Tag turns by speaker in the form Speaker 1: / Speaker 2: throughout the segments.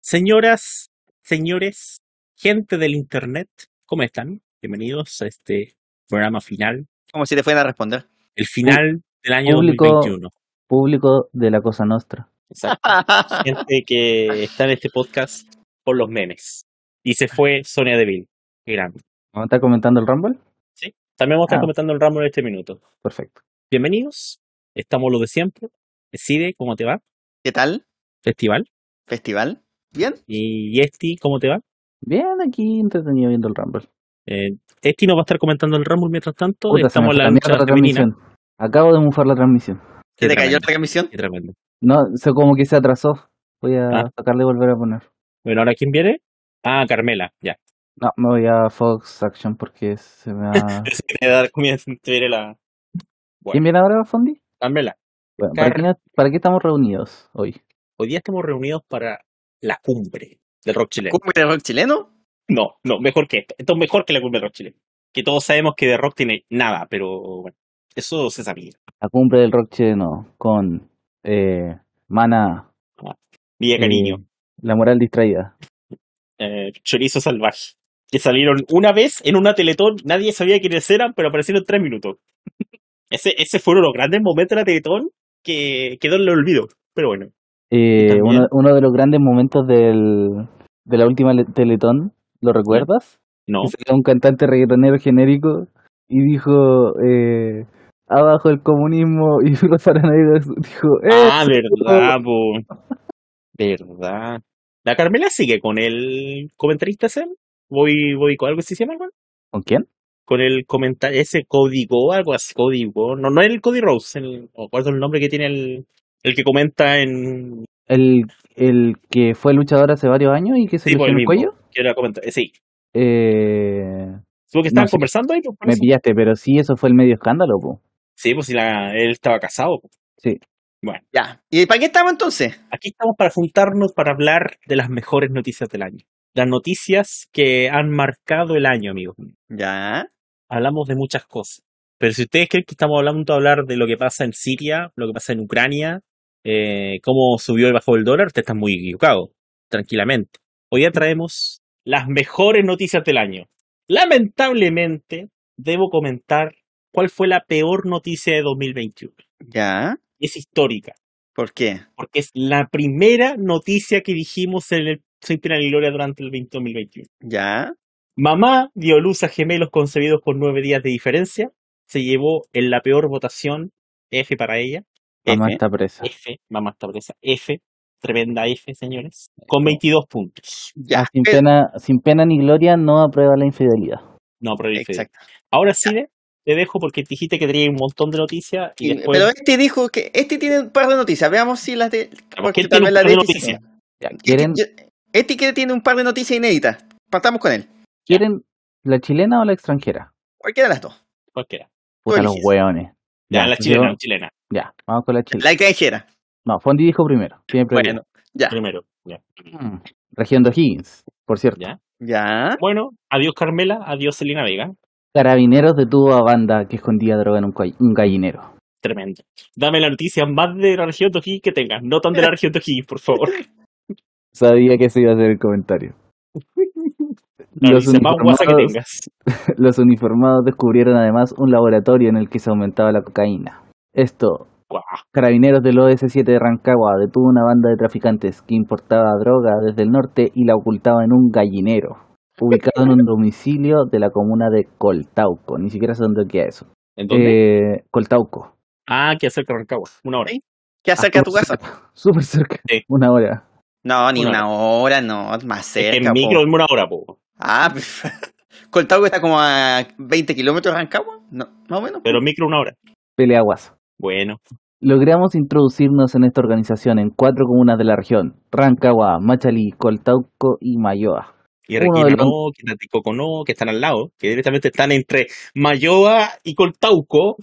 Speaker 1: Señoras, señores, gente del internet, ¿cómo están? Bienvenidos a este programa final,
Speaker 2: Como si te fueran a responder.
Speaker 1: el final del año
Speaker 3: público-
Speaker 1: 2021.
Speaker 3: Público de la Cosa Nostra.
Speaker 1: Exacto. Gente que está en este podcast por los memes. Y se fue Sonia Deville. Qué grande.
Speaker 3: ¿Vamos a estar comentando el Rumble?
Speaker 1: También vamos a estar
Speaker 3: Ah.
Speaker 1: comentando el ramo en este minuto.
Speaker 3: Perfecto.
Speaker 1: Bienvenidos, estamos los de siempre. Decide cómo te va,
Speaker 2: ¿Qué tal?
Speaker 1: festival.
Speaker 2: ¿Festival? ¿Bien?
Speaker 1: Y Esti, ¿cómo te va?
Speaker 3: Bien aquí, entretenido viendo el Rumble.
Speaker 1: Eh, Esti nos va a estar comentando el ramo mientras tanto.
Speaker 3: Puta, se
Speaker 1: estamos
Speaker 3: me
Speaker 1: en
Speaker 3: fue
Speaker 1: la
Speaker 3: la mierda
Speaker 1: lucha
Speaker 3: la
Speaker 1: femenina.
Speaker 3: transmisión. Acabo de mufar la transmisión.
Speaker 1: Qué
Speaker 2: ¿Se te cayó
Speaker 1: tremendo,
Speaker 2: la transmisión?
Speaker 1: qué tremendo.
Speaker 3: No, sé como que se atrasó. Voy a
Speaker 1: Ah.
Speaker 3: tocarle volver a poner.
Speaker 1: Bueno, ¿ahora quién viene? Ah, Carmela, ya.
Speaker 3: No, me voy a Fox Action porque se me ha...
Speaker 1: Pensé que te iba a dar comienzo, te viene la... Bueno.
Speaker 3: ¿Quién viene ahora, Fondi?
Speaker 1: Carmela,
Speaker 3: Bueno, ¿para,
Speaker 1: Car-
Speaker 3: qué, para qué estamos reunidos hoy?
Speaker 1: hoy día estamos reunidos para la cumbre del rock chileno.
Speaker 2: ¿Cumbre de rock chileno?
Speaker 1: No, no, mejor que esta. Esto es mejor que la cumbre del rock chileno. Que todos sabemos que de rock tiene nada, pero bueno, eso se sabía.
Speaker 3: La cumbre del rock chileno con eh, Mana...
Speaker 1: Villa
Speaker 3: eh,
Speaker 1: Cariño,
Speaker 3: la moral distraída.
Speaker 1: eh, Chorizo Salvaje. Que salieron una vez en una teletón, nadie sabía quiénes eran, pero aparecieron en tres minutos. Ese, ese fueron los grandes momentos de la teletón que quedó en el olvido. Pero bueno,
Speaker 3: Eh,
Speaker 1: Y también-
Speaker 3: uno, uno de los grandes momentos del, de la última le- Teletón, ¿lo recuerdas?
Speaker 1: no.
Speaker 3: Que salió un cantante reggaetonero genérico y dijo, eh, abajo el comunismo, y Rosa Araneda dijo, ¡eh!
Speaker 1: Ah, verdad, po. Verdad. ¿La Carmela sigue con el comentarista ese? ¿Voy, voy con algo así se llama, weón?
Speaker 3: ¿Con quién?
Speaker 1: Con el comentario, ese código, algo así, código. No, no es el Cody Rose, el, no recuerdo el nombre que tiene el, el que comenta en.
Speaker 3: El, el que fue luchador hace varios años y que se
Speaker 1: Sí, po, el
Speaker 3: lesionó el
Speaker 1: mismo.
Speaker 3: cuello.
Speaker 1: Quiero comentar, eh, sí.
Speaker 3: Eh,
Speaker 1: Supongo que estaban
Speaker 3: sé.
Speaker 1: conversando ahí, po, por
Speaker 3: me
Speaker 1: eso.
Speaker 3: pillaste, pero sí, eso fue el medio escándalo, po.
Speaker 1: Sí, pues si la, él estaba casado. po.
Speaker 2: Ya. ¿Y para qué estamos entonces?
Speaker 1: Aquí estamos para juntarnos para hablar de las mejores noticias del año. Las noticias que han marcado el año, amigos.
Speaker 2: Ya.
Speaker 1: hablamos de muchas cosas. Pero si ustedes creen que estamos hablando de hablar de lo que pasa en Siria, lo que pasa en Ucrania, eh, cómo subió y bajó el dólar, ustedes están muy equivocados, tranquilamente. Hoy día traemos las mejores noticias del año. Lamentablemente, debo comentar cuál fue la peor noticia de 2021.
Speaker 2: Ya.
Speaker 1: Es histórica,
Speaker 2: ¿Por qué?
Speaker 1: porque es la primera noticia que dijimos en el Soy Penal y Gloria durante el 20 2021.
Speaker 2: Ya.
Speaker 1: Mamá dio luz a gemelos concebidos con nueve días de diferencia. Se llevó en la peor votación. F para ella.
Speaker 3: Mamá
Speaker 2: F.
Speaker 3: está presa.
Speaker 1: F. Mamá está presa. F. Tremenda F, señores. Con 22 puntos.
Speaker 2: Ya.
Speaker 3: Sin
Speaker 2: Pero-
Speaker 3: pena, sin pena ni gloria no aprueba la infidelidad.
Speaker 1: No, pero el F.
Speaker 2: Eh, Exacto.
Speaker 1: Ahora sí, Ve, te dejo porque dijiste que tenía un montón de noticias y
Speaker 2: Y-
Speaker 1: después...
Speaker 2: Pero este dijo que este tiene un par de noticias. Veamos si las de.
Speaker 1: porque él
Speaker 2: tal
Speaker 1: tiene
Speaker 2: vez
Speaker 1: un
Speaker 2: la
Speaker 1: par de
Speaker 2: Eti
Speaker 1: noticias.
Speaker 2: se-
Speaker 3: Ya, ¿Quieren,
Speaker 2: Este, yo- este que tiene un par de noticias inéditas. Partamos con él.
Speaker 3: ¿Quieren la chilena o la extranjera?
Speaker 2: Cualquiera de las dos.
Speaker 1: Cualquiera.
Speaker 3: Puta los
Speaker 2: eliges.
Speaker 3: hueones.
Speaker 1: Ya,
Speaker 3: Ya,
Speaker 1: la
Speaker 3: yo-
Speaker 1: chilena, la chilena.
Speaker 3: Ya, vamos con la chilena.
Speaker 2: La extranjera.
Speaker 3: No, Fondi dijo primero. Siempre
Speaker 2: Bueno. Ya.
Speaker 1: Primero. ya.
Speaker 3: digo. Mm. Región de O'Higgins, por cierto.
Speaker 1: Ya.
Speaker 2: Ya.
Speaker 1: Bueno, adiós Carmela, adiós Selena Vega.
Speaker 3: Carabineros detuvo a banda que escondía droga en un, call- un gallinero.
Speaker 1: Tremendo. Dame la noticia más de la región de O'Higgins que tengas. No tan de la región de O'Higgins, por favor.
Speaker 3: Sabía que se iba a hacer el comentario.
Speaker 1: La
Speaker 3: Los
Speaker 1: noticia más guasa que
Speaker 3: uniformados,
Speaker 1: tengas.
Speaker 3: los uniformados descubrieron además un laboratorio en el que se aumentaba la cocaína. Esto
Speaker 1: Guau.
Speaker 3: Carabineros del OS-7 de Rancagua detuvo una banda de traficantes que importaba droga desde el norte y la ocultaba en un gallinero, ubicado en un domicilio de la comuna de Coltauco. Ni siquiera sé dónde queda eso.
Speaker 1: ¿En dónde?
Speaker 3: Eh, Coltauco.
Speaker 1: ah, que acerca Rancagua. Una hora.
Speaker 2: Sí. ¿Qué acerca a tu
Speaker 3: súper
Speaker 2: casa?
Speaker 3: cerca, Súper cerca.
Speaker 1: Sí.
Speaker 3: Una hora.
Speaker 2: No, ni
Speaker 1: Una
Speaker 2: una hora, no. Más
Speaker 1: Es que
Speaker 2: cerca.
Speaker 1: en
Speaker 2: po.
Speaker 1: micro en una hora, po.
Speaker 2: Ah, Coltauco está como a 20 kilómetros de Rancagua, no, más o menos.
Speaker 1: Pero en micro una hora.
Speaker 3: Peleaguas.
Speaker 1: Bueno,
Speaker 3: Logramos introducirnos en esta organización en cuatro comunas de la región. Rancagua, Machalí, Coltauco y Mayoa.
Speaker 1: y
Speaker 3: Uno
Speaker 1: Requina
Speaker 3: de los-
Speaker 1: no, que Taticoco no, que están al lado, que directamente están entre Mayoa y Coltauco.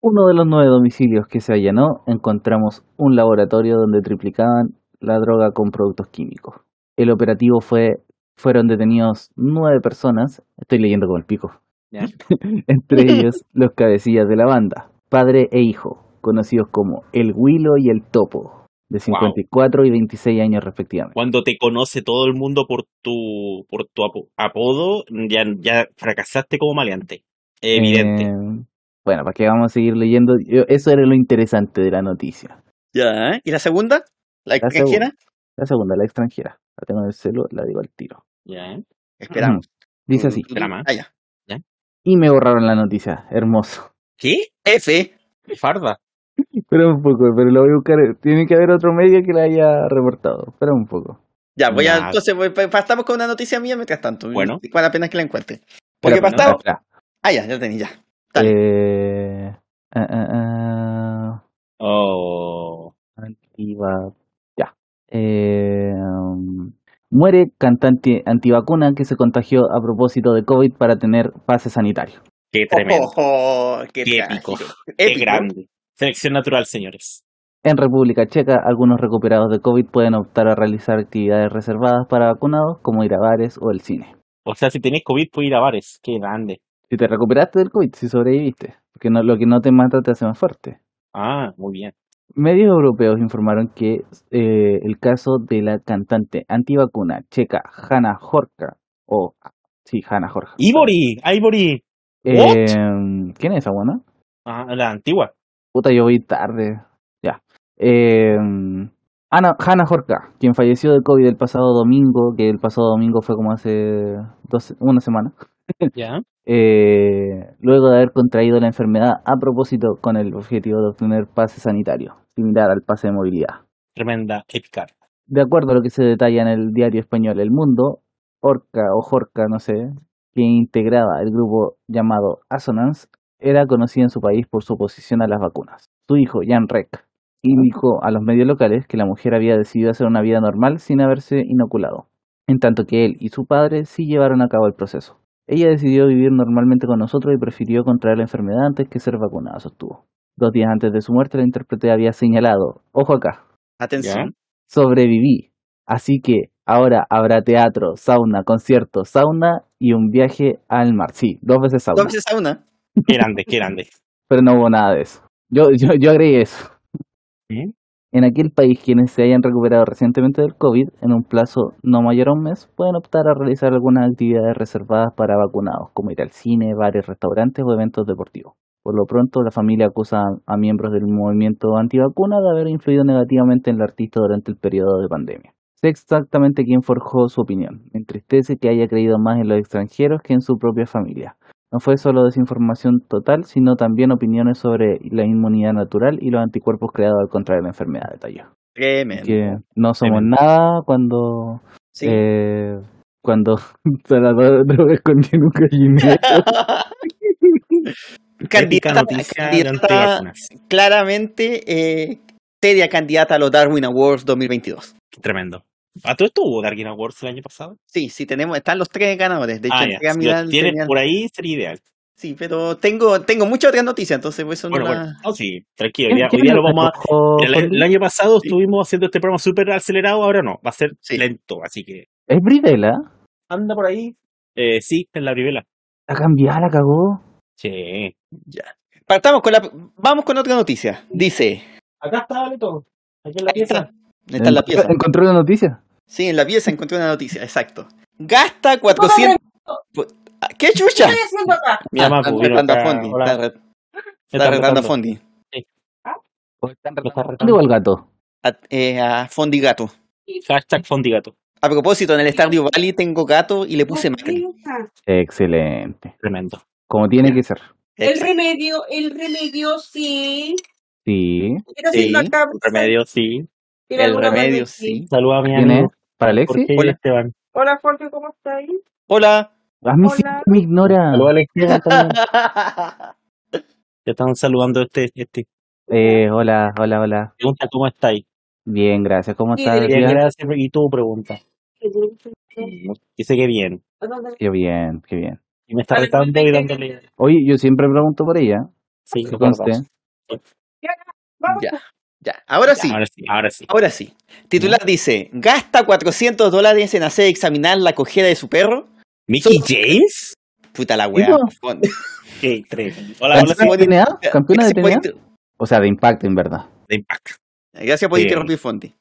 Speaker 3: uno de los nueve domicilios que se allanó, encontramos un laboratorio donde triplicaban la droga con productos químicos. El operativo fue, fueron detenidos nueve personas, estoy leyendo con el pico,
Speaker 1: Ya.
Speaker 3: entre ellos los cabecillas de la banda, padre e hijo, conocidos como el Huilo y el Topo. de 54 y 26 años respectivamente.
Speaker 1: Cuando te conoce todo el mundo por tu, por tu apo- apodo, ya, ya fracasaste como maleante. Evidente.
Speaker 3: Eh, bueno, ¿para qué vamos a seguir leyendo? Yo- eso era lo interesante de la noticia.
Speaker 2: Ya, ¿eh? ¿y la segunda? ¿La
Speaker 3: La
Speaker 2: extranjera?
Speaker 3: La segunda, la extranjera. La tengo en el celo, la digo al tiro.
Speaker 1: Ya, ¿eh?
Speaker 2: Esperamos.
Speaker 3: Dice así.
Speaker 1: Drama.
Speaker 2: Ah, ya.
Speaker 3: Y me borraron la noticia. Hermoso.
Speaker 1: ¿Qué?
Speaker 2: F.
Speaker 1: Qué Farda.
Speaker 3: Espera un poco, pero lo voy a buscar. Tiene que haber otro medio que la haya reportado. Espera un poco.
Speaker 2: Ya, voy a.
Speaker 1: Ya.
Speaker 2: Entonces, voy, pa- partamos con una noticia mía mientras tanto.
Speaker 1: Bueno.
Speaker 2: Y Cuál apenas que la encuentre. Porque
Speaker 1: Espera,
Speaker 2: partamos.
Speaker 3: Espera, espera.
Speaker 2: Ah, ya, ya tenía ya. Dale.
Speaker 3: Eh, ah, ah, ah,
Speaker 1: Oh.
Speaker 3: antiva- ya. Eh, um, muere cantante antivacuna que se contagió a propósito de COVID para tener pase sanitario.
Speaker 1: Qué tremendo.
Speaker 2: Ojo, qué,
Speaker 1: Qué
Speaker 2: trágico.
Speaker 1: épico. Qué
Speaker 2: Épico.
Speaker 1: grande. Selección natural, señores.
Speaker 3: En República Checa, algunos recuperados de COVID pueden optar a realizar actividades reservadas para vacunados, como ir a bares o el cine.
Speaker 1: O sea, si tenés COVID, puedes ir a bares. Qué grande.
Speaker 3: Si te recuperaste del COVID, si sobreviviste, porque no, lo que no te mata te hace más fuerte.
Speaker 1: Ah, muy bien.
Speaker 3: Medios europeos informaron que eh, el caso de la cantante antivacuna checa Hanna Horka, o sí, Hanna Horka.
Speaker 1: Ivory, Ivory.
Speaker 3: Eh, ¿Quién es esa buena?
Speaker 1: Ah, la antigua.
Speaker 3: Puta, yo voy tarde. Ya. Eh, Ana, Hanna Horka, quien falleció de COVID el pasado domingo, que el pasado domingo fue como hace dos, una semana,
Speaker 1: Ya.
Speaker 3: eh, luego de haber contraído la enfermedad a propósito con el objetivo de obtener pase sanitario, similar al pase de movilidad.
Speaker 1: Tremenda épica.
Speaker 3: De acuerdo a lo que se detalla en el diario español El Mundo, Orca o Jorca, no sé, que integraba el grupo llamado Assonance, era conocida en su país por su oposición a las vacunas. Su hijo, Jan Reck, indicó a los medios locales que la mujer había decidido hacer una vida normal sin haberse inoculado, en tanto que él y su padre sí llevaron a cabo el proceso. Ella decidió vivir normalmente con nosotros y prefirió contraer la enfermedad antes que ser vacunada, sostuvo. Dos días antes de su muerte, la intérprete había señalado, ojo acá,
Speaker 2: Atención.
Speaker 3: sobreviví. Así que ahora habrá teatro, sauna, concierto, sauna y un viaje al mar. Sí, dos veces sauna.
Speaker 2: Dos veces a una.
Speaker 1: Qué grande, qué grande.
Speaker 3: Pero no hubo nada de eso. Yo, yo, yo agregué eso.
Speaker 1: ¿Mm?
Speaker 3: En aquel país, quienes se hayan recuperado recientemente del COVID en un plazo no mayor a un mes pueden optar a realizar algunas actividades reservadas para vacunados, como ir al cine, bares, restaurantes o eventos deportivos. Por lo pronto, la familia acusa a- a miembros del movimiento antivacuna de haber influido negativamente en la artista durante el periodo de pandemia. Sé exactamente quién forjó su opinión. Me entristece que haya creído más en los extranjeros que en su propia familia. No fue solo desinformación total, sino también opiniones sobre la inmunidad natural y los anticuerpos creados al contraer la enfermedad, detalló.
Speaker 2: Tremendo.
Speaker 3: Que no somos
Speaker 1: Tremendo.
Speaker 3: nada cuando.
Speaker 2: Sí.
Speaker 3: eh, cuando se la do- droga escondida en un gallinero.
Speaker 1: Épica
Speaker 2: candidata,
Speaker 1: noticia de
Speaker 2: candidata
Speaker 1: antivacunas.
Speaker 2: claramente eh, seria candidata a los Darwin Awards 2022.
Speaker 1: Qué Tremendo. ¿A todo esto hubo Darwin Awards el año pasado?
Speaker 2: Sí, sí, tenemos, están los tres ganadores. De hecho,
Speaker 1: ah,
Speaker 2: el
Speaker 1: ya. Si
Speaker 2: Grammy
Speaker 1: lo
Speaker 2: Dan
Speaker 1: tienes
Speaker 2: tenía-
Speaker 1: por ahí, sería ideal.
Speaker 2: Sí, pero tengo, tengo muchas otras noticias, entonces por eso no
Speaker 1: Bueno,
Speaker 2: la...
Speaker 1: bueno. No, sí, tranquilo. Hoy día,
Speaker 3: ¿Quién-
Speaker 1: hoy día
Speaker 3: quién
Speaker 1: lo vamos a...
Speaker 3: acojó,
Speaker 1: Mira, el,
Speaker 3: Jordi?
Speaker 1: el año pasado estuvimos haciendo este programa súper acelerado, ahora no. Va a ser
Speaker 2: Sí.
Speaker 1: lento, así que
Speaker 3: ¿Es Bridela?
Speaker 1: anda por ahí. Eh, sí, en la primera.
Speaker 3: La cambiada, la cagó.
Speaker 1: Sí.
Speaker 2: Ya. Partamos con la... Vamos con otra noticia. Dice...
Speaker 1: Acá está, Leto. Aquí en la
Speaker 2: Ahí está.
Speaker 1: pieza.
Speaker 2: Está en la pieza.
Speaker 3: Encontró una noticia.
Speaker 2: Sí, en la pieza encontré una noticia, exacto. Gasta 400... Ah, ¿Qué chucha?
Speaker 1: Mi mamá
Speaker 2: Ah, están
Speaker 1: vino
Speaker 2: retando a
Speaker 1: acá.
Speaker 2: Fondi.
Speaker 1: Hola.
Speaker 2: Está,
Speaker 1: Me
Speaker 2: re- está
Speaker 1: están
Speaker 2: retando a
Speaker 1: retando.
Speaker 2: Fondi.
Speaker 1: Me están
Speaker 3: ¿Dónde
Speaker 1: retando.
Speaker 3: va el gato?
Speaker 2: A, eh, a Fondi Gato.
Speaker 1: Hashtag Fondigato.
Speaker 2: A propósito, en el Estadio Valley tengo gato y le puse
Speaker 4: Pues,
Speaker 2: Macri.
Speaker 3: Excelente.
Speaker 1: Tremendo.
Speaker 3: Como tiene que ser.
Speaker 4: El
Speaker 2: Exacto.
Speaker 4: remedio, el remedio, sí.
Speaker 3: Sí.
Speaker 4: Era
Speaker 2: Sí,
Speaker 4: haciendo acá,
Speaker 1: Remedio, sí.
Speaker 4: tiene
Speaker 2: El
Speaker 4: alguna
Speaker 2: remedio,
Speaker 4: manera,
Speaker 2: sí.
Speaker 1: Saluda a mi
Speaker 3: ¿Quién es?
Speaker 1: amigo.
Speaker 3: ¿Para Alexis? Ah.
Speaker 1: Jorge
Speaker 2: Hola.
Speaker 1: Esteban.
Speaker 4: Hola, Jorge, ¿cómo estás ahí?
Speaker 2: Hola.
Speaker 3: A mí
Speaker 4: Hola.
Speaker 3: siempre me ignora.
Speaker 1: Saluda a Alex Esteban también. Te están saludando este, este.
Speaker 3: Eh, hola, hola, hola.
Speaker 1: Pregunta cómo estáis.
Speaker 3: Bien, gracias. ¿Cómo
Speaker 4: Sí,
Speaker 3: estás?
Speaker 4: de-
Speaker 1: Bien,
Speaker 3: Lucía?
Speaker 1: gracias. Y tú pregunta. Dice que bien.
Speaker 4: ¿A dónde?
Speaker 3: Qué bien, qué bien.
Speaker 1: Y me está
Speaker 4: Dale,
Speaker 1: retando y
Speaker 4: dale,
Speaker 1: dándole.
Speaker 4: dale.
Speaker 3: Oye, yo siempre pregunto por ella.
Speaker 1: Sí,
Speaker 3: que
Speaker 1: lo
Speaker 3: conste.
Speaker 1: guardamos.
Speaker 4: Vamos.
Speaker 2: ya, ya. Ahora sí.
Speaker 1: Ahora sí, ahora sí.
Speaker 2: Ahora sí. Titular dice, gasta 400 dólares en hacer examinar la cojera de su perro.
Speaker 1: ¿Mickey
Speaker 2: Son-
Speaker 1: James?
Speaker 2: Puta la weá.
Speaker 3: po.
Speaker 2: Fondi.
Speaker 1: Qué tremendo. Hola, hola,
Speaker 3: ¿Campeona
Speaker 1: sí.
Speaker 3: de TNA? ¿Campeona de
Speaker 2: Ese
Speaker 3: TNA?
Speaker 2: bonito-
Speaker 3: O sea, de impacto, en verdad.
Speaker 1: De impacto.
Speaker 2: Gracias por
Speaker 1: Sí.
Speaker 2: interrumpir, Fondi.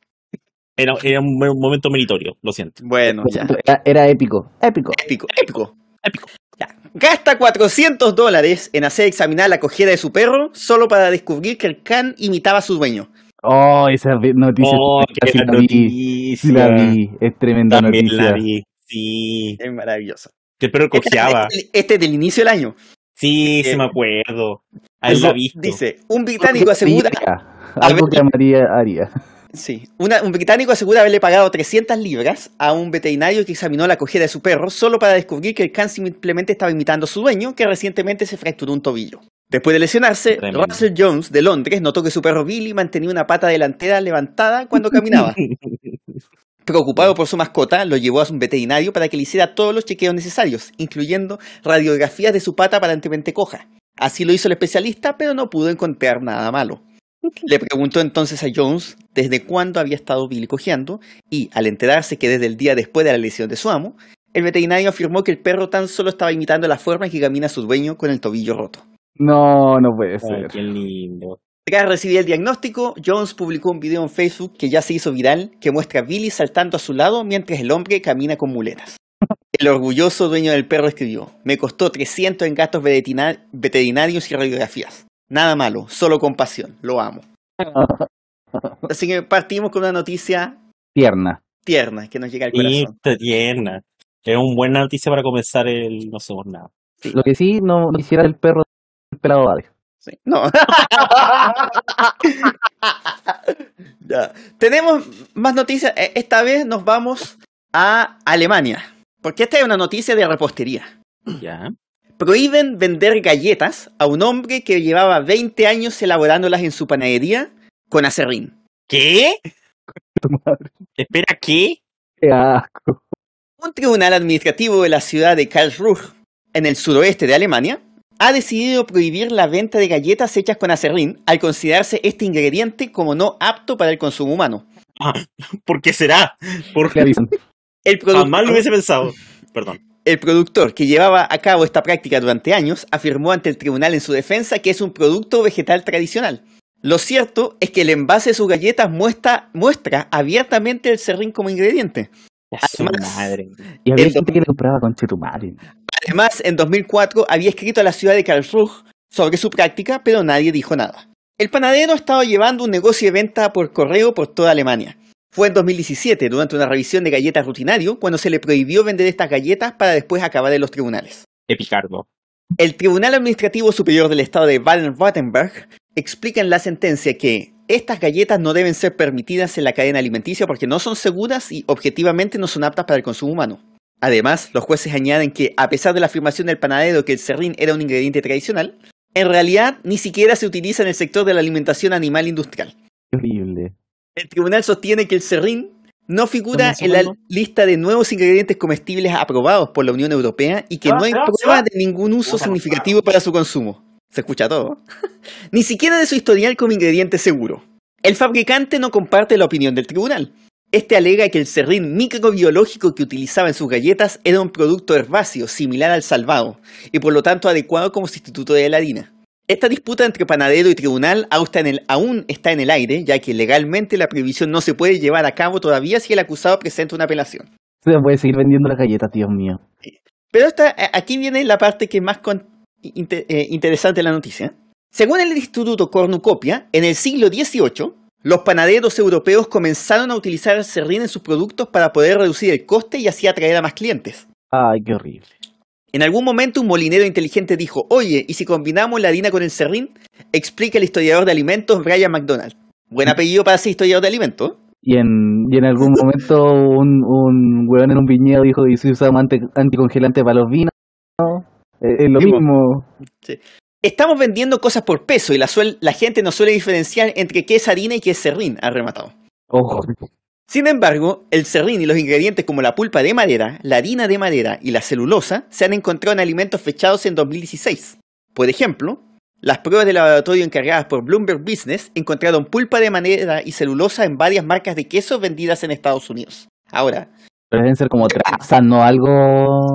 Speaker 1: Era, era un, un momento meritorio, lo siento.
Speaker 2: Bueno, ya.
Speaker 3: Era, era épico, épico.
Speaker 2: Épico, épico.
Speaker 1: Épico.
Speaker 2: Ya. Gasta 400 dólares en hacer examinar la cojera de su perro solo para descubrir que el can imitaba a su dueño.
Speaker 3: Oh, esa vi- noticia.
Speaker 1: Oh,
Speaker 3: tremenda,
Speaker 1: qué
Speaker 3: sí
Speaker 1: gran
Speaker 3: la vi, sí
Speaker 1: noticia.
Speaker 3: la vi, es tremenda
Speaker 1: También
Speaker 3: noticia.
Speaker 1: la vi. Sí.
Speaker 2: Es maravilloso.
Speaker 1: Que el perro cojeaba.
Speaker 2: Este, este es del inicio del año.
Speaker 1: Sí, sí me acuerdo. Ahí la
Speaker 2: Algo-
Speaker 1: visto.
Speaker 2: Dice, un británico asegura...
Speaker 3: Algo que María haría.
Speaker 2: Sí, una- un británico asegura haberle pagado 300 libras a un veterinario que examinó la cojera de su perro solo para descubrir que el can simplemente estaba imitando a su dueño, que recientemente se fracturó un tobillo. Después de lesionarse,
Speaker 1: Tremendo.
Speaker 2: Russell Jones de Londres notó que su perro Billy mantenía una pata delantera levantada cuando caminaba. Preocupado por su mascota, lo llevó a un veterinario para que le hiciera todos los chequeos necesarios, incluyendo radiografías de su pata aparentemente coja. Así lo hizo el especialista, pero no pudo encontrar nada malo. Le preguntó entonces a Jones desde cuándo había estado Billy cojeando, y al enterarse que desde el día después de la lesión de su amo, el veterinario afirmó que el perro tan solo estaba imitando la forma en que camina su dueño con el tobillo roto.
Speaker 3: No, no puede
Speaker 1: Ay,
Speaker 3: ser.
Speaker 1: qué lindo.
Speaker 2: Tras recibir el diagnóstico, Jones publicó un video en Facebook que ya se hizo viral que muestra a Billy saltando a su lado mientras el hombre camina con muletas. El orgulloso dueño del perro escribió, me costó 300 en gastos veterina- veterinarios y radiografías. Nada malo, solo compasión, lo amo. Así que partimos con una noticia
Speaker 3: Tierna.
Speaker 2: tierna que nos llega al
Speaker 1: Y
Speaker 2: corazón.
Speaker 1: te tierna. Es una buena noticia para comenzar el No Somos Nada.
Speaker 3: Lo que sí, no, no hiciera el perro del pelado Vade.
Speaker 2: Sí. No. Ya. Tenemos más noticias. E- Esta vez nos vamos a Alemania. Porque esta es una noticia de repostería.
Speaker 1: Ya.
Speaker 2: Prohíben vender galletas a un hombre que llevaba 20 años elaborándolas en su panadería con acerrín.
Speaker 1: ¿Qué? Espera, ¿qué?
Speaker 3: Qué asco.
Speaker 2: Un tribunal administrativo de la ciudad de Karlsruhe, en el suroeste de Alemania, ha decidido prohibir la venta de galletas hechas con acerrín al considerarse este ingrediente como no apto para el consumo humano.
Speaker 1: ¿Por qué será? Por
Speaker 3: Le avisan.
Speaker 2: El productor-
Speaker 1: jamás lo hubiese pensado. Perdón.
Speaker 2: El productor, que llevaba a cabo esta práctica durante años, afirmó ante el tribunal en su defensa que es un producto vegetal tradicional. Lo cierto es que el envase de sus galletas muestra, muestra abiertamente el serrín como ingrediente.
Speaker 1: A su
Speaker 2: Además-
Speaker 1: madre.
Speaker 3: Y había
Speaker 2: El
Speaker 3: gente que le compraba con Chetumari.
Speaker 2: Además, en 2004 había escrito a la ciudad de Karlsruhe sobre su práctica, pero nadie dijo nada. El panadero estaba llevando un negocio de venta por correo por toda Alemania. Fue en 2017, durante una revisión de galletas rutinario, cuando se le prohibió vender estas galletas para después acabar en los tribunales.
Speaker 1: Epicardo.
Speaker 2: El Tribunal Administrativo Superior del Estado de Baden-Württemberg explica en la sentencia que estas galletas no deben ser permitidas en la cadena alimenticia porque no son seguras y objetivamente no son aptas para el consumo humano. Además, los jueces añaden que, a pesar de la afirmación del panadero que el serrín era un ingrediente tradicional, en realidad ni siquiera se utiliza en el sector de la alimentación animal industrial.
Speaker 3: Qué horrible.
Speaker 2: El tribunal sostiene que el serrín no figura
Speaker 1: Dame
Speaker 2: en
Speaker 1: un
Speaker 2: la
Speaker 1: segundo.
Speaker 2: lista de nuevos ingredientes comestibles aprobados por la Unión Europea y que
Speaker 1: Se va,
Speaker 2: no hay
Speaker 1: se va, se
Speaker 2: pruebas
Speaker 1: va.
Speaker 2: de ningún uso
Speaker 1: Puta,
Speaker 2: significativo para su consumo. Se escucha todo. Ni siquiera de su historial como ingrediente seguro. El fabricante no comparte la opinión del tribunal. Este alega que el serrín microbiológico que utilizaba en sus galletas era un producto herbáceo similar al salvado y por lo tanto adecuado como sustituto de la harina. Esta disputa entre panadero y tribunal aún está, en el, aún está en el aire, ya que legalmente la prohibición no se puede llevar a cabo todavía si el acusado presenta una apelación.
Speaker 3: Se puede seguir vendiendo las galletas, Dios mío.
Speaker 2: Pero esta- a- aquí viene la parte que es más con- inte- eh, interesante de la noticia. Según el Instituto Cornucopia, en el siglo XVIII, los panaderos europeos comenzaron a utilizar el serrín en sus productos para poder reducir el coste y así atraer a más clientes.
Speaker 3: Ay, qué horrible.
Speaker 2: En algún momento un molinero inteligente dijo, oye, ¿y si combinamos la harina con el serrín? Explica el historiador de alimentos Brian McDonald. Buen apellido para ser historiador de alimentos.
Speaker 3: Y en, y en algún momento un, un weón en un viñedo dijo, y si usamos ante- anticongelante para los vinos, ¿no? Eh, es lo
Speaker 2: Sí, po.
Speaker 3: mismo.
Speaker 2: Estamos vendiendo cosas por peso y la, suel- la gente no suele diferenciar entre qué es harina y qué es serrín, ha rematado.
Speaker 3: Ojo,
Speaker 2: Sin embargo, el serrín y los ingredientes como la pulpa de madera, la harina de madera y la celulosa se han encontrado en alimentos fechados en 2016. Por ejemplo, las pruebas de laboratorio encargadas por Bloomberg Business encontraron pulpa de madera y celulosa en varias marcas de quesos vendidas en Estados Unidos. Ahora,
Speaker 3: pero deben ser como trazas, no algo...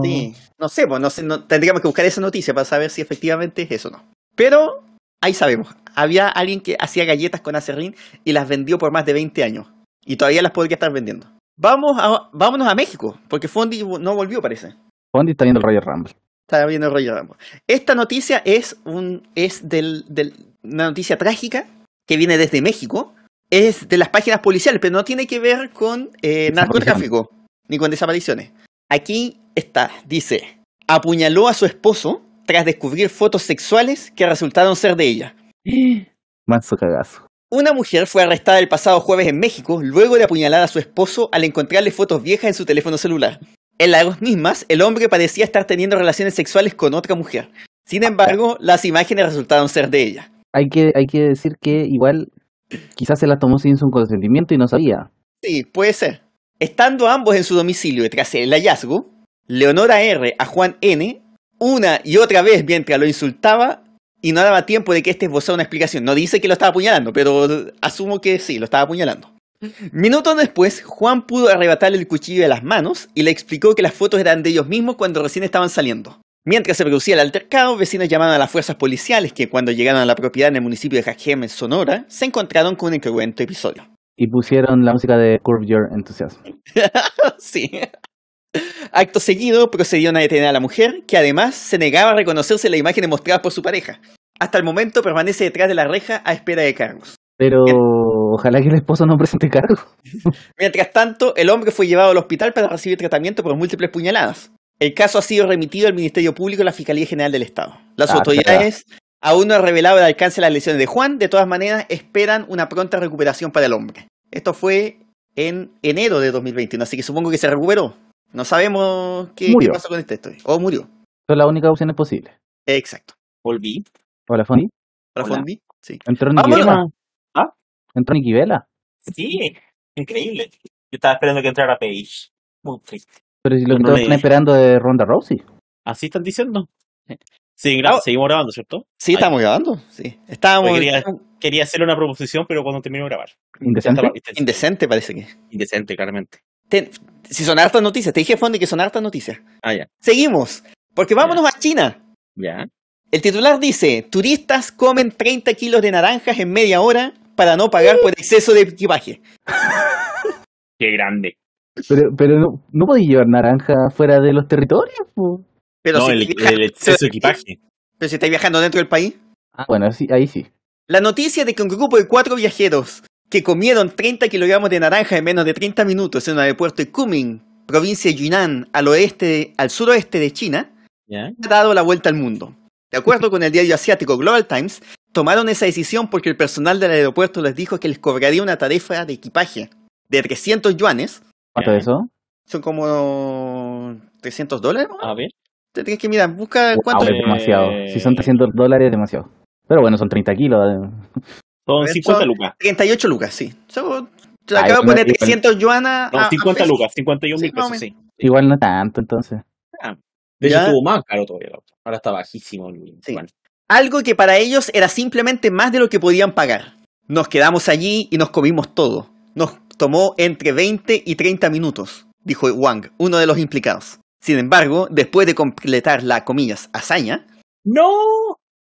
Speaker 2: sí, no sé, pues, no sé, no- tendríamos que buscar esa noticia para saber si efectivamente es eso o no. Pero ahí sabemos. Había alguien que hacía galletas con acerrín y las vendió por más de 20 años. Y todavía las podría estar vendiendo. Vamos a, vámonos a México, porque Fondi no volvió, parece.
Speaker 3: Fondi está viendo el Royal Rumble.
Speaker 2: Está viendo el Royal Rumble. Esta noticia es, un, es del, del- una noticia trágica que viene desde México. Es de las páginas policiales, pero no tiene que ver con eh,
Speaker 3: Desaparición.
Speaker 2: narcotráfico ni con desapariciones. Aquí está, dice, apuñaló a su esposo tras descubrir fotos sexuales que resultaron ser de ella.
Speaker 3: Manso cagazo.
Speaker 2: Una mujer fue arrestada el pasado jueves en México luego de apuñalar a su esposo al encontrarle fotos viejas en su teléfono celular. En las mismas, el hombre parecía estar teniendo relaciones sexuales con otra mujer. Sin embargo, las imágenes resultaron ser de ella.
Speaker 3: Hay que, hay que decir que igual quizás se la tomó sin su consentimiento y no sabía.
Speaker 2: Sí, puede ser. Estando ambos en su domicilio y tras el hallazgo, Leonora R. a Juan N. una y otra vez mientras lo insultaba y no daba tiempo de que este esbozara una explicación. No dice que lo estaba apuñalando, pero asumo que sí, lo estaba apuñalando. Minutos después, Juan pudo arrebatarle el cuchillo de las manos y le explicó que las fotos eran de ellos mismos cuando recién estaban saliendo. Mientras se producía el altercado, vecinos llamaron a las fuerzas policiales que cuando llegaron a la propiedad en el municipio de Jaquem, en Sonora, se encontraron con un incongruente episodio.
Speaker 3: Y pusieron la música de Curve Your Enthusiasm.
Speaker 2: Sí. Acto seguido procedieron a detener a la mujer, que además se negaba a reconocerse las imágenes mostradas por su pareja. Hasta el momento permanece detrás de la reja a espera de cargos.
Speaker 3: Pero ojalá que el esposo no presente cargo.
Speaker 2: Mientras tanto, el hombre fue llevado al hospital para recibir tratamiento por múltiples puñaladas. El caso ha sido remitido al Ministerio Público y la Fiscalía General del Estado. Las
Speaker 3: Ah,
Speaker 2: autoridades aún no han revelado el alcance de las lesiones de Juan, de todas maneras esperan una pronta recuperación para el hombre. Esto fue en enero de 2021, así que supongo que se recuperó. No sabemos qué, qué
Speaker 3: Murió.
Speaker 2: pasó con esta historia. O murió.
Speaker 3: Son las únicas opciones posibles.
Speaker 2: Exacto.
Speaker 1: Volví.
Speaker 3: Hola, Fondi.
Speaker 2: Para
Speaker 1: Hola.
Speaker 2: Fondi, sí.
Speaker 3: Entró Nicky
Speaker 2: Vámonos.
Speaker 3: Vela.
Speaker 1: ¿Ah?
Speaker 3: Entró Nicky Vela.
Speaker 1: Sí, increíble. Yo estaba esperando que entrara Paige. Muy triste.
Speaker 3: Pero si lo que
Speaker 1: No
Speaker 3: todos
Speaker 1: me-
Speaker 3: están esperando es Ronda Rousey.
Speaker 1: ¿Así están diciendo? Sí, Oh. gra-
Speaker 2: Ah.
Speaker 1: seguimos grabando, ¿cierto?
Speaker 2: Sí,
Speaker 1: Ahí.
Speaker 2: estamos grabando. Sí. Estábamos
Speaker 1: Porque quería-
Speaker 2: estábamos-
Speaker 1: Quería hacerle una proposición, pero cuando termino de grabar. Ya
Speaker 3: Indecente.
Speaker 1: estaba- indecente.
Speaker 2: indecente, parece que.
Speaker 1: claramente.
Speaker 2: Ten- Si son hartas noticias, te dije Fondi que son hartas noticias.
Speaker 1: Ah, ya.
Speaker 2: Seguimos, porque vámonos a China.
Speaker 1: Ya.
Speaker 2: El titular dice, turistas comen 30 kilos de naranjas en media hora para no pagar por exceso de equipaje.
Speaker 1: Qué grande.
Speaker 3: Pero, pero no, no podéis llevar naranja fuera de los territorios. po.
Speaker 2: Pero,
Speaker 1: no,
Speaker 2: si
Speaker 1: el,
Speaker 2: estáis viajando,
Speaker 1: el exceso de equipaje.
Speaker 2: pero si estáis viajando dentro del país.
Speaker 3: Ah, bueno, sí, ahí sí.
Speaker 2: La noticia de que un grupo de cuatro viajeros que comieron 30 kilogramos de naranja en menos de 30 minutos en un aeropuerto de Kunming, provincia de Yunnan, al, oeste, al suroeste de China,
Speaker 1: Ya.
Speaker 2: ha dado la vuelta al mundo. De acuerdo con el diario asiático Global Times, tomaron esa decisión porque el personal del aeropuerto les dijo que les cobraría una tarifa de equipaje de 300 yuanes,
Speaker 3: ¿Cuánto
Speaker 1: Ya.
Speaker 3: es eso?
Speaker 2: son como 300 dólares. ¿no?
Speaker 1: A ver.
Speaker 2: Tienes que mirar, busca cuánto.
Speaker 3: Wow, es
Speaker 1: Eh,
Speaker 3: Ah, demasiado. Si son 300 dólares, es demasiado. Pero bueno, son 30 kilos. eh.
Speaker 1: Son
Speaker 2: Eso-
Speaker 1: 50 lucas.
Speaker 2: 38 lucas, sí. So, te
Speaker 3: Ah,
Speaker 2: acabo de
Speaker 3: igual-
Speaker 2: poner
Speaker 3: igual-
Speaker 2: 300 yuanes.
Speaker 1: No, 50 lucas. 51 mil
Speaker 2: ah, Sí, más o
Speaker 1: pesos, sí.
Speaker 3: Igual no tanto, entonces.
Speaker 1: De hecho,
Speaker 2: Ya.
Speaker 1: estuvo más caro todavía. la otra. Ahora está bajísimo. el-
Speaker 2: Sí.
Speaker 1: bueno.
Speaker 2: Algo que para ellos era simplemente más de lo que podían pagar. Nos quedamos allí y nos comimos todo. Nos tomó entre 20 y 30 minutos, dijo Wang, uno de los implicados. Sin embargo, después de completar la, comillas, hazaña,
Speaker 1: ¡No!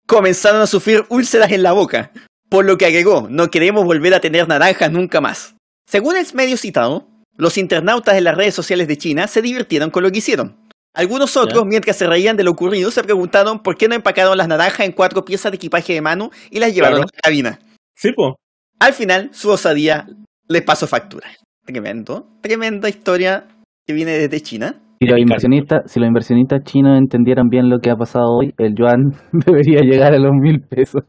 Speaker 2: comenzaron a sufrir úlceras en la boca, por lo que agregó, no queremos volver a tener naranjas nunca más. Según el medio citado, los internautas en las redes sociales de China se divirtieron con lo que hicieron. Algunos otros, mientras se reían de lo ocurrido, se preguntaron por qué no empacaron las naranjas en cuatro piezas de equipaje de mano y las llevaron
Speaker 1: Claro.
Speaker 2: a la cabina.
Speaker 1: Sí, po.
Speaker 2: Al final, su osadía les pasó factura. Tremendo, tremenda historia que viene desde China.
Speaker 3: Si los,
Speaker 1: Ricardo.
Speaker 3: inversionistas, si los inversionistas chinos entendieran bien lo que ha pasado hoy, el yuan debería llegar a los mil pesos.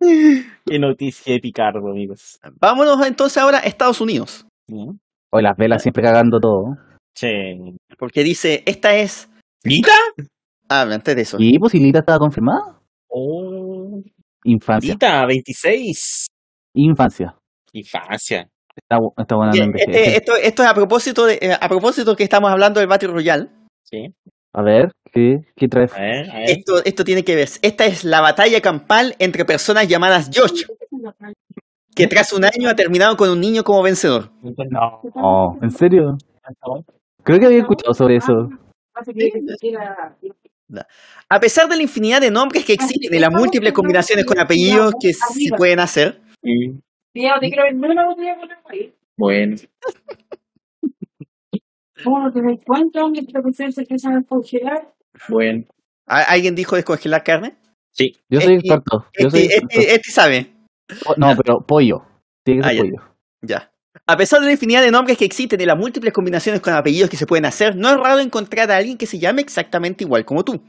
Speaker 1: Qué noticia de Picardo, amigos.
Speaker 2: Vámonos entonces ahora a Estados Unidos.
Speaker 1: Ya.
Speaker 3: Hoy las velas siempre cagando todo.
Speaker 1: Che.
Speaker 2: Porque dice, esta es...
Speaker 1: ¿Lita?
Speaker 2: Ah, antes de eso.
Speaker 3: Y pues si Lita estaba confirmada.
Speaker 1: Oh,
Speaker 3: Infancia.
Speaker 1: Lita, 26.
Speaker 3: Infancia.
Speaker 1: Infancia.
Speaker 3: Está, bu- está bueno no
Speaker 1: eh,
Speaker 2: Bien,
Speaker 3: envejece.
Speaker 2: este- esto, esto es a propósito de, eh, a propósito que estamos hablando del Battle Royale.
Speaker 1: Sí.
Speaker 3: A ver, ¿qué, qué trae?
Speaker 1: A ver, a ver.
Speaker 2: Esto, esto tiene que ver. Esta es la batalla campal entre personas llamadas Josh, que tras un año ha terminado con un niño como vencedor.
Speaker 1: No.
Speaker 2: Ah,
Speaker 3: Oh,
Speaker 2: este
Speaker 4: Ah,
Speaker 3: ¿en serio? Creo que había escuchado sobre eso.
Speaker 4: Pasa que ni siquiera-
Speaker 2: A pesar de la infinidad de nombres que existen y las múltiples combinaciones con apellidos que se pueden hacer,
Speaker 1: Mm,
Speaker 4: Diego, te quiero vender una botella con agua ahí.
Speaker 1: Bueno.
Speaker 4: ¿Cómo no te das cuenta que esta cuestión se empieza a congelar?
Speaker 1: Bueno.
Speaker 2: ¿a- ¿alguien dijo descongelar carne?
Speaker 1: Sí.
Speaker 3: Yo soy
Speaker 2: Este-
Speaker 3: experto. Yo soy
Speaker 2: Este,
Speaker 3: experto.
Speaker 2: este- este sabe,
Speaker 3: Po- No, pero pollo. Tiene que ser
Speaker 2: Ah, ya.
Speaker 3: pollo.
Speaker 2: ya. A pesar de la infinidad de nombres que existen y las múltiples combinaciones con apellidos que se pueden hacer, no es raro encontrar a alguien que se llame exactamente igual como tú.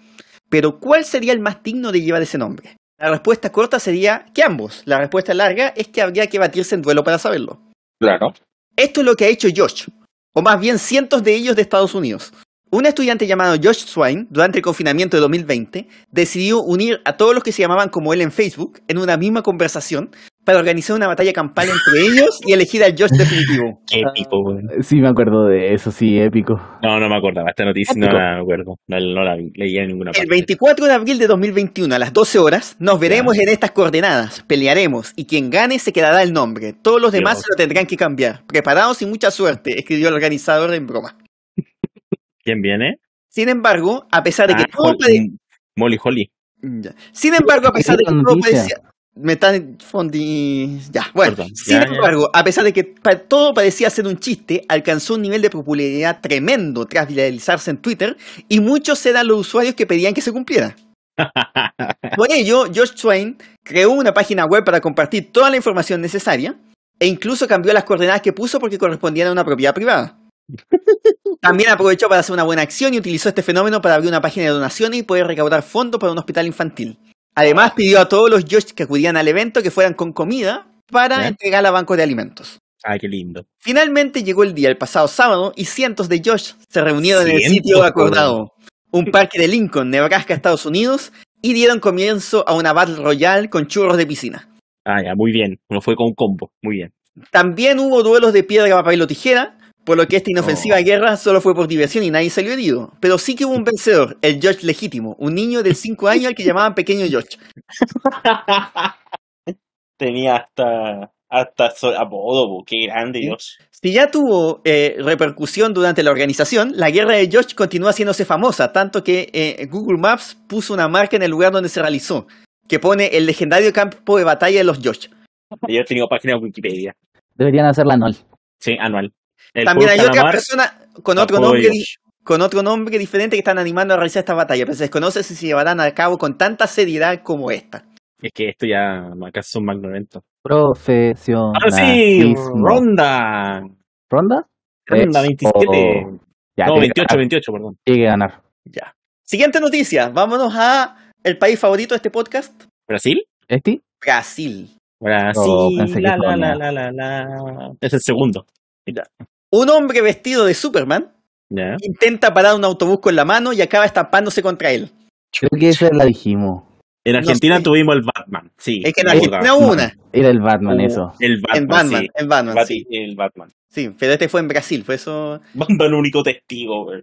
Speaker 2: Pero ¿cuál sería el más digno de llevar ese nombre? La respuesta corta sería que ambos. La respuesta larga es que habría que batirse en duelo para saberlo.
Speaker 1: Claro.
Speaker 2: Esto es lo que ha hecho Josh, o más bien cientos de ellos de Estados Unidos. Un estudiante llamado Josh Swain, durante el confinamiento de 2020, decidió unir a todos los que se llamaban como él en Facebook en una misma conversación para organizar una batalla campal entre ellos y elegir al Josh definitivo.
Speaker 1: Qué épico, weón.
Speaker 3: Sí, me acuerdo de eso, sí, épico.
Speaker 1: No, no me acordaba. Esta noticia no
Speaker 3: Épico.
Speaker 1: la me acuerdo. No, no la vi- leía en ninguna parte.
Speaker 2: El 24 de abril de 2021, a las 12 horas, nos veremos en estas coordenadas, pelearemos y quien gane se quedará el nombre. Todos los demás
Speaker 1: Dios.
Speaker 2: se lo tendrán que cambiar. Preparados y mucha suerte, escribió el organizador en broma.
Speaker 1: ¿Quién viene?
Speaker 2: Sin embargo, a pesar de que
Speaker 1: Ah,
Speaker 2: todo
Speaker 1: Hol-
Speaker 2: pare-
Speaker 1: Molly Holly.
Speaker 2: Ya. Sin embargo, a pesar de que
Speaker 3: Esa
Speaker 2: todo
Speaker 3: noticia.
Speaker 2: parecía. Me están fondi- Ya, bueno.
Speaker 1: Perdón, ya,
Speaker 2: sin
Speaker 1: ya.
Speaker 2: embargo, a pesar de que pa- todo parecía ser un chiste, alcanzó un nivel de popularidad tremendo tras viralizarse en Twitter y muchos eran los usuarios que pedían que se cumpliera. Por ello, Josh Swain creó una página web para compartir toda la información necesaria e incluso cambió las coordenadas que puso porque correspondían a una propiedad privada. También aprovechó para hacer una buena acción y utilizó este fenómeno para abrir una página de donaciones y poder recaudar fondos para un hospital infantil. Además, pidió a todos los Josh que acudían al evento que fueran con comida para
Speaker 1: ¿Ya?
Speaker 2: entregar a bancos de alimentos.
Speaker 1: Ah, qué lindo.
Speaker 2: Finalmente llegó el día, el pasado sábado, y cientos de Josh se reunieron en el
Speaker 1: Cientos,
Speaker 2: sitio acordado, un parque de Lincoln, Nebraska, Estados Unidos, y dieron comienzo a una Battle Royale con churros de piscina.
Speaker 1: Ah, ya, muy bien. Uno fue con un combo. Muy bien.
Speaker 2: También hubo duelos de piedra, papel o tijera, por lo que esta inofensiva
Speaker 1: Oh.
Speaker 2: guerra solo fue por diversión y nadie salió herido. Pero sí que hubo un vencedor, el Josh legítimo, un niño de 5 años al que llamaban Pequeño Josh.
Speaker 1: Tenía hasta hasta so- apodo, bu, qué grande Dios.
Speaker 2: Si ya tuvo eh, repercusión durante la organización, la guerra de Josh continúa haciéndose famosa, tanto que eh, Google Maps puso una marca en el lugar donde se realizó, que pone el legendario campo de batalla de los Josh.
Speaker 1: Yo he tenido página de Wikipedia.
Speaker 3: Deberían hacerla anual.
Speaker 1: Ah, Sí, anual. El
Speaker 2: También hay
Speaker 1: Puro
Speaker 2: otra
Speaker 1: Calamar,
Speaker 2: persona con
Speaker 1: la
Speaker 2: otro,
Speaker 1: Puro
Speaker 2: nombre, di-
Speaker 1: Dios.
Speaker 2: con otro nombre diferente que están animando a realizar esta batalla, pero se desconoce si se llevarán a cabo con tanta seriedad como esta.
Speaker 1: Es que esto ya acá son magnoventos.
Speaker 3: Profesional.
Speaker 1: Ahora sí, ronda.
Speaker 3: Ah, ¿Ronda?
Speaker 1: Ronda
Speaker 3: Eso.
Speaker 1: 27.
Speaker 3: Ya,
Speaker 1: no,
Speaker 3: tiene,
Speaker 1: 28,
Speaker 3: que
Speaker 1: 28, perdón.
Speaker 3: ganar, tiene que ganar.
Speaker 2: Ya. Siguiente noticia, vámonos a el país favorito de este podcast,
Speaker 1: ¿Brasil? Oh,
Speaker 3: ¿Este?
Speaker 2: Brasil.
Speaker 1: Brasil.
Speaker 3: No, pensé que
Speaker 1: la, la, la,
Speaker 3: Polonia.
Speaker 1: la, la, la. Es el segundo.
Speaker 2: Un hombre vestido de Superman
Speaker 1: Ya.
Speaker 2: intenta parar un autobús con la mano y acaba estampándose contra él.
Speaker 3: Creo que esa la dijimos.
Speaker 1: En Argentina
Speaker 2: sé.
Speaker 1: tuvimos el Batman, sí.
Speaker 2: Es que en
Speaker 1: me
Speaker 2: Argentina
Speaker 1: acordaba.
Speaker 2: hubo una.
Speaker 3: Era el Batman,
Speaker 1: Uh.
Speaker 3: eso.
Speaker 1: El Batman,
Speaker 2: En Batman,
Speaker 1: sí.
Speaker 2: en Batman,
Speaker 1: Bat-
Speaker 2: sí.
Speaker 1: El Batman.
Speaker 2: Sí, pero este fue en Brasil, fue eso.
Speaker 1: Batman único testigo, güey.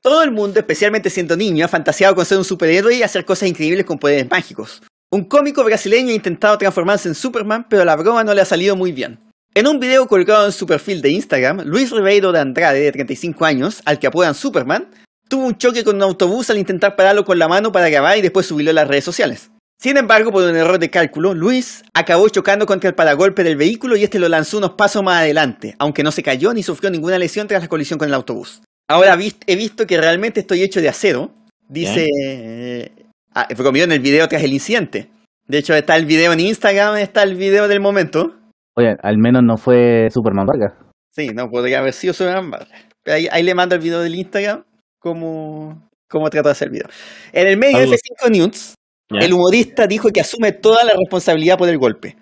Speaker 2: Todo el mundo, especialmente siendo niño, ha fantaseado con ser un superhéroe y hacer cosas increíbles con poderes mágicos. Un cómico brasileño ha intentado transformarse en Superman, pero la broma no le ha salido muy bien. En un video colgado en su perfil de Instagram, Luis Ribeiro de Andrade, de 35 años, al que apodan Superman, tuvo un choque con un autobús al intentar pararlo con la mano para grabar y después subirlo a las redes sociales. Sin embargo, por un error de cálculo, Luis acabó chocando contra el paragolpe del vehículo y este lo lanzó unos pasos más adelante, aunque no se cayó ni sufrió ninguna lesión tras la colisión con el autobús. Ahora vis- he visto que realmente estoy hecho de acero, dice... eh, ah, bromeó en el video tras el incidente. De hecho, está el video en Instagram, está el video del momento.
Speaker 3: Oye, al menos no fue Superman Vargas.
Speaker 2: Sí, no, podría haber sido sobre ambas. Pero ahí, ahí le mando el video del Instagram, cómo, cómo trató de hacer el video. En el medio de
Speaker 1: Algo.
Speaker 2: F5 News,
Speaker 1: Ya.
Speaker 2: el humorista dijo que asume toda la responsabilidad por el golpe.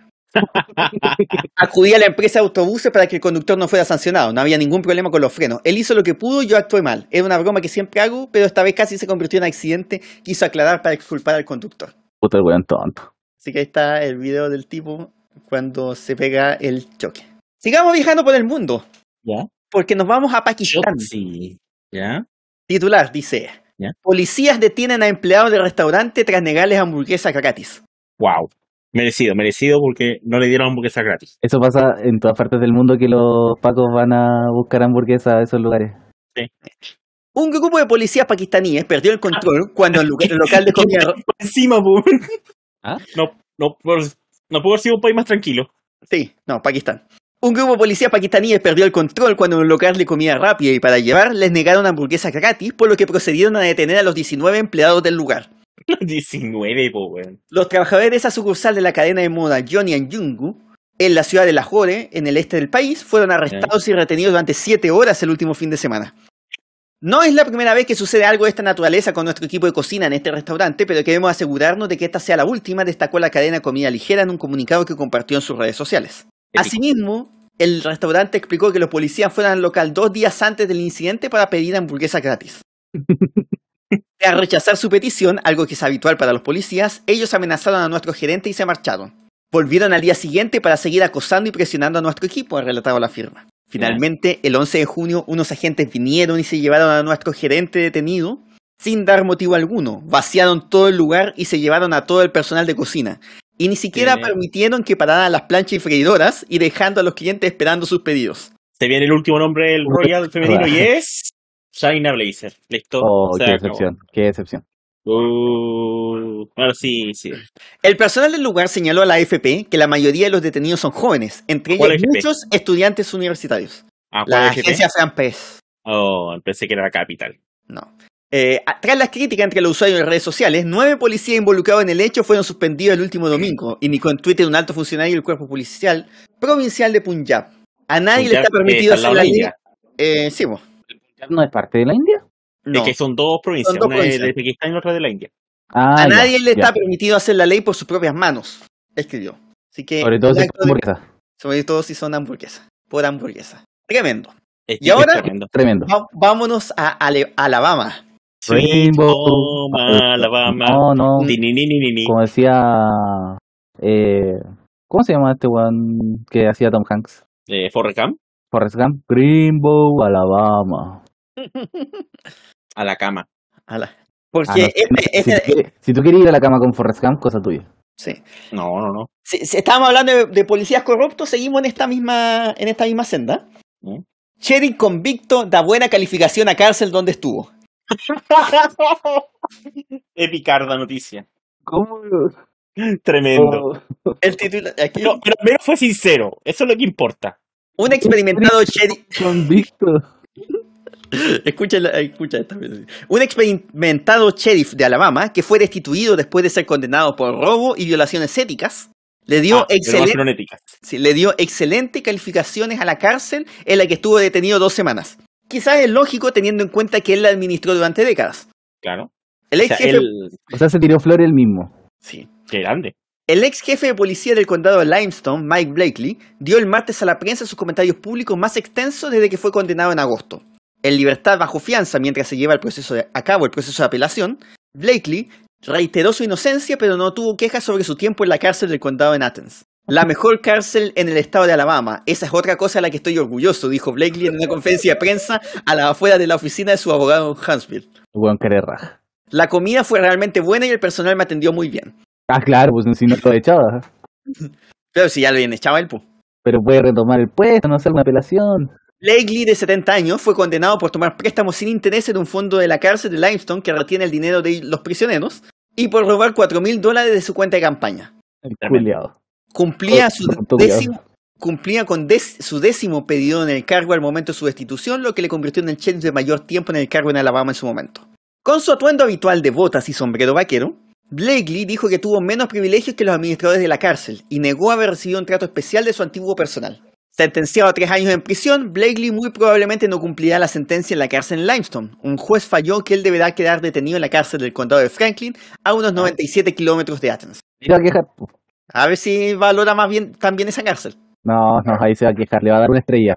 Speaker 2: Acudí a la empresa de autobuses para que el conductor no fuera sancionado. No había ningún problema con los frenos. Él hizo lo que pudo, yo actué mal. Era una broma que siempre hago, pero esta vez casi se convirtió en accidente. Quiso aclarar para exculpar al conductor.
Speaker 3: Puta el weón tonto.
Speaker 2: Así que ahí está el video del tipo cuando se pega el choque. Sigamos viajando por el mundo,
Speaker 1: Ya.
Speaker 2: porque nos vamos a Pakistán.
Speaker 1: Sí. Ya.
Speaker 2: Titular dice:
Speaker 1: ¿Ya?
Speaker 2: Policías detienen a empleados de restaurante tras negarles hamburguesas gratis.
Speaker 1: Wow. Merecido, merecido porque no le dieron hamburguesa gratis.
Speaker 3: Eso pasa en todas partes del mundo que los pacos van a buscar hamburguesas a esos lugares.
Speaker 2: Un grupo de policías pakistaníes perdió el
Speaker 1: Ah.
Speaker 2: control cuando el lu- el local de comida ra-
Speaker 5: Encima, po.
Speaker 3: ¿Ah?
Speaker 1: No, no, por- no puedo haber sido un país más tranquilo.
Speaker 2: Sí, no, Pakistán. Un grupo de policías pakistaníes perdió el control cuando en un local de comida rápida y para llevar les negaron hamburguesas gratis, por lo que procedieron a detener a los 19 empleados del lugar.
Speaker 1: Los 19, po, weón.
Speaker 2: Los trabajadores de esa sucursal de la cadena de moda Johnny and Jungu, en la ciudad de Lahore, en el este del país, fueron arrestados y retenidos durante siete horas el último fin de semana. No es la primera vez que sucede algo de esta naturaleza con nuestro equipo de cocina en este restaurante, pero queremos asegurarnos de que esta sea la última, destacó la cadena Comida Ligera en un comunicado que compartió en sus redes sociales. Asimismo, el restaurante explicó que los policías fueron al local dos días antes del incidente para pedir hamburguesas gratis. Tras rechazar su petición, algo que es habitual para los policías, ellos amenazaron a nuestro gerente y se marcharon. Volvieron al día siguiente para seguir acosando y presionando a nuestro equipo, ha relatado la firma. Finalmente, el 11 de junio, unos agentes vinieron y se llevaron a nuestro gerente detenido sin dar motivo alguno. Vaciaron todo el lugar y se llevaron a todo el personal de cocina. Y ni siquiera
Speaker 1: Tremendo.
Speaker 2: permitieron que pararan las planchas y freidoras y dejando a los clientes esperando sus pedidos.
Speaker 1: Se viene el último nombre del Royal femenino y es. Shaina Blazer. Listo.
Speaker 3: Oh,
Speaker 1: se
Speaker 3: qué
Speaker 1: acabó.
Speaker 3: decepción, qué decepción.
Speaker 1: Uh, bueno, sí, sí.
Speaker 2: El personal del lugar señaló a la AFP que la mayoría de los detenidos son jóvenes, entre ellos
Speaker 1: ¿Cuál AFP?
Speaker 2: muchos estudiantes universitarios.
Speaker 1: Ah, ¿cuál
Speaker 2: La
Speaker 1: es el
Speaker 2: agencia Fran Press.
Speaker 1: Oh, pensé que era la capital.
Speaker 2: No. Eh, a- tras las críticas entre los usuarios de redes sociales, nueve policías involucrados en el hecho fueron suspendidos el último domingo, indicó en Twitter un alto funcionario del cuerpo policial provincial de Punjab. A nadie le
Speaker 1: Punjab,
Speaker 2: está permitido
Speaker 1: eh, está
Speaker 2: hacer
Speaker 1: al lado de
Speaker 2: la ley.
Speaker 1: India.
Speaker 2: Eh, sí, vos.
Speaker 3: ¿No es parte de la India?
Speaker 2: No.
Speaker 1: Es que son dos provincias,
Speaker 2: Son dos
Speaker 1: una es de
Speaker 2: provincias.
Speaker 1: Pakistán y otra de la India.
Speaker 3: Ah,
Speaker 2: a
Speaker 3: ya,
Speaker 2: nadie le
Speaker 3: ya.
Speaker 2: está permitido hacer la ley por sus propias manos, escribió. Así que,
Speaker 3: Sobre todo
Speaker 2: el
Speaker 3: si
Speaker 2: acto
Speaker 3: es
Speaker 2: de-
Speaker 3: hamburguesa.
Speaker 2: sobre todo si son hamburguesas. Por hamburguesa. Tremendo.
Speaker 1: Es-
Speaker 2: ¿Y ahora?
Speaker 1: es tremendo.
Speaker 3: Tremendo.
Speaker 2: Va- vámonos a Ale- Alabama.
Speaker 1: Sweet
Speaker 3: Rainbow.
Speaker 1: Home Alabama.
Speaker 3: No, no,
Speaker 1: Ni, ni, ni, ni, ni.
Speaker 3: como decía... eh, ¿Cómo se llama este weón que hacía Tom Hanks?
Speaker 1: Eh, Forrest Gump,
Speaker 3: Forrest Gump, Greenbow, Alabama.
Speaker 1: a la cama.
Speaker 2: Ala-
Speaker 3: Ah,
Speaker 2: Porque
Speaker 3: no,
Speaker 2: este-
Speaker 3: si,
Speaker 2: este-
Speaker 3: tú quieres, si tú quieres ir a la cama con Forrest Gump, cosa tuya.
Speaker 2: sí.
Speaker 1: No, no, no.
Speaker 2: Si, si estábamos hablando de, de policías corruptos, seguimos en esta misma, en esta misma senda.
Speaker 1: ¿Mm?
Speaker 2: Sheriff convicto da buena calificación a cárcel donde estuvo.
Speaker 1: Epicarda noticia.
Speaker 3: ¿Cómo? Oh.
Speaker 1: Tremendo.
Speaker 2: El título aquí.
Speaker 1: No, pero, pero fue sincero. Eso es lo que importa.
Speaker 2: Un experimentado sheriff.
Speaker 3: Convicto.
Speaker 2: Escucha, la- escucha esta vez. Un experimentado sheriff de Alabama que fue destituido después de ser condenado por robo y violaciones éticas. Le dio,
Speaker 1: Ah, pero no
Speaker 2: excelente,
Speaker 1: fueron éticas.
Speaker 2: sí, le dio excelente calificaciones a la cárcel en la que estuvo detenido dos semanas. Quizás es lógico teniendo en cuenta que él la administró durante décadas.
Speaker 1: Claro.
Speaker 2: El
Speaker 1: O
Speaker 2: ex
Speaker 1: sea,
Speaker 2: jefe-
Speaker 1: él-
Speaker 3: O sea, se tiró flor el mismo.
Speaker 2: sí.
Speaker 1: qué grande.
Speaker 2: El ex jefe de policía del condado de Limestone, Mike Blakely, dio el martes a la prensa sus comentarios públicos más extensos desde que fue condenado en agosto. En libertad bajo fianza mientras se lleva el proceso de- a cabo el proceso de apelación, Blakely reiteró su inocencia pero no tuvo quejas sobre su tiempo en la cárcel del condado de Athens. La mejor cárcel en el estado de Alabama. Esa es otra cosa a la que estoy orgulloso, dijo Blakely en una conferencia de prensa a las afueras de la oficina de su abogado en Huntsville.
Speaker 3: Weón, que eres raja.
Speaker 2: La comida fue realmente buena y el personal me atendió muy bien.
Speaker 3: Ah, claro, pues si no lo echaba.
Speaker 2: Pero si ya lo bien echaba el pu.
Speaker 3: Pero puede retomar el puesto, no hacer una apelación.
Speaker 2: Blakely, de 70 años, fue condenado por tomar préstamos sin interés en un fondo de la cárcel de Limestone que retiene el dinero de los prisioneros y por robar 4 mil dólares de su cuenta de campaña.
Speaker 3: El
Speaker 1: Tremendo.
Speaker 3: culiao.
Speaker 2: Cumplía, su
Speaker 3: Corrupto culiao.
Speaker 2: décimo, cumplía con des- su décimo pedido en el cargo al momento de su destitución, lo que le convirtió en el chef de mayor tiempo en el cargo en Alabama en su momento. Con su atuendo habitual de botas y sombrero vaquero, Blakely dijo que tuvo menos privilegios que los administradores de la cárcel y negó haber recibido un trato especial de su antiguo personal. Sentenciado a tres años en prisión, Blakely muy probablemente no cumplirá la sentencia en la cárcel en Limestone. Un juez falló que él deberá quedar detenido en la cárcel del condado de Franklin, a unos 97 kilómetros de Athens.
Speaker 3: Se va a quejar.
Speaker 2: A ver si valora más bien también esa cárcel.
Speaker 3: No, no, ahí se va a quejar. Le va a dar una estrella.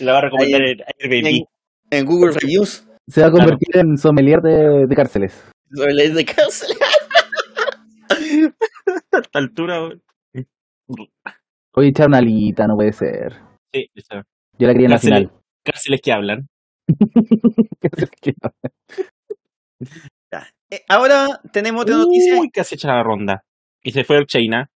Speaker 1: La va a recomendar
Speaker 2: Ahí-
Speaker 1: el Airbnb.
Speaker 2: En, en Google Reviews,
Speaker 3: Se va a convertir en sommelier de, de cárceles.
Speaker 2: sobre ley de cárcel.
Speaker 1: A esta altura, güey.
Speaker 3: Oye, echar una alita, no puede ser.
Speaker 1: Sí, esa-
Speaker 3: Yo la quería en la
Speaker 1: Cárceles.
Speaker 3: final.
Speaker 1: cárceles que hablan.
Speaker 2: Eh, Ahora tenemos otra noticia.
Speaker 1: Uy, casi echa la ronda. Y se fue el China.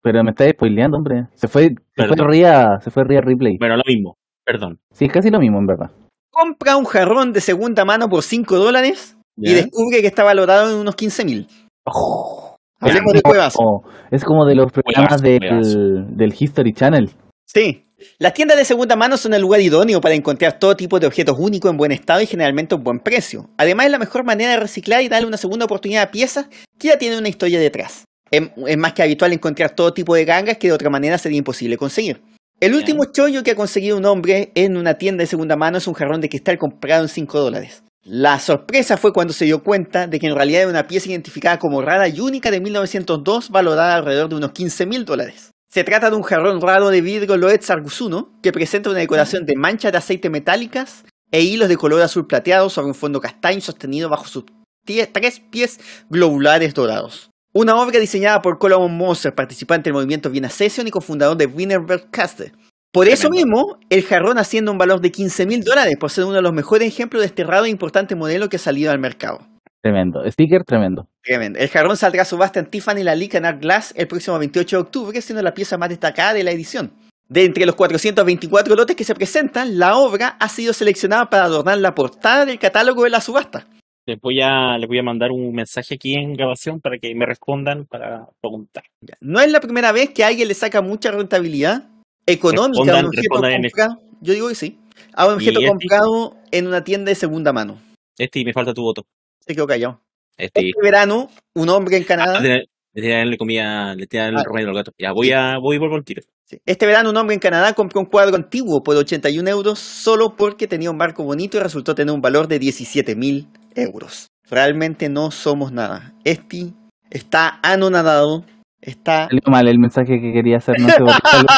Speaker 3: Pero me está spoileando, hombre. Se fue, se fue
Speaker 1: Perdón.
Speaker 3: Ria, se fue Ria Ripley.
Speaker 1: Bueno, lo mismo. Perdón.
Speaker 3: Sí, es casi lo mismo, en verdad.
Speaker 2: Compra un jarrón de segunda mano por 5 dólares y
Speaker 1: ¿Ya?
Speaker 2: descubre que está valorado en unos 15 mil.
Speaker 3: Oh,
Speaker 2: Hablemos de cuevas.
Speaker 3: oh, es como de los programas
Speaker 1: Juegazo,
Speaker 3: del, del History Channel.
Speaker 2: Sí. Las tiendas de segunda mano son el lugar idóneo para encontrar todo tipo de objetos únicos en buen estado y generalmente a un buen precio. Además, es la mejor manera de reciclar y darle una segunda oportunidad a piezas que ya tienen una historia detrás. Es, es más que habitual encontrar todo tipo de gangas que de otra manera sería imposible conseguir. El último chollo que ha conseguido un hombre en una tienda de segunda mano es un jarrón de cristal comprado en 5 dólares. La sorpresa fue cuando se dio cuenta de que en realidad era una pieza identificada como rara y única de 1902 valorada alrededor de unos 15 mil dólares. Se trata de un jarrón raro de vidrio Loetz Argusuno que presenta una decoración de manchas de aceite metálicas e hilos de color azul plateado sobre un fondo castaño sostenido bajo sus tie- tres pies globulares dorados. Una obra diseñada por Colin Moser, participante del movimiento Viena Session y cofundador de Wienerberg Caster. Por eso mismo, el jarrón asciende a un valor de 15 mil dólares por ser uno de los mejores ejemplos de este raro e importante modelo que ha salido al mercado.
Speaker 3: Tremendo. Sticker tremendo.
Speaker 2: Tremendo. El jarrón saldrá a subasta en Tiffany la Lican Art Glass el próximo 28 de octubre, siendo la pieza más destacada de la edición. De entre los 424 lotes que se presentan, la obra ha sido seleccionada para adornar la portada del catálogo de la subasta.
Speaker 1: Les voy a, les voy a mandar un mensaje aquí en grabación para que me respondan para preguntar.
Speaker 2: Ya, No es la primera vez que alguien le saca mucha rentabilidad económica a
Speaker 1: Respondan-
Speaker 2: un objeto
Speaker 1: respondan en el-
Speaker 2: comprado. Yo digo que sí. A un
Speaker 1: Y
Speaker 2: objeto
Speaker 1: este-
Speaker 2: comprado en una tienda de segunda mano.
Speaker 1: Este, me falta tu voto.
Speaker 2: Se quedó callado.
Speaker 1: Este,
Speaker 2: Este verano, un hombre en
Speaker 1: ah,
Speaker 2: Canadá.
Speaker 1: tiene- le tiene que darle comida, le tiene que darle
Speaker 2: Ah.
Speaker 1: remedio al gato. Ya, voy a, voy por el tiro.
Speaker 2: Sí. Este verano un hombre en Canadá compró un cuadro antiguo por 81 euros solo porque tenía un marco bonito y resultó tener un valor de 17 mil euros. Realmente no somos nada. Este está anonadado. Está...
Speaker 3: Salió mal el mensaje que quería hacer. No sé por qué salió-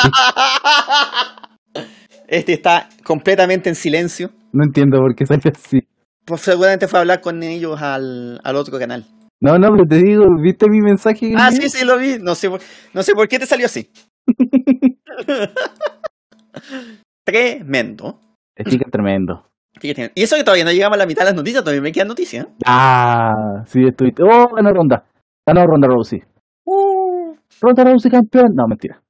Speaker 2: Este está completamente en silencio.
Speaker 3: no entiendo por qué salió así.
Speaker 2: Pues seguramente fue a hablar con ellos al, al otro canal.
Speaker 3: No, no, pero te digo, ¿viste mi mensaje? que
Speaker 2: Ah,
Speaker 3: envié?
Speaker 2: sí, sí, lo vi. No sé, por- no sé por qué te salió así. Tremendo.
Speaker 3: Sticker tremendo.
Speaker 2: Sí que tienen. Y eso que todavía no llegamos a la mitad de las noticias, todavía me quedan noticias. ¿eh?
Speaker 3: Ah, sí, estuviste. Oh, ganó Ronda. Ganó Ronda Rousey. Ronda Rousey campeón. No, mentira.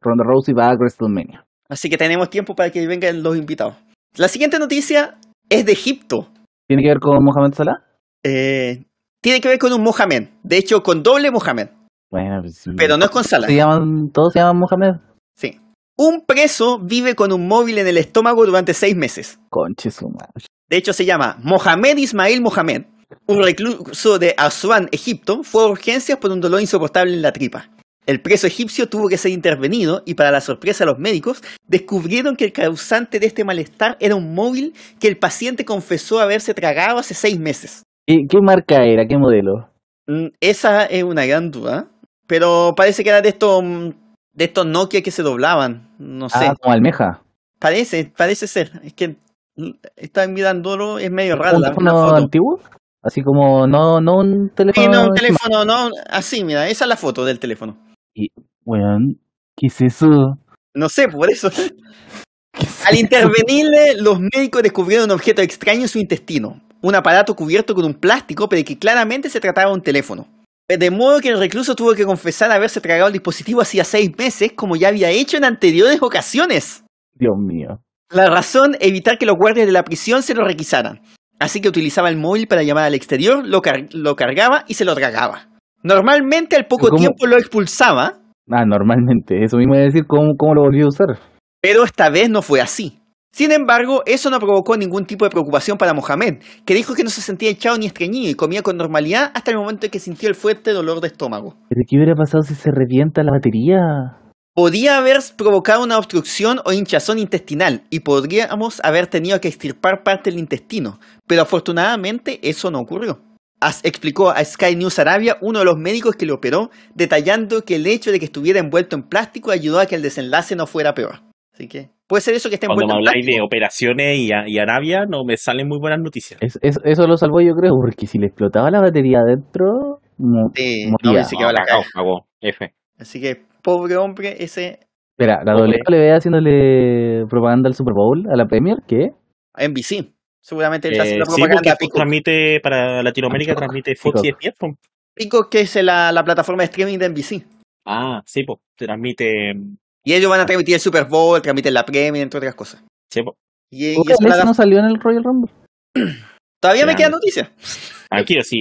Speaker 3: Ronda Rousey va a WrestleMania.
Speaker 2: Así que tenemos tiempo para que vengan los invitados. La siguiente noticia es de Egipto.
Speaker 3: ¿Tiene que ver con Mohamed Salah?
Speaker 2: Eh, tiene que ver con un Mohamed. De hecho, con doble Mohamed.
Speaker 3: Bueno, pues sí.
Speaker 2: Pero no es con Salah.
Speaker 3: se llaman, todos se llaman Mohamed.
Speaker 2: Sí. Un preso vive con un móvil en el estómago durante seis meses.
Speaker 3: Conche su madre.
Speaker 2: De hecho, se llama Mohamed Ismail Mohamed. Un recluso de Asuán, Egipto, fue a urgencias por un dolor insoportable en la tripa. El preso egipcio tuvo que ser intervenido y para la sorpresa de los médicos descubrieron que el causante de este malestar era un móvil que el paciente confesó haberse tragado hace seis meses.
Speaker 3: ¿Qué, qué marca era? ¿Qué modelo?
Speaker 2: Mm, Esa es una gran duda, ¿eh? pero parece que era de estos, mm, de estos Nokia que se doblaban, no sé.
Speaker 3: Ah, como almeja.
Speaker 2: Parece, parece ser. Es que mm, está mirándolo, es medio raro
Speaker 3: ¿Un
Speaker 2: la, la
Speaker 3: teléfono
Speaker 2: foto.
Speaker 3: antiguo? Así como, no, no un teléfono.
Speaker 2: Sí, no, un teléfono, no, así, mira, esa es la foto del teléfono.
Speaker 3: Weón, ¿qué es eso?
Speaker 2: No sé, por eso.
Speaker 3: ¿Qué es
Speaker 2: Al
Speaker 3: eso?
Speaker 2: intervenirle, los médicos descubrieron un objeto extraño en su intestino. Un aparato cubierto con un plástico, pero que claramente se trataba de un teléfono. Pues, De modo que el recluso tuvo que confesar haberse tragado el dispositivo hacía seis meses, como ya había hecho en anteriores ocasiones.
Speaker 3: Dios mío.
Speaker 2: La razón, evitar que los guardias de la prisión se lo requisaran. Así que utilizaba el móvil para llamar al exterior, lo, car- lo cargaba y se lo tragaba. Normalmente al poco
Speaker 3: ¿Cómo?
Speaker 2: tiempo lo expulsaba,
Speaker 3: Ah, normalmente. Eso mismo es decir, ¿cómo, cómo lo volvió a usar?
Speaker 2: pero esta vez no fue así. Sin embargo, eso no provocó ningún tipo de preocupación para Mohamed, que dijo que no se sentía echado ni estreñido y comía con normalidad hasta el momento en que sintió el fuerte dolor de estómago.
Speaker 3: ¿Pero qué hubiera pasado si se revienta la batería?
Speaker 2: Podía haber provocado una obstrucción o hinchazón intestinal y podríamos haber tenido que extirpar parte del intestino, pero afortunadamente eso no ocurrió. As explicó a Sky News Arabia uno de los médicos que lo operó, detallando que el hecho de que estuviera envuelto en plástico ayudó a que el desenlace no fuera peor. Así que puede ser eso que esté
Speaker 1: Cuando
Speaker 2: envuelto
Speaker 1: me
Speaker 2: en
Speaker 1: habláis
Speaker 2: plástico.
Speaker 1: de operaciones y, a- y Arabia, no me salen muy buenas noticias.
Speaker 3: Es- es- eso lo salvó yo creo, porque si le explotaba la batería adentro... mu-
Speaker 2: Sí,
Speaker 3: moría.
Speaker 2: no, ni siquiera la
Speaker 1: Cagao,
Speaker 2: caga.
Speaker 1: cagó. F.
Speaker 2: Así que pobre hombre ese
Speaker 3: Espera, la
Speaker 1: Pobre.
Speaker 3: WWE haciéndole propaganda al Super Bowl, a la Premier, ¿qué?
Speaker 2: NBC. Seguramente él está
Speaker 1: Eh,
Speaker 2: haciendo
Speaker 1: sí, porque
Speaker 2: propaganda a
Speaker 1: Fox
Speaker 2: Peacock.
Speaker 1: transmite para Latinoamérica, transmite Fox y E ESPN. po.
Speaker 2: Peacock, que es la, la plataforma de streaming de NBC.
Speaker 1: Ah, sí, pues transmite.
Speaker 2: Y ellos van a transmitir el Super Bowl, transmiten la Premier, entre otras cosas.
Speaker 1: Sí, po.
Speaker 2: Y, y
Speaker 3: Otra
Speaker 2: eso
Speaker 3: vez
Speaker 2: nada-
Speaker 3: no salió en el Royal Rumble.
Speaker 2: Todavía me
Speaker 1: Ya.
Speaker 2: quedan noticias.
Speaker 1: Tranquilo, sí.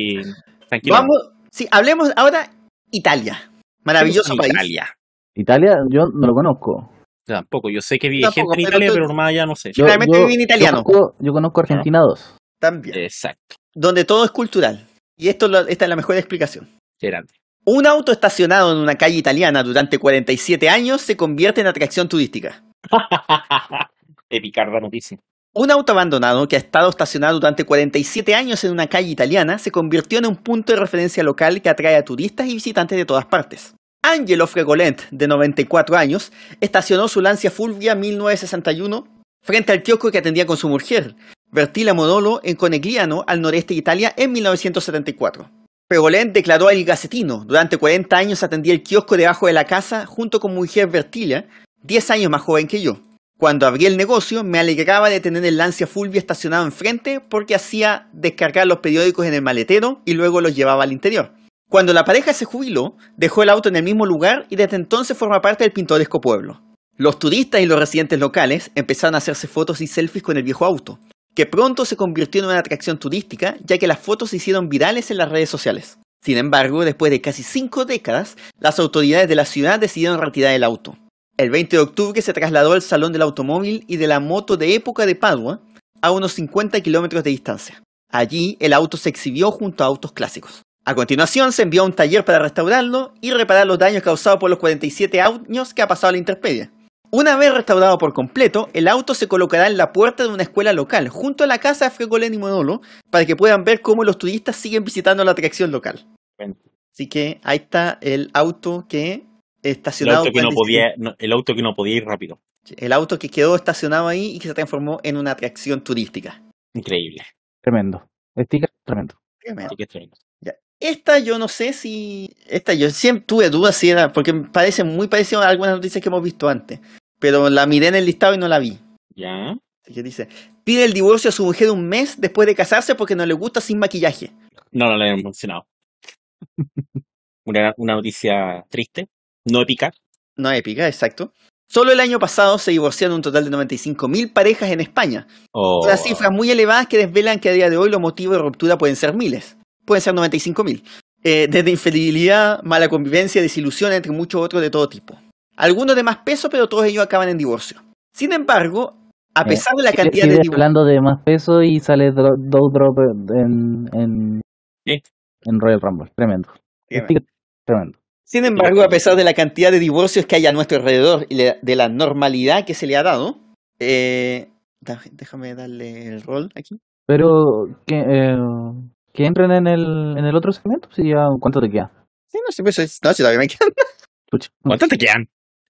Speaker 1: Tranquilo.
Speaker 2: Vamos, sí, hablemos ahora Italia. Maravilloso
Speaker 1: En
Speaker 2: país.
Speaker 1: Italia.
Speaker 3: Italia, yo no lo conozco.
Speaker 1: Yo Tampoco, yo sé que vi gente
Speaker 2: Tampoco,
Speaker 1: en
Speaker 2: pero
Speaker 1: Italia,
Speaker 2: tú-
Speaker 1: pero nomás ya no sé.
Speaker 3: Yo,
Speaker 2: Generalmente
Speaker 3: yo-
Speaker 2: viven
Speaker 3: yo
Speaker 2: italiano.
Speaker 3: conozco, yo conozco Argentina 2.
Speaker 1: Eh.
Speaker 2: También.
Speaker 1: Exacto,
Speaker 2: Donde todo es cultural. Y esto lo- esta es la mejor explicación.
Speaker 1: grande.
Speaker 2: Un auto estacionado en una calle italiana durante 47 años se convierte en atracción turística.
Speaker 1: Epicarda noticia.
Speaker 2: Un auto abandonado que ha estado estacionado durante 47 años en una calle italiana se convirtió en un punto de referencia local que atrae a turistas y visitantes de todas partes. Angelo Fregolent, de 94 años, estacionó su Lancia Fulvia 1961 frente al kiosco que atendía con su mujer, Bertila Modolo, en Conegliano, al noreste de Italia, en 1974. Fregolent declaró al Gacetino, durante 40 años atendía el kiosco debajo de la casa junto con mi mujer Bertila, 10 años más joven que yo. Cuando abrí el negocio, me alegraba de tener el Lancia Fulvia estacionado enfrente porque hacía descargar los periódicos en el maletero y luego los llevaba al interior. Cuando la pareja se jubiló, dejó el auto en el mismo lugar y desde entonces forma parte del pintoresco pueblo. Los turistas y los residentes locales empezaron a hacerse fotos y selfies con el viejo auto, que pronto se convirtió en una atracción turística ya que las fotos se hicieron virales en las redes sociales. Sin embargo, después de casi cinco décadas, las autoridades de la ciudad decidieron retirar el auto. El 20 de octubre se trasladó al Salón del Automóvil y de la Moto de Época de Padua a unos 50 kilómetros de distancia. Allí el auto se exhibió junto a autos clásicos. A continuación se envió a un taller para restaurarlo y reparar los daños causados por los 47 años que ha pasado la intemperie. Una vez restaurado por completo, el auto se colocará en la puerta de una escuela local, junto a la casa de Fregolén y Monolo, para que puedan ver cómo los turistas siguen visitando la atracción local.
Speaker 1: Bueno.
Speaker 2: Así que ahí está el auto que
Speaker 1: El
Speaker 2: estacionado
Speaker 1: auto, que no
Speaker 2: 47
Speaker 1: podía, no, el auto que no podía ir rápido.
Speaker 2: el auto que quedó estacionado ahí y que se transformó en una atracción turística.
Speaker 1: Increíble.
Speaker 3: Tremendo. Sticker, tremendo.
Speaker 1: Así que tremendo.
Speaker 2: Esta yo no sé si... Esta yo siempre tuve dudas si era... Porque me parece muy parecido a algunas noticias que hemos visto antes. Pero la miré en el listado y no la vi.
Speaker 1: Ya.
Speaker 2: Así que dice, pide el divorcio a su mujer un mes después de casarse porque no le gusta sin maquillaje.
Speaker 1: No, no lo habíamos mencionado. Una, una noticia triste, no épica.
Speaker 2: No épica, exacto. Solo el año pasado se divorciaron un total de 95.000 parejas en España.
Speaker 1: O
Speaker 2: Unas cifras muy elevadas que desvelan que a día de hoy los motivos de ruptura pueden ser miles, pueden ser 95.000. Eh, desde infidelidad, mala convivencia, desilusión, entre muchos otros de todo tipo. Algunos de más peso, pero todos ellos acaban en divorcio. Sin embargo, a
Speaker 3: Eh,
Speaker 2: pesar de la
Speaker 3: Sigue-
Speaker 2: cantidad
Speaker 3: sigue
Speaker 2: de divorcios,
Speaker 3: hablando de más peso y sale Dro- Dow Drop en, en,
Speaker 1: Sí.
Speaker 3: en Royal Rumble. Tremendo. Sticker, tremendo.
Speaker 2: sin embargo, a pesar de la cantidad de divorcios que hay a nuestro alrededor y le- de la normalidad que se le ha dado, eh, da- déjame darle el rol aquí.
Speaker 3: Pero que, eh, que entren en el, en el otro segmento. Si ya, ¿Cuánto te queda?
Speaker 2: Sí, no, sí, pues, es- no, sí, todavía me quedan.
Speaker 3: Chucha.
Speaker 1: ¿Cuántas te quedan?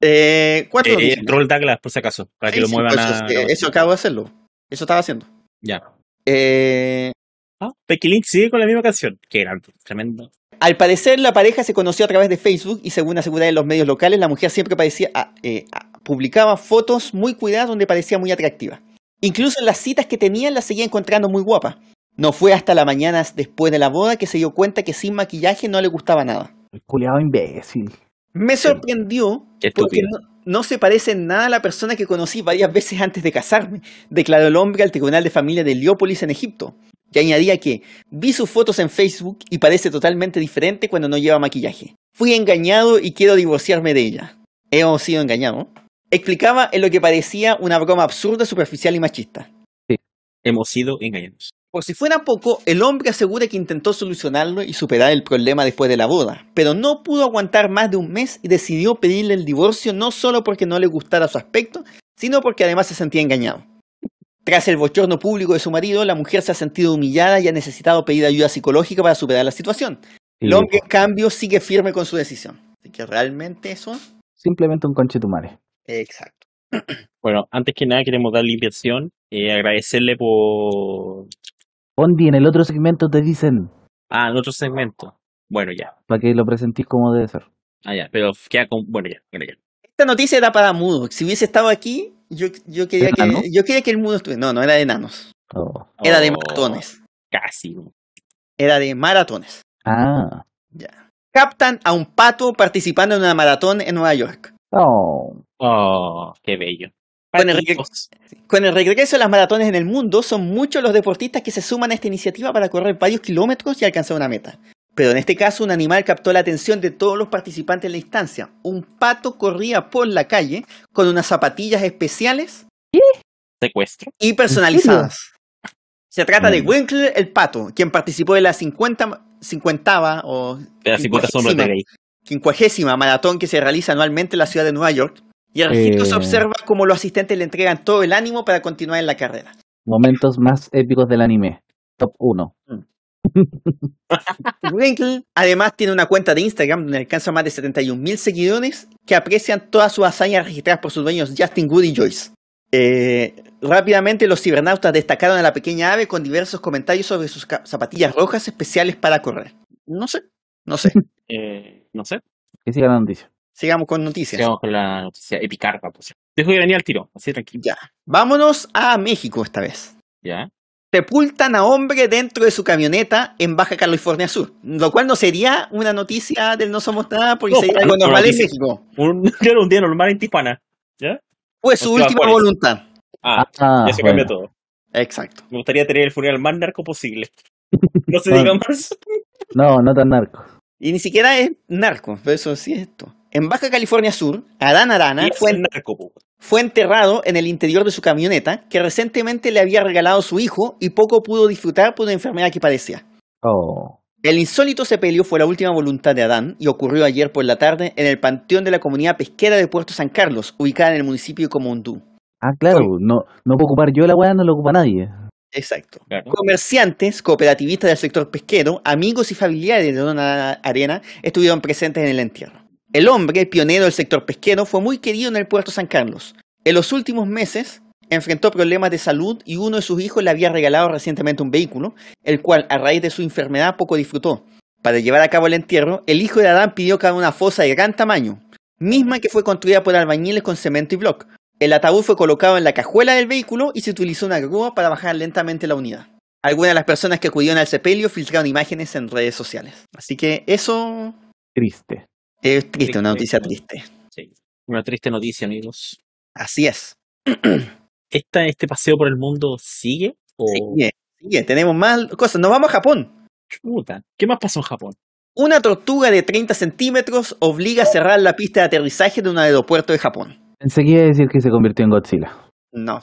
Speaker 2: Eh, cuatro
Speaker 1: Eh,
Speaker 2: noticias.
Speaker 1: Roll Douglas, por si acaso, para que
Speaker 2: Sí,
Speaker 1: lo
Speaker 2: sí,
Speaker 1: muevan
Speaker 2: pues,
Speaker 1: a.
Speaker 2: es que eso acabo de hacerlo. Eso estaba haciendo.
Speaker 1: Ya.
Speaker 2: Eh,
Speaker 1: Ah, Becky Lynch sigue con la misma canción. Qué grande, tremendo.
Speaker 2: al parecer, la pareja se conoció a través de Facebook y según aseguran en los medios locales, la mujer siempre parecía, ah, eh, ah, publicaba fotos muy cuidadas donde parecía muy atractiva. Incluso en las citas que tenían la seguía encontrando muy guapa. No fue hasta la mañana después de la boda que se dio cuenta que sin maquillaje no le gustaba nada.
Speaker 3: El culiado imbécil.
Speaker 2: Me sorprendió
Speaker 1: Qué
Speaker 2: porque
Speaker 1: estúpido.
Speaker 2: no, no se parece en nada a la persona que conocí varias veces antes de casarme, declaró el hombre al Tribunal de Familia de Heliópolis en Egipto. Y añadía que vi sus fotos en Facebook y parece totalmente diferente cuando no lleva maquillaje. Fui engañado y quiero divorciarme de ella. Hemos sido engañados. Explicaba en lo que parecía una broma absurda, superficial y machista.
Speaker 1: Hemos sido engañados.
Speaker 2: Por si fuera poco, el hombre asegura que intentó solucionarlo y superar el problema después de la boda, pero no pudo aguantar más de un mes y decidió pedirle el divorcio no solo porque no le gustara su aspecto, sino porque además se sentía engañado. Tras el bochorno público de su marido, la mujer se ha sentido humillada y ha necesitado pedir ayuda psicológica para superar la situación. El hombre, en cambio, sigue firme con su decisión. Así que realmente eso...
Speaker 3: Simplemente un conchetumare.
Speaker 2: Exacto.
Speaker 1: Bueno, antes que nada queremos darle inversión, eh, agradecerle por...
Speaker 3: Bondi, en el otro segmento te dicen
Speaker 1: Ah, en otro segmento. Bueno, ya.
Speaker 3: para que lo presentís como debe ser.
Speaker 1: Ah, ya. Pero queda con... Bueno, ya. Bueno, ya.
Speaker 2: Esta noticia era para mudo. Si hubiese estado aquí, yo, yo, quería, que,
Speaker 3: ¿Enano?
Speaker 2: yo quería que el mudo estuviera... No, no era de enanos.
Speaker 3: Oh.
Speaker 2: Era de
Speaker 1: Oh,
Speaker 2: maratones.
Speaker 1: Casi.
Speaker 2: Era de maratones.
Speaker 3: Ah.
Speaker 2: Ya. Captan a un pato participando en una maratón en Nueva York.
Speaker 3: Oh.
Speaker 1: Oh, qué bello.
Speaker 2: Con el
Speaker 1: Patitos.
Speaker 2: Con el regreso de las maratones en el mundo, son muchos los deportistas que se suman a esta iniciativa para correr varios kilómetros y alcanzar una meta. Pero en este caso, un animal captó la atención de todos los participantes en la instancia. Un pato corría por la calle con unas zapatillas especiales
Speaker 1: Secuestro.
Speaker 2: y personalizadas. Se trata de
Speaker 1: Mm.
Speaker 2: Winkler el pato, quien participó de la 50, 50 o
Speaker 1: De las 50 sombras de
Speaker 2: Encima.
Speaker 1: Grey.
Speaker 2: 50 maratón que se realiza anualmente en la ciudad de Nueva York. Y el registro se
Speaker 3: Eh.
Speaker 2: observa como los asistentes le entregan todo el ánimo para continuar en la carrera.
Speaker 3: Momentos más épicos del anime. Top 1.
Speaker 2: Winkle además tiene una cuenta de Instagram donde alcanza más de 71.000 seguidores que aprecian todas sus hazañas registradas por sus dueños Justin Wood y Joyce. Eh, rápidamente los cibernautas destacaron a la pequeña ave con diversos comentarios sobre sus ca- zapatillas rojas especiales para correr. No sé, no sé.
Speaker 1: Eh, no sé.
Speaker 3: Que siga la noticia.
Speaker 2: Sigamos con noticias.
Speaker 1: Sigamos con la noticia epicarda. Pues. Dejo que venía al tiro. Así tranquilo.
Speaker 2: Ya. Vámonos a México esta vez.
Speaker 1: Ya.
Speaker 2: Sepultan a hombre dentro de su camioneta en Baja California Sur, lo cual no sería una noticia del No Somos Nada porque
Speaker 1: No,
Speaker 2: sería
Speaker 1: claro,
Speaker 2: algo
Speaker 1: no,
Speaker 2: normal en
Speaker 1: noticia.
Speaker 2: México.
Speaker 1: Un, claro, un día normal en Tijuana.
Speaker 2: Fue su
Speaker 1: O sea,
Speaker 2: última
Speaker 1: ¿cuál es?
Speaker 2: voluntad.
Speaker 1: Ah,
Speaker 3: Ah,
Speaker 1: ya se
Speaker 3: bueno.
Speaker 1: cambió todo.
Speaker 2: Exacto.
Speaker 1: Me gustaría tener el funeral más narco posible. No se
Speaker 3: Ah.
Speaker 1: diga más.
Speaker 3: No, no tan narco.
Speaker 2: Y ni siquiera es narco, pero eso sí es esto. En Baja California Sur, Adán Arana
Speaker 1: Y es
Speaker 2: fue,
Speaker 1: el narco, po.
Speaker 2: fue enterrado en el interior de su camioneta que recientemente le había regalado su hijo y poco pudo disfrutar por una enfermedad que padecía.
Speaker 3: Oh.
Speaker 2: El insólito sepelio fue la última voluntad de Adán y ocurrió ayer por la tarde en el panteón de la comunidad pesquera de Puerto San Carlos, ubicada en el municipio de Comondú.
Speaker 3: Ah, claro. No, no puedo ocupar yo la weá, no lo ocupa nadie.
Speaker 2: Exacto.
Speaker 1: Claro.
Speaker 2: Comerciantes, cooperativistas del sector pesquero, amigos y familiares de Don A- Arena estuvieron presentes en el entierro. El hombre, pionero del sector pesquero, fue muy querido en el puerto San Carlos. En los últimos meses enfrentó problemas de salud y uno de sus hijos le había regalado recientemente un vehículo, el cual a raíz de su enfermedad poco disfrutó. Para llevar a cabo el entierro, el hijo de Adán pidió cada una fosa de gran tamaño, misma que fue construida por albañiles con cemento y bloc. El ataúd fue colocado en la cajuela del vehículo y se utilizó una grúa para bajar lentamente la unidad. Algunas de las personas que acudieron al sepelio filtraron imágenes en redes sociales. Así que eso
Speaker 3: Triste.
Speaker 2: es triste, una noticia
Speaker 1: Triste.
Speaker 2: triste.
Speaker 1: Una triste noticia, amigos.
Speaker 2: Así es.
Speaker 1: ¿Esta, ¿Este paseo por el mundo sigue? ¿O
Speaker 2: Sigue, sigue, tenemos más cosas. Nos vamos a Japón.
Speaker 1: chuta? ¿Qué más pasó en Japón?
Speaker 2: Una tortuga de 30 centímetros obliga a cerrar la pista de aterrizaje de un aeropuerto de Japón.
Speaker 3: Pensé que iba a decir que se convirtió en Godzilla.
Speaker 2: No,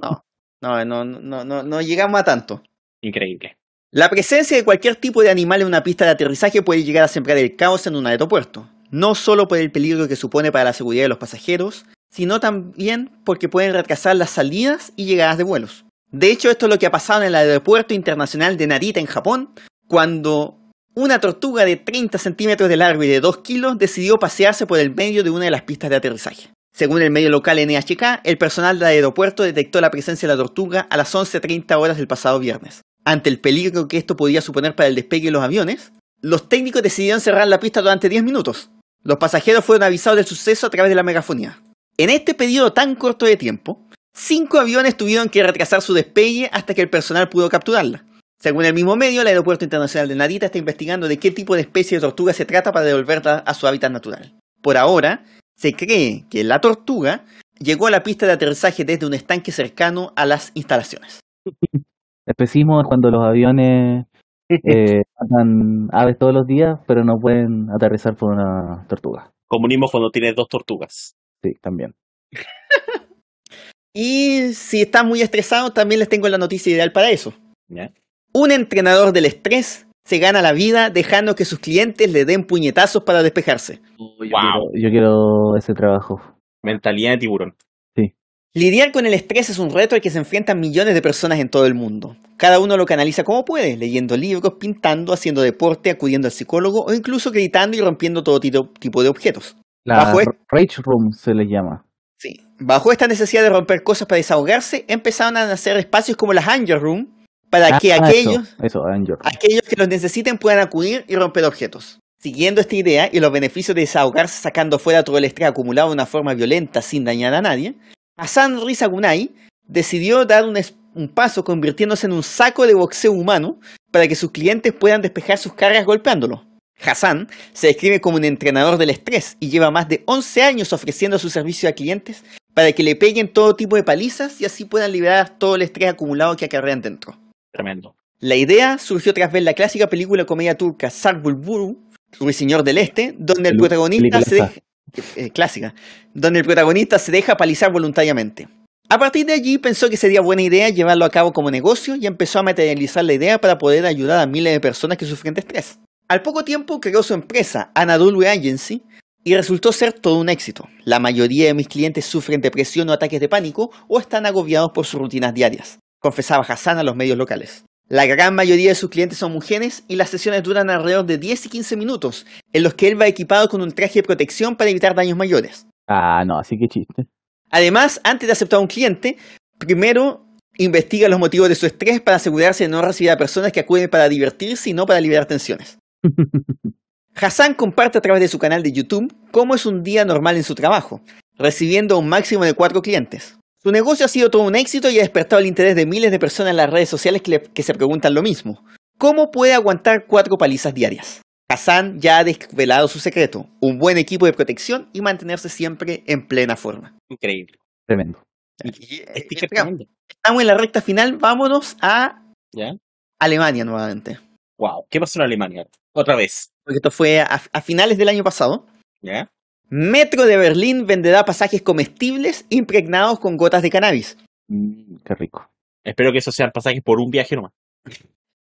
Speaker 2: no, no, no, no, no, no llegamos a tanto.
Speaker 1: Increíble.
Speaker 2: La presencia de cualquier tipo de animal en una pista de aterrizaje puede llegar a sembrar el caos en un aeropuerto, no solo por el peligro que supone para la seguridad de los pasajeros, sino también porque pueden retrasar las salidas y llegadas de vuelos. De hecho, esto es lo que ha pasado en el aeropuerto internacional de Narita en Japón, cuando una tortuga de 30 centímetros de largo y de 2 kilos decidió pasearse por el medio de una de las pistas de aterrizaje. Según el medio local NHK, el personal del aeropuerto detectó la presencia de la tortuga a las 11.30 horas del pasado viernes. Ante el peligro que esto podía suponer para el despegue de los aviones, los técnicos decidieron cerrar la pista durante 10 minutos. Los pasajeros fueron avisados del suceso a través de la megafonía. En este periodo tan corto de tiempo, cinco aviones tuvieron que retrasar su despegue hasta que el personal pudo capturarla. Según el mismo medio, el Aeropuerto Internacional de Narita está investigando de qué tipo de especie de tortuga se trata para devolverla a su hábitat natural. Por ahora, se cree que la tortuga llegó a la pista de aterrizaje desde un estanque cercano a las instalaciones.
Speaker 3: Especismo es cuando los aviones eh, matan aves todos los días, pero no pueden aterrizar por una tortuga.
Speaker 1: Comunismo cuando tienes dos tortugas.
Speaker 3: Sí, también.
Speaker 2: Y si están muy estresados, también les tengo la noticia ideal para eso.
Speaker 1: ¿Ya?
Speaker 2: Un entrenador del estrés se gana la vida dejando que sus clientes le den puñetazos para despejarse.
Speaker 1: wow.
Speaker 3: Yo quiero ese trabajo.
Speaker 1: Mentalidad de tiburón.
Speaker 2: Lidiar con el estrés es un reto al que se enfrentan millones de personas en todo el mundo. Cada uno lo canaliza como puede, leyendo libros, pintando, haciendo deporte, acudiendo al psicólogo o incluso gritando y rompiendo todo tito- tipo de objetos.
Speaker 3: La
Speaker 2: Bajo e-
Speaker 3: Rage Room se le llama.
Speaker 2: Sí. Bajo esta necesidad de romper cosas para desahogarse, empezaron a nacer espacios como las Angel Room para que
Speaker 3: Ah,
Speaker 2: aquellos
Speaker 3: Eso, eso Angel.
Speaker 2: aquellos que los necesiten puedan acudir y romper objetos. Siguiendo esta idea y los beneficios de desahogarse sacando fuera todo el estrés acumulado de una forma violenta sin dañar a nadie, Hassan Rizagunay decidió dar un, es- un paso convirtiéndose en un saco de boxeo humano para que sus clientes puedan despejar sus cargas golpeándolo. Hassan se describe como un entrenador del estrés y lleva más de 11 años ofreciendo su servicio a clientes para que le peguen todo tipo de palizas y así puedan liberar todo el estrés acumulado que acarrean dentro.
Speaker 1: Tremendo.
Speaker 2: La idea surgió tras ver la clásica película comedia turca Sarbul Buru, Ruiseñor del Este, donde el
Speaker 3: Pelu-
Speaker 2: protagonista se
Speaker 3: peliculaza.
Speaker 2: deja, eh, clásica, donde el protagonista se deja palizar voluntariamente. A partir de allí pensó que sería buena idea llevarlo a cabo como negocio y empezó a materializar la idea para poder ayudar a miles de personas que sufren de estrés. Al poco tiempo creó su empresa, Anadolu Agency, y resultó ser todo un éxito. La mayoría de mis clientes sufren depresión o ataques de pánico o están agobiados por sus rutinas diarias, confesaba Hassan a los medios locales. La gran mayoría de sus clientes son mujeres y las sesiones duran alrededor de 10 y 15 minutos, en los que él va equipado con un traje de protección para evitar daños mayores.
Speaker 3: Ah, no, así que chiste.
Speaker 2: Además, antes de aceptar a un cliente, primero investiga los motivos de su estrés para asegurarse de no recibir a personas que acuden para divertirse y no para liberar tensiones. Hassan comparte a través de su canal de YouTube cómo es un día normal en su trabajo, recibiendo un máximo de cuatro clientes. Su negocio ha sido todo un éxito y ha despertado el interés de miles de personas en las redes sociales que, le- que se preguntan lo mismo. ¿Cómo puede aguantar cuatro palizas diarias? Hassan ya ha desvelado su secreto, un buen equipo de protección y mantenerse siempre en plena forma.
Speaker 1: Increíble. Este
Speaker 3: Tremendo.
Speaker 2: Y- eh,
Speaker 1: Sticker
Speaker 2: espera,
Speaker 1: tremendo.
Speaker 2: Estamos en la recta final, vámonos a
Speaker 1: Ya.
Speaker 2: Alemania nuevamente.
Speaker 1: Wow. ¿Qué pasó en Alemania? Otra vez.
Speaker 2: Porque esto fue a, a finales del año pasado.
Speaker 1: ¿Ya?
Speaker 2: Metro de Berlín venderá pasajes comestibles impregnados con gotas de cannabis.
Speaker 1: Mm.
Speaker 3: Qué rico.
Speaker 1: Espero que esos sean pasajes por un viaje nomás.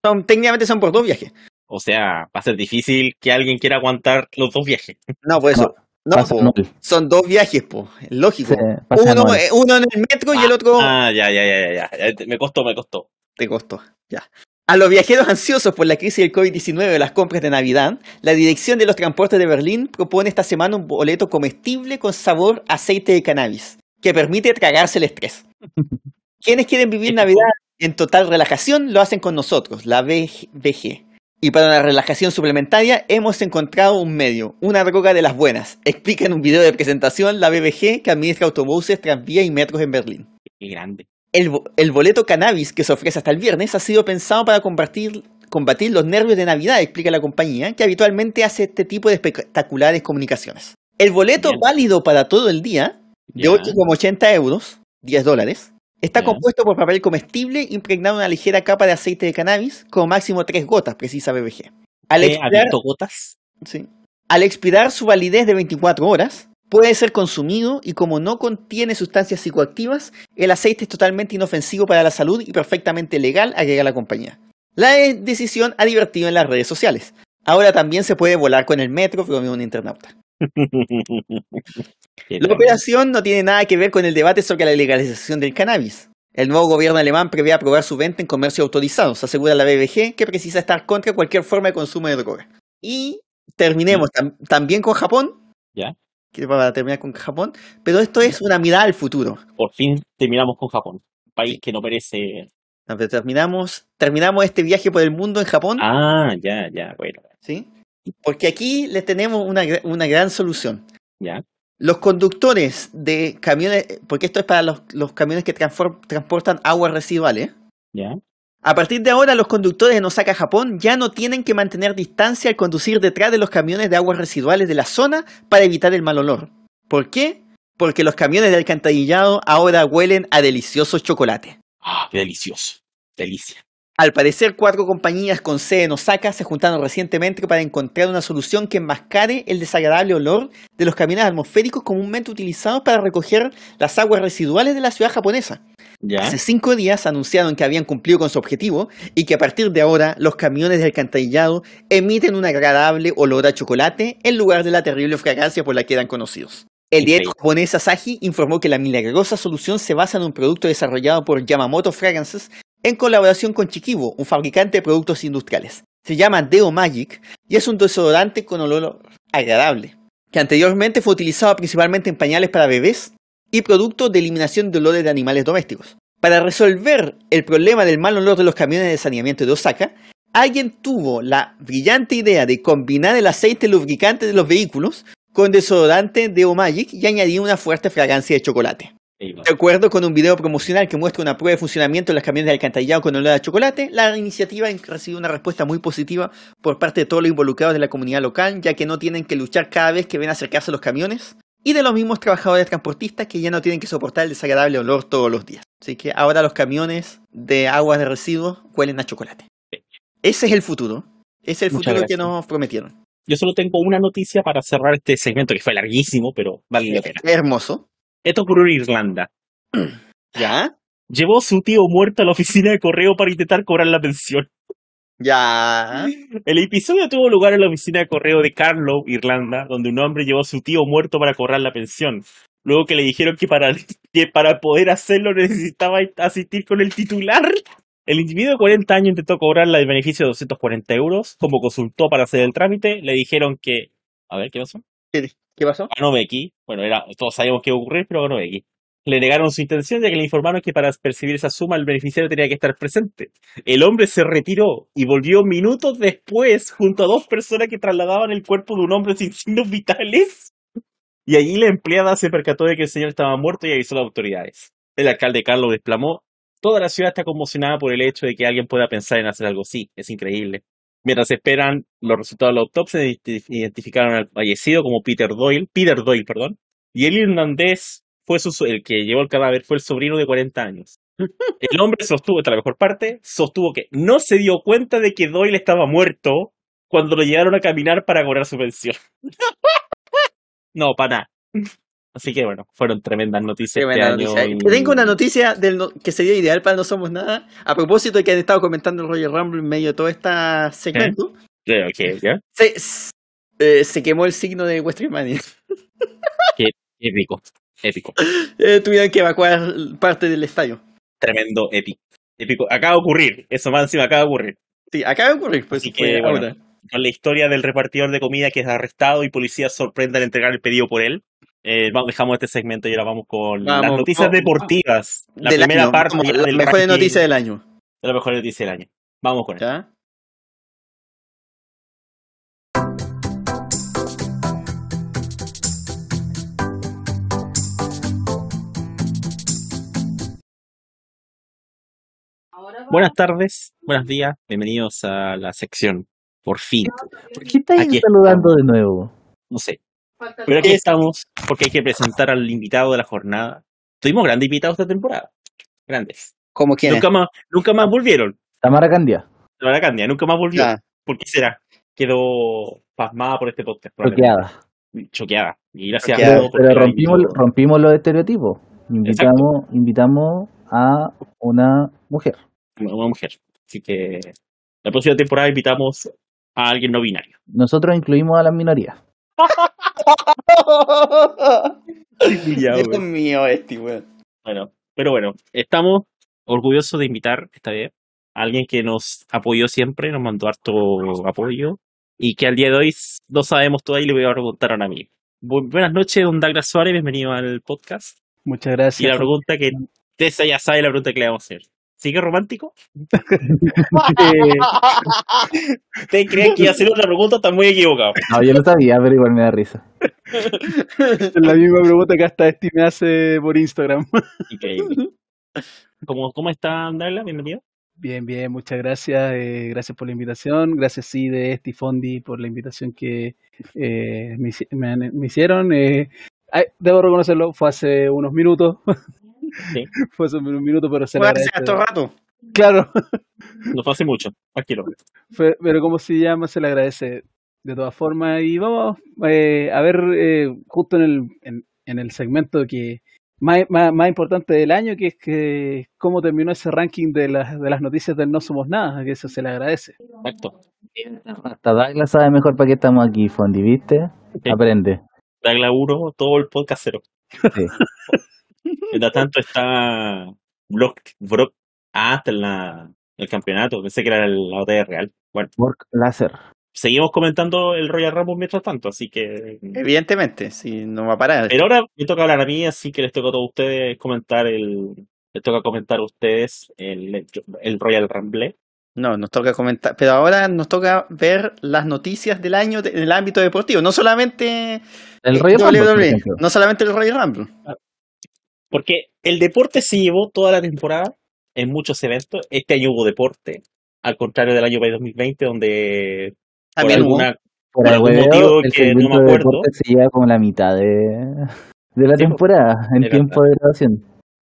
Speaker 2: Son, técnicamente son por dos viajes.
Speaker 1: O sea, va a ser difícil que alguien quiera aguantar los dos viajes.
Speaker 2: No, por eso. No,
Speaker 3: Pasa
Speaker 2: po,
Speaker 3: anual.
Speaker 2: son dos viajes, po. Lógico.
Speaker 3: Se- pasa
Speaker 2: uno,
Speaker 3: anual.
Speaker 2: eh, uno en el metro y el otro
Speaker 1: Ah, ya, ya, ya, ya, ya. Eh, Me costó, me costó.
Speaker 2: te costó. Ya. A los viajeros ansiosos por la crisis del COVID-19 de las compras de Navidad, la Dirección de los Transportes de Berlín propone esta semana un boleto comestible con sabor a aceite de cannabis, que permite tragarse el estrés. Quienes quieren vivir Navidad en total relajación lo hacen con nosotros, la BG. Y para una relajación suplementaria hemos encontrado un medio, una droga de las buenas, explica en un video de presentación la BBG que administra autobuses, tranvías y metros en Berlín.
Speaker 1: Qué grande.
Speaker 2: El, bo- el boleto cannabis que se ofrece hasta el viernes ha sido pensado para combatir, combatir los nervios de Navidad, explica la compañía, que habitualmente hace este tipo de espectaculares comunicaciones. El boleto
Speaker 1: Bien.
Speaker 2: válido para todo el día, de
Speaker 1: Ya.
Speaker 2: 8,80 euros, 10 dólares, está
Speaker 1: Ya.
Speaker 2: compuesto por papel comestible impregnado en una ligera capa de aceite de cannabis, con máximo 3 gotas, precisa BBG. Al
Speaker 1: ¿Te ha
Speaker 2: expirar-
Speaker 1: visto gotas?
Speaker 2: Sí. Al expirar su validez de 24 horas, puede ser consumido y como no contiene sustancias psicoactivas, el aceite es totalmente inofensivo para la salud y perfectamente legal, agrega la compañía. La de- decisión ha divertido en las redes sociales. Ahora también se puede volar con el metro, bromeó un internauta.
Speaker 1: Qué
Speaker 2: La
Speaker 1: grande.
Speaker 2: operación no tiene nada que ver con el debate sobre la legalización del cannabis. El nuevo gobierno alemán prevé aprobar su venta en comercio autorizados, asegura la BBG, que precisa estar contra cualquier forma de consumo de droga. Y terminemos tam- también con Japón.
Speaker 1: Ya.
Speaker 2: Que Para terminar con Japón, pero esto es una mirada al futuro.
Speaker 1: Por fin terminamos con Japón. Un país que no merece.
Speaker 2: No, pero Terminamos, terminamos este viaje por el mundo en Japón,
Speaker 1: Ah, ya, ya, bueno.
Speaker 2: ¿sí? porque aquí les tenemos una, gra- una gran solución.
Speaker 1: Ya.
Speaker 2: Los conductores de camiones, porque esto es para los, los camiones que transfor- transportan aguas residuales,
Speaker 1: Ya.
Speaker 2: A partir de ahora, los conductores de Osaka, Japón, ya no tienen que mantener distancia al conducir detrás de los camiones de aguas residuales de la zona para evitar el mal olor. ¿Por qué? Porque los camiones de alcantarillado ahora huelen a delicioso chocolate.
Speaker 1: Ah, qué delicioso. Delicia.
Speaker 2: Al parecer, cuatro compañías con sede en Osaka se juntaron recientemente para encontrar una solución que enmascare el desagradable olor de los camiones atmosféricos comúnmente utilizados para recoger las aguas residuales de la ciudad japonesa.
Speaker 1: Ya.
Speaker 2: Hace cinco días anunciaron que habían cumplido con su objetivo y que a partir de ahora los camiones de alcantarillado emiten un agradable olor a chocolate en lugar de la terrible fragancia por la que eran conocidos. El diario
Speaker 1: Increíble.
Speaker 2: japonés Asahi informó que la milagrosa solución se basa en un producto desarrollado por Yamamoto Fragrances en colaboración con Chiquibo, un fabricante de productos industriales. Se llama Deo Magic y es un desodorante con olor agradable, que anteriormente fue utilizado principalmente en pañales para bebés y productos de eliminación de olores de animales domésticos. Para resolver el problema del mal olor de los camiones de saneamiento de Osaka, alguien tuvo la brillante idea de combinar el aceite lubricante de los vehículos con desodorante de Omagic y añadir una fuerte fragancia de chocolate.
Speaker 1: Increíble.
Speaker 2: De acuerdo con un video promocional que muestra una prueba de funcionamiento de los camiones de alcantarillado con olor a chocolate, la iniciativa recibió una respuesta muy positiva por parte de todos los involucrados de la comunidad local, ya que no tienen que luchar cada vez que ven acercarse los camiones y de los mismos trabajadores transportistas que ya no tienen que soportar el desagradable olor todos los días. Así que ahora los camiones de aguas de residuos huelen a chocolate. Ese es el futuro. Ese es el
Speaker 1: Muchas
Speaker 2: futuro que
Speaker 1: gracias.
Speaker 2: nos prometieron.
Speaker 1: Yo solo tengo una noticia para cerrar este segmento que fue larguísimo, pero vale la pena.
Speaker 2: Hermoso.
Speaker 1: Esto ocurrió en Irlanda.
Speaker 2: Ya,
Speaker 1: Llevó a su tío muerto a la oficina de correo para intentar cobrar la pensión.
Speaker 2: ya.
Speaker 1: El episodio tuvo lugar en la oficina de correo de Carlow, Irlanda, donde un hombre llevó a su tío muerto para cobrar la pensión. Luego que le dijeron que para, que para poder hacerlo necesitaba asistir con el titular. El individuo de 40 años intentó cobrar la de beneficio de 240 euros. Como consultó para hacer el trámite, le dijeron que... A ver, ¿qué pasó?
Speaker 2: ¿Qué pasó?
Speaker 1: Ganobeki, bueno, era, todos sabíamos qué iba a ocurrir, pero Ganobeki. Le negaron su intención ya que le informaron que para percibir esa suma el beneficiario tenía que estar presente. El hombre se retiró y volvió minutos después junto a dos personas que trasladaban el cuerpo de un hombre sin signos vitales. Y allí la empleada se percató de que el señor estaba muerto y avisó a las autoridades. El alcalde Carlos exclamó, toda la ciudad está conmocionada por el hecho de que alguien pueda pensar en hacer algo así. Es increíble. Mientras esperan los resultados de la autopsia, identi- identificaron al fallecido como Peter Doyle, Peter Doyle, perdón, y el irlandés fue su, el que llevó el cadáver fue el sobrino de 40 años. El hombre sostuvo, esta es la mejor parte, sostuvo que no se dio cuenta de que Doyle estaba muerto cuando lo llegaron a caminar para cobrar su pensión. No, para nada. Así que bueno, fueron tremendas noticias
Speaker 2: Tremenda
Speaker 1: este
Speaker 2: noticia.
Speaker 1: año. y-
Speaker 2: Tengo una noticia del no- que sería ideal para No Somos Nada. A propósito de que han estado comentando el Roger Rumble en medio de todo este segmento.
Speaker 1: Creo que, ¿ya?
Speaker 2: Se, s- eh, se quemó el signo de Westernmania.
Speaker 1: Épico, épico.
Speaker 2: Eh, tuvieron que evacuar parte del estadio.
Speaker 1: Tremendo, épico. Épico. Acaba de ocurrir. Eso más encima acaba de ocurrir.
Speaker 2: Sí, acaba de ocurrir. Pues
Speaker 1: Así que,
Speaker 2: fue
Speaker 1: bueno.
Speaker 2: ahora.
Speaker 1: con la historia del repartidor de comida que es arrestado y policías sorprenden al entregar el pedido por él. Eh, vamos, dejamos este segmento y ahora vamos con las
Speaker 2: Vamos,
Speaker 1: noticias
Speaker 2: vamos.
Speaker 1: deportivas. La
Speaker 2: Del
Speaker 1: primera
Speaker 2: año,
Speaker 1: parte
Speaker 2: como
Speaker 1: ya
Speaker 2: la
Speaker 1: del
Speaker 2: mejor
Speaker 1: ranking
Speaker 2: noticia del año.
Speaker 1: de la mejor noticia del año. Vamos con eso.
Speaker 2: ¿Ya?
Speaker 1: Buenas tardes, buenos días, bienvenidos a la sección. Por fin,
Speaker 3: ¿Por qué estáis
Speaker 1: Aquí
Speaker 3: saludando de nuevo?
Speaker 1: no sé. Pero aquí estamos porque hay que presentar al invitado de la jornada. Tuvimos grandes invitados esta temporada. Grandes.
Speaker 2: Como quieras.
Speaker 1: Nunca más, nunca más volvieron.
Speaker 3: Tamara Candia,
Speaker 1: La verdad, Candia, nunca más volvió.
Speaker 2: Ya.
Speaker 1: ¿Por qué será? Quedó pasmada por este podcast. probablemente.
Speaker 3: bloqueada.
Speaker 1: choqueada. Y gracias
Speaker 2: Choqueada.
Speaker 1: a
Speaker 3: Pero,
Speaker 1: todos.
Speaker 3: pero
Speaker 1: por
Speaker 3: rompimos,
Speaker 1: invitarme.
Speaker 3: rompimos los estereotipos. Invitamos, invitamos a una mujer.
Speaker 1: Una- Una mujer. Así que la próxima temporada invitamos a alguien no binario.
Speaker 3: Nosotros incluimos a las minorías.
Speaker 2: Dios mío, este weón.
Speaker 1: Bueno, pero bueno, estamos orgullosos de invitar esta vez a alguien que nos apoyó siempre, nos mandó harto apoyo y que al día de hoy s- no sabemos todavía y le voy a preguntar a un amigo. Bu- Buenas noches, don Douglas Suárez, bienvenido al podcast.
Speaker 5: Muchas
Speaker 1: Y la
Speaker 5: gracias.
Speaker 1: pregunta que Tessa ya sabe la pregunta que le vamos a hacer. ¿Sigue romántico?
Speaker 5: Eh,
Speaker 1: ¿Ustedes creen que iba a hacer otra pregunta? Está muy equivocado.
Speaker 3: No, yo lo sabía, pero igual me da risa.
Speaker 5: la misma pregunta que hasta este me hace por Instagram.
Speaker 1: Increíble. ¿Cómo, cómo está Andala? Bienvenido.
Speaker 5: Bien, bien, muchas gracias. eh, gracias por la invitación. Gracias, sí, de este Fondi por la invitación que eh, me, hici- me han- me hicieron. eh. Ay, debo reconocerlo, fue hace unos minutos.
Speaker 1: Sí.
Speaker 5: fue hace unos minutos, pero se lo
Speaker 2: Fue hace harto
Speaker 5: agradece.
Speaker 2: rato.
Speaker 5: Claro,
Speaker 1: No fue hace mucho. Ah, Tranquilo.
Speaker 5: fue- pero como se llama, se le agradece de todas formas. Y vamos eh, a ver, eh, justo en el, en, en el segmento que más, más, más importante del año, que es que cómo terminó ese ranking de las, de las noticias del No Somos Nada, que eso se le agradece.
Speaker 1: Exacto.
Speaker 3: Hasta Douglas sabe mejor para qué estamos aquí, Fondi, ¿viste?
Speaker 1: Sí.
Speaker 3: Aprende.
Speaker 1: Dagla 1, todo el podcast cero.
Speaker 3: Sí.
Speaker 1: Mientras tanto está Brock, Brock hasta en la, el campeonato. Pensé que era el- la batalla real. Bueno,
Speaker 3: Work Láser.
Speaker 1: seguimos comentando el Royal Rumble mientras tanto, así que...
Speaker 2: Evidentemente, si no va a parar.
Speaker 1: Pero ahora me toca hablar a mí, así que les toca a todos ustedes comentar el... Les toca comentar a ustedes el, el Royal Rumble.
Speaker 2: No, nos toca comentar. Pero ahora nos toca ver las noticias del año de- en el ámbito deportivo. No solamente
Speaker 3: El
Speaker 2: eh,
Speaker 3: Royal Rumble, por
Speaker 2: WWE,
Speaker 3: ejemplo.
Speaker 2: no solamente el Royal Rumble.
Speaker 1: Porque el deporte se llevó toda la temporada en muchos eventos. Este año hubo deporte, al contrario del año 2020, donde por
Speaker 2: También hubo.
Speaker 1: alguna, por algún
Speaker 3: hueveo,
Speaker 1: motivo
Speaker 3: el
Speaker 1: que no
Speaker 3: segmento
Speaker 1: me
Speaker 3: de
Speaker 1: acuerdo.
Speaker 3: deportes se lleva como la mitad de, de la
Speaker 1: Sí, po.
Speaker 3: temporada en
Speaker 1: Es
Speaker 3: tiempo de grabación.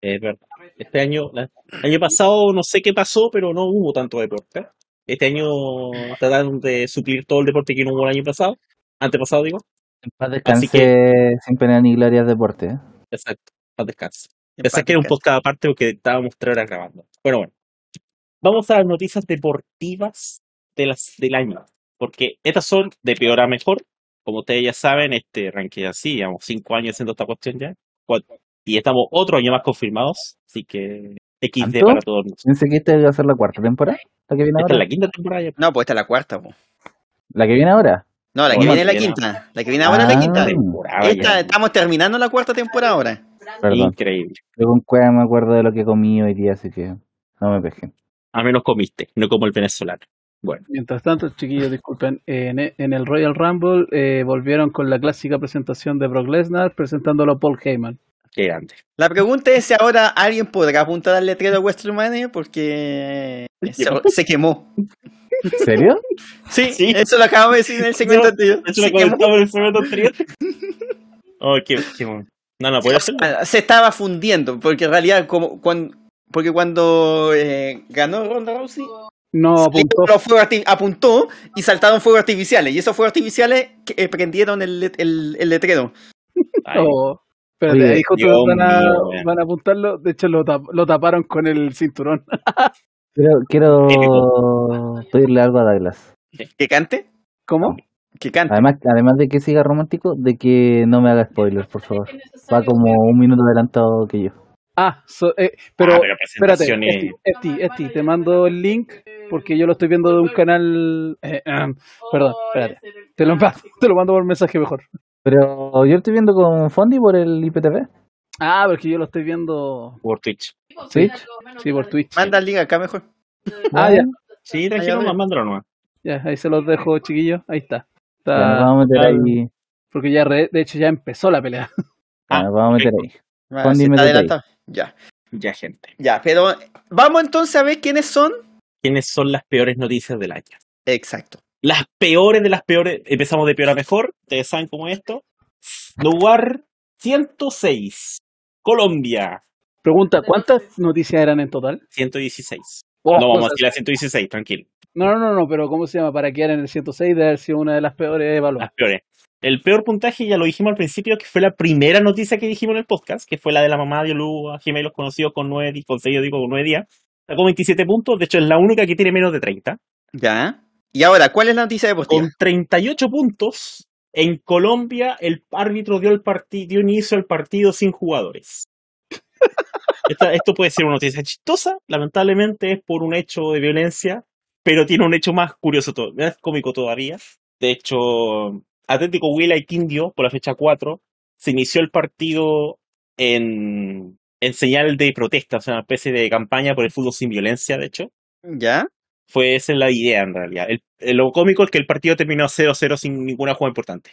Speaker 1: Es verdad. Este año, la- el año pasado no sé qué pasó, pero no hubo tanto deporte. Este año trataron de suplir todo el deporte que no hubo el año pasado, antepasado digo.
Speaker 3: En paz
Speaker 1: Así
Speaker 3: descanse sin pena ni gloria el deporte. ¿eh?
Speaker 1: Exacto, para descanso.
Speaker 2: En
Speaker 1: Pensé
Speaker 2: paz
Speaker 1: que era un
Speaker 2: descanse.
Speaker 1: podcast aparte porque estábamos tres horas grabando. Pero bueno, vamos a las noticias deportivas de las, del año, porque estas son de peor a mejor. Como ustedes ya saben, este ranking así, llevamos cinco años haciendo esta cuestión ya. Cuatro. Y estamos otro año más confirmados, así que XD
Speaker 3: ¿Tanto?
Speaker 1: para todos nosotros.
Speaker 3: Pensé que esta iba a ser la cuarta temporada. La que viene
Speaker 1: Esta es
Speaker 3: ahora.
Speaker 1: la quinta temporada ya.
Speaker 2: No, pues esta es la cuarta. po.
Speaker 3: La que viene ahora.
Speaker 2: No, la
Speaker 1: No,
Speaker 2: que
Speaker 1: la
Speaker 2: viene es la
Speaker 1: que viene
Speaker 2: quinta. La que viene ahora es la
Speaker 3: Ah.
Speaker 2: quinta.
Speaker 1: temporada
Speaker 2: Esta,
Speaker 1: ya.
Speaker 2: estamos terminando la cuarta temporada ahora.
Speaker 3: Perdón.
Speaker 1: Increíble.
Speaker 3: Yo con cueva me acuerdo de lo que comí hoy día, así que no me pesquen.
Speaker 1: A menos comiste, no como el venezolano. Bueno,
Speaker 5: Mientras tanto, chiquillos, disculpen, en, e- en el Royal Rumble eh, volvieron con la clásica presentación de Brock Lesnar presentándolo a Paul Heyman.
Speaker 1: qué grande.
Speaker 2: La pregunta es si ahora alguien podrá apuntar al letrero a WrestleMania porque se, se quemó.
Speaker 3: ¿En serio?
Speaker 2: Sí,
Speaker 1: Sí.
Speaker 2: eso lo acabo de decir en el segmento
Speaker 1: No,
Speaker 2: anterior.
Speaker 1: Eso lo
Speaker 2: Se quemó.
Speaker 1: comentaba en el segmento anterior. Oh, qué, qué bueno. No, no, puede
Speaker 2: O
Speaker 1: hacerlo.
Speaker 2: sea, Ah, se estaba fundiendo porque en realidad como cuando, porque cuando eh, ganó Ronda Rousey
Speaker 5: No apuntó.
Speaker 2: los fuegos arti- apuntó y saltaron fuegos artificiales y esos fuegos artificiales que, eh, prendieron el, let- el, el letrero.
Speaker 1: Ay,
Speaker 5: Oh, espérate,
Speaker 3: Oye,
Speaker 5: ahí justo
Speaker 1: Dios
Speaker 5: van, a,
Speaker 1: mío, weón.
Speaker 5: van a apuntarlo. De hecho, lo, tap- lo taparon con el cinturón.
Speaker 3: Quiero, quiero
Speaker 1: Típico.
Speaker 3: pedirle algo a Douglas.
Speaker 2: Que cante,
Speaker 5: ¿Cómo?
Speaker 2: que cante.
Speaker 3: Además, además de que siga romántico, de que no me haga spoilers, por favor. Va como un minuto adelantado que yo.
Speaker 5: Ah, so- eh, pero,
Speaker 1: Ah, pero
Speaker 5: espérate,
Speaker 1: presentaciones-
Speaker 5: Esti, Esti, Esti, te mando el link porque yo lo estoy viendo de un canal. eh, ah, perdón, espérate. Te lo, mando, te lo mando por mensaje mejor.
Speaker 3: Pero yo lo estoy viendo con Fondi por el IPTV.
Speaker 5: Ah, porque yo lo estoy viendo
Speaker 1: por Twitch.
Speaker 3: ¿Sí?
Speaker 5: sí, por Twitch.
Speaker 2: Manda el link acá mejor.
Speaker 5: Ah, ya,
Speaker 1: Sí, tranquilo,
Speaker 2: Ay, a ver.
Speaker 1: más mándalo nomás.
Speaker 5: ya, ahí se los dejo, chiquillos. Ahí está.
Speaker 3: Ya, nos
Speaker 5: Está-
Speaker 3: vamos a meter
Speaker 1: ah,
Speaker 3: ahí.
Speaker 5: porque ya, re- de hecho, ya empezó la pelea.
Speaker 3: Ya,
Speaker 1: ah,
Speaker 3: nos vamos a meter ahí.
Speaker 2: Ah,
Speaker 3: Fondi,
Speaker 2: se está
Speaker 3: métete ahí.
Speaker 2: adelantado. Ya,
Speaker 1: Ya, gente.
Speaker 2: ya, pero vamos entonces a ver quiénes son.
Speaker 1: ¿Quiénes son las peores noticias del año?
Speaker 2: Exacto.
Speaker 1: Las peores de las peores. Empezamos de peor a mejor. Ustedes saben cómo es esto. Lugar 106. Colombia.
Speaker 5: Pregunta, ¿cuántas noticias eran en total?
Speaker 1: 116.
Speaker 5: Oh,
Speaker 1: no vamos a
Speaker 5: cosas-
Speaker 1: decir la 116, tranquilo.
Speaker 5: no, no, no, no, pero ¿cómo se llama? Para quedar en el 106 de haber sido una de las peores
Speaker 1: Las
Speaker 5: evaluadas.
Speaker 1: peores. El peor puntaje, ya lo dijimos al principio, que fue la primera noticia que dijimos en el podcast, que fue la de la mamá de Olu a gemelos conocidos con nueve, di- con seis, yo digo, con nueve días. Sacó 27 puntos, de hecho es la única que tiene menos de 30.
Speaker 2: Ya. Y ahora, ¿cuál es la noticia deportiva?
Speaker 1: pues, Con 38 puntos, en Colombia el árbitro dio, el partido dio inicio al partido sin jugadores. Esta- esto puede ser una noticia chistosa, lamentablemente es por un hecho de violencia, pero tiene un hecho más curioso, to- más cómico todavía. De hecho, Atlético Huila y Quindio, por la fecha 4, se inició el partido en, en señal de protesta, o sea, una especie de campaña por el fútbol sin violencia, de hecho
Speaker 2: Ya.
Speaker 1: fue esa la idea en realidad. El- el- lo cómico es que el partido terminó 0-0 sin ninguna jugada importante.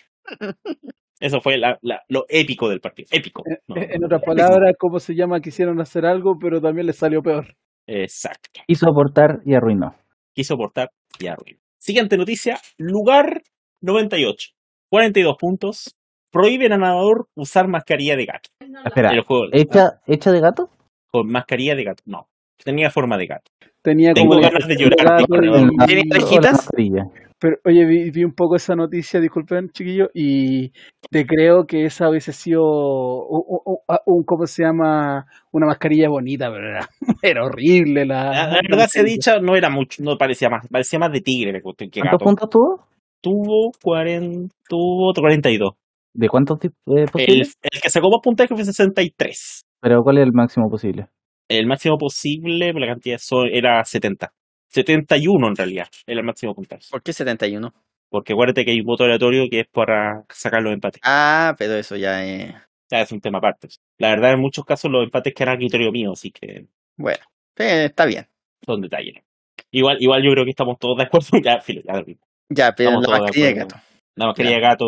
Speaker 1: Eso fue la- la- lo épico del partido. Épico. No,
Speaker 5: Eh, En otras palabras, ¿cómo se llama? Quisieron hacer algo, pero también les salió peor.
Speaker 1: Exacto.
Speaker 3: Quiso aportar y arruinó.
Speaker 1: Quiso portar y arruinó. Siguiente noticia. Lugar 98. 42 puntos. Prohíben a nadador usar mascarilla de gato.
Speaker 3: Espera,
Speaker 1: En el juego ah,
Speaker 3: ¿hecha, hecha de gato?
Speaker 1: con mascarilla de gato. No. Tenía forma de gato.
Speaker 5: Tenía
Speaker 1: Tengo
Speaker 5: como la
Speaker 1: ganas de
Speaker 5: infección
Speaker 1: llorar,
Speaker 5: gato
Speaker 1: pero
Speaker 5: y-
Speaker 3: no.
Speaker 2: ¿Tiene
Speaker 3: ¿O la
Speaker 2: orejitas?
Speaker 3: mascarilla?
Speaker 5: Pero, oye, vi, vi un poco esa noticia, disculpen, chiquillo, y te creo que esa hubiese sido u- u- u- a- un, ¿cómo se llama? Una mascarilla bonita, pero era, era horrible la,
Speaker 1: La, la
Speaker 5: la
Speaker 1: verdad sea
Speaker 5: mascarilla.
Speaker 1: dicha, no era mucho, no parecía más, parecía más de tigre que que
Speaker 3: ¿Cuántos
Speaker 1: gato.
Speaker 3: puntos tuvo?
Speaker 1: Tuvo, 40, tuvo 42.
Speaker 3: ¿De cuántos tip- eh,
Speaker 1: El,
Speaker 3: posibles?
Speaker 1: el que sacó más puntaje fue 63.
Speaker 3: Pero ¿cuál es el máximo posible?
Speaker 1: El máximo posible, por la cantidad de sol, era 70. 71 en realidad, era el máximo puntaje.
Speaker 2: ¿Por qué 71?
Speaker 1: Porque acuérdate que hay un voto aleatorio que es para sacar los empates.
Speaker 2: Ah, pero eso ya es.
Speaker 1: O sea, es un tema aparte. La verdad, en muchos casos los empates que eran criterio mío, así que
Speaker 2: Bueno, sí, eh, está bien.
Speaker 1: son detalles. Igual, igual yo creo que estamos todos de acuerdo. Ya, filo, ya lo mismo.
Speaker 2: Ya, pero
Speaker 1: Estamos
Speaker 2: la
Speaker 1: todos de
Speaker 2: mascarilla de
Speaker 1: acuerdo.
Speaker 2: gato.
Speaker 1: La mascarilla de gato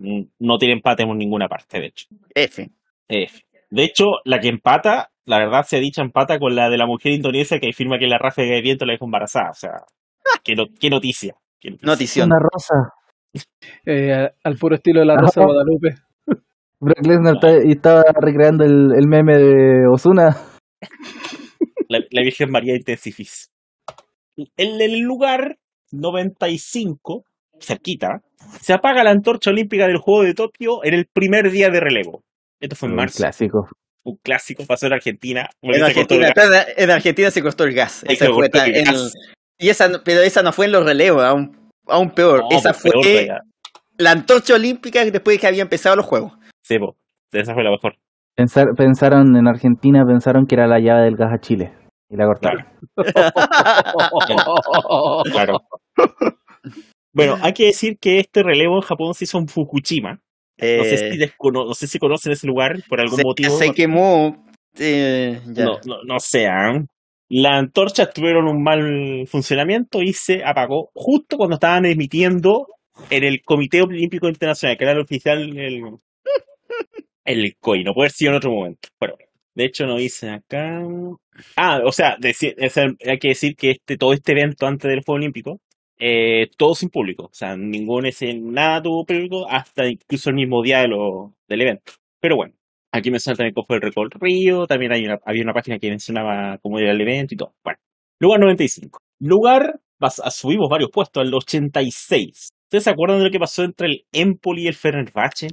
Speaker 1: mm, no tiene empate en ninguna parte, de hecho.
Speaker 2: F.
Speaker 1: Eh, de hecho, la que empata, la verdad se ha dicho empata con la de la mujer indonesia que afirma que la ráfaga de viento la dejó embarazada. O sea, qué, no- qué noticia. qué noticia.
Speaker 2: Notición.
Speaker 3: Una rosa.
Speaker 5: Eh, al puro estilo de la Rosa de Guadalupe.
Speaker 3: Brock Lesnar está- estaba recreando el, el meme de Osuna.
Speaker 1: La, la Virgen María Intensifis. En el lugar 95, cerquita, se apaga la antorcha olímpica del Juego de Tokio en el primer día de relevo. Esto fue en marzo.
Speaker 3: Clásico.
Speaker 1: Un clásico pasó en Argentina. porque
Speaker 2: En
Speaker 1: se cortó el
Speaker 2: Argentina,
Speaker 1: gas.
Speaker 2: claro, en Argentina se cortó el gas.
Speaker 1: Ahí
Speaker 2: Esa
Speaker 1: se
Speaker 2: fue
Speaker 1: cortó
Speaker 2: ta-
Speaker 1: el
Speaker 2: en-
Speaker 1: gas.
Speaker 2: y esa, no- pero esa no fue en los relevos, aún, aún peor.
Speaker 1: No,
Speaker 2: esa
Speaker 1: pues,
Speaker 2: fue
Speaker 1: peor todavía.
Speaker 2: la antorcha olímpica después de que habían empezado los juegos.
Speaker 1: Sí, po. esa fue la mejor.
Speaker 3: Pensar- pensaron en Argentina, pensaron que era la llave del gas a Chile. Y la cortaron.
Speaker 1: Claro. Bueno, hay que decir que este relevo en Japón se hizo en Fukushima. No sé si,
Speaker 2: Eh,
Speaker 1: descono- no sé si conocen ese lugar por algún
Speaker 2: se,
Speaker 1: motivo.
Speaker 2: se quemó. eh, ya.
Speaker 1: No, no, no sé. ¿ah? Las antorchas tuvieron un mal funcionamiento y se apagó justo cuando estaban emitiendo en el Comité Olímpico Internacional, que era el oficial, el, el COI. No puede haber sido en otro momento. Bueno, de hecho, no hice acá. Ah, o sea, deci- o sea, hay que decir que este, todo este evento antes del Juego Olímpico, eh, todo sin público. O sea, ningún ese, nada tuvo público hasta incluso el mismo día de lo- del evento. Pero bueno. Aquí menciona también cómo fue el Record Río, también hay una, había una página que mencionaba cómo era el evento y todo. Bueno, lugar 95. Lugar, vas- a- subimos varios puestos, al 86. ¿Ustedes se acuerdan de lo que pasó entre el Empoli y el Fenerbahce?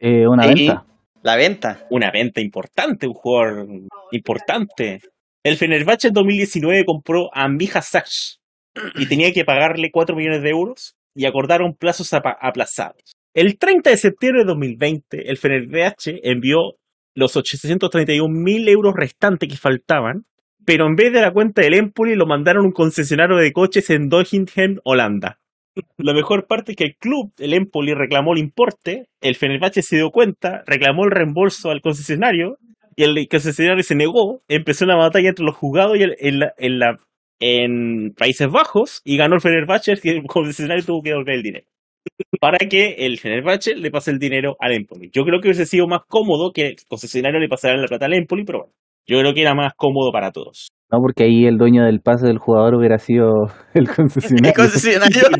Speaker 3: Eh, una
Speaker 2: Sí.
Speaker 3: venta.
Speaker 2: La venta.
Speaker 1: Una venta importante, un jugador importante. El Fenerbahce en 2019 compró a Mija Sash y tenía que pagarle 4 millones de euros y acordaron plazos apa- aplazados. El 30 de septiembre de 2020, el Fenerbahce envió los 831 mil euros restantes que faltaban, pero en vez de la cuenta del Empoli lo mandaron a un concesionario de coches en Doetinchem, Holanda. La mejor parte es que el club, el Empoli, reclamó el importe, el Fenerbahce se dio cuenta, reclamó el reembolso al concesionario y el concesionario se negó, empezó una batalla entre los jugados y el- en, la- en la- en Países Bajos y ganó el Fenerbahce y el concesionario tuvo que devolver el dinero. Para que el Fenerbahce le pase el dinero al Empoli. Yo creo que hubiese sido más cómodo que el concesionario le pasara la plata al Empoli, pero bueno, yo creo que era más cómodo para todos.
Speaker 3: No, porque ahí el dueño del pase del jugador hubiera sido el
Speaker 2: El
Speaker 3: concesionario.
Speaker 2: concesionario.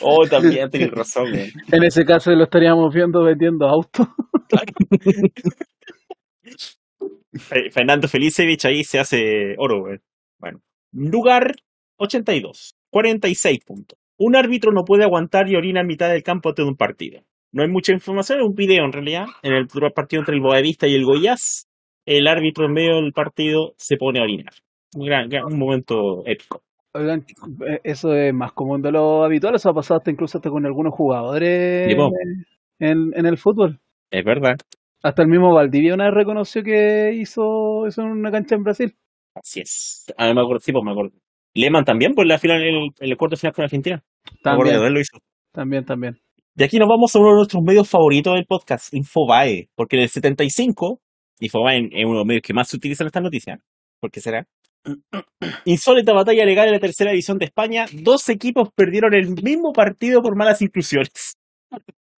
Speaker 1: Oh, también tenés razón, eh. güey.
Speaker 5: En ese caso lo estaríamos viendo vendiendo autos.
Speaker 1: Fe- Fernando Felicevich ahí se hace oro, güey. Bueno. Lugar 82. 46 puntos. Un árbitro no puede aguantar y orina en mitad del campo antes de un partido. No hay mucha información, es un video en realidad. En el primer partido entre el Boavista y el Goiás, el árbitro en medio del partido se pone a orinar. Un, gran, gran- un momento épico.
Speaker 5: Oigan, eh, eso es más común de lo habitual. Eso ha pasado hasta incluso hasta con algunos jugadores
Speaker 1: Sí, po.
Speaker 5: en, en el fútbol.
Speaker 1: Es verdad.
Speaker 5: Hasta el mismo Valdivia una vez reconoció que hizo eso en una cancha en Brasil.
Speaker 1: Así es. Ah, me acuerdo, sí, pues me acuerdo. Lehmann también, por la final, el, el cuarto final con Argentina. Me acuerdo que
Speaker 5: También,
Speaker 1: él lo hizo.
Speaker 5: también, también.
Speaker 1: De aquí nos vamos a uno de nuestros medios favoritos del podcast, Infobae, porque en el 75, Infobae es uno de los medios que más se utilizan estas noticias, ¿por qué será? Insólita batalla legal en la tercera edición de España, dos equipos perdieron el mismo partido por malas inclusiones.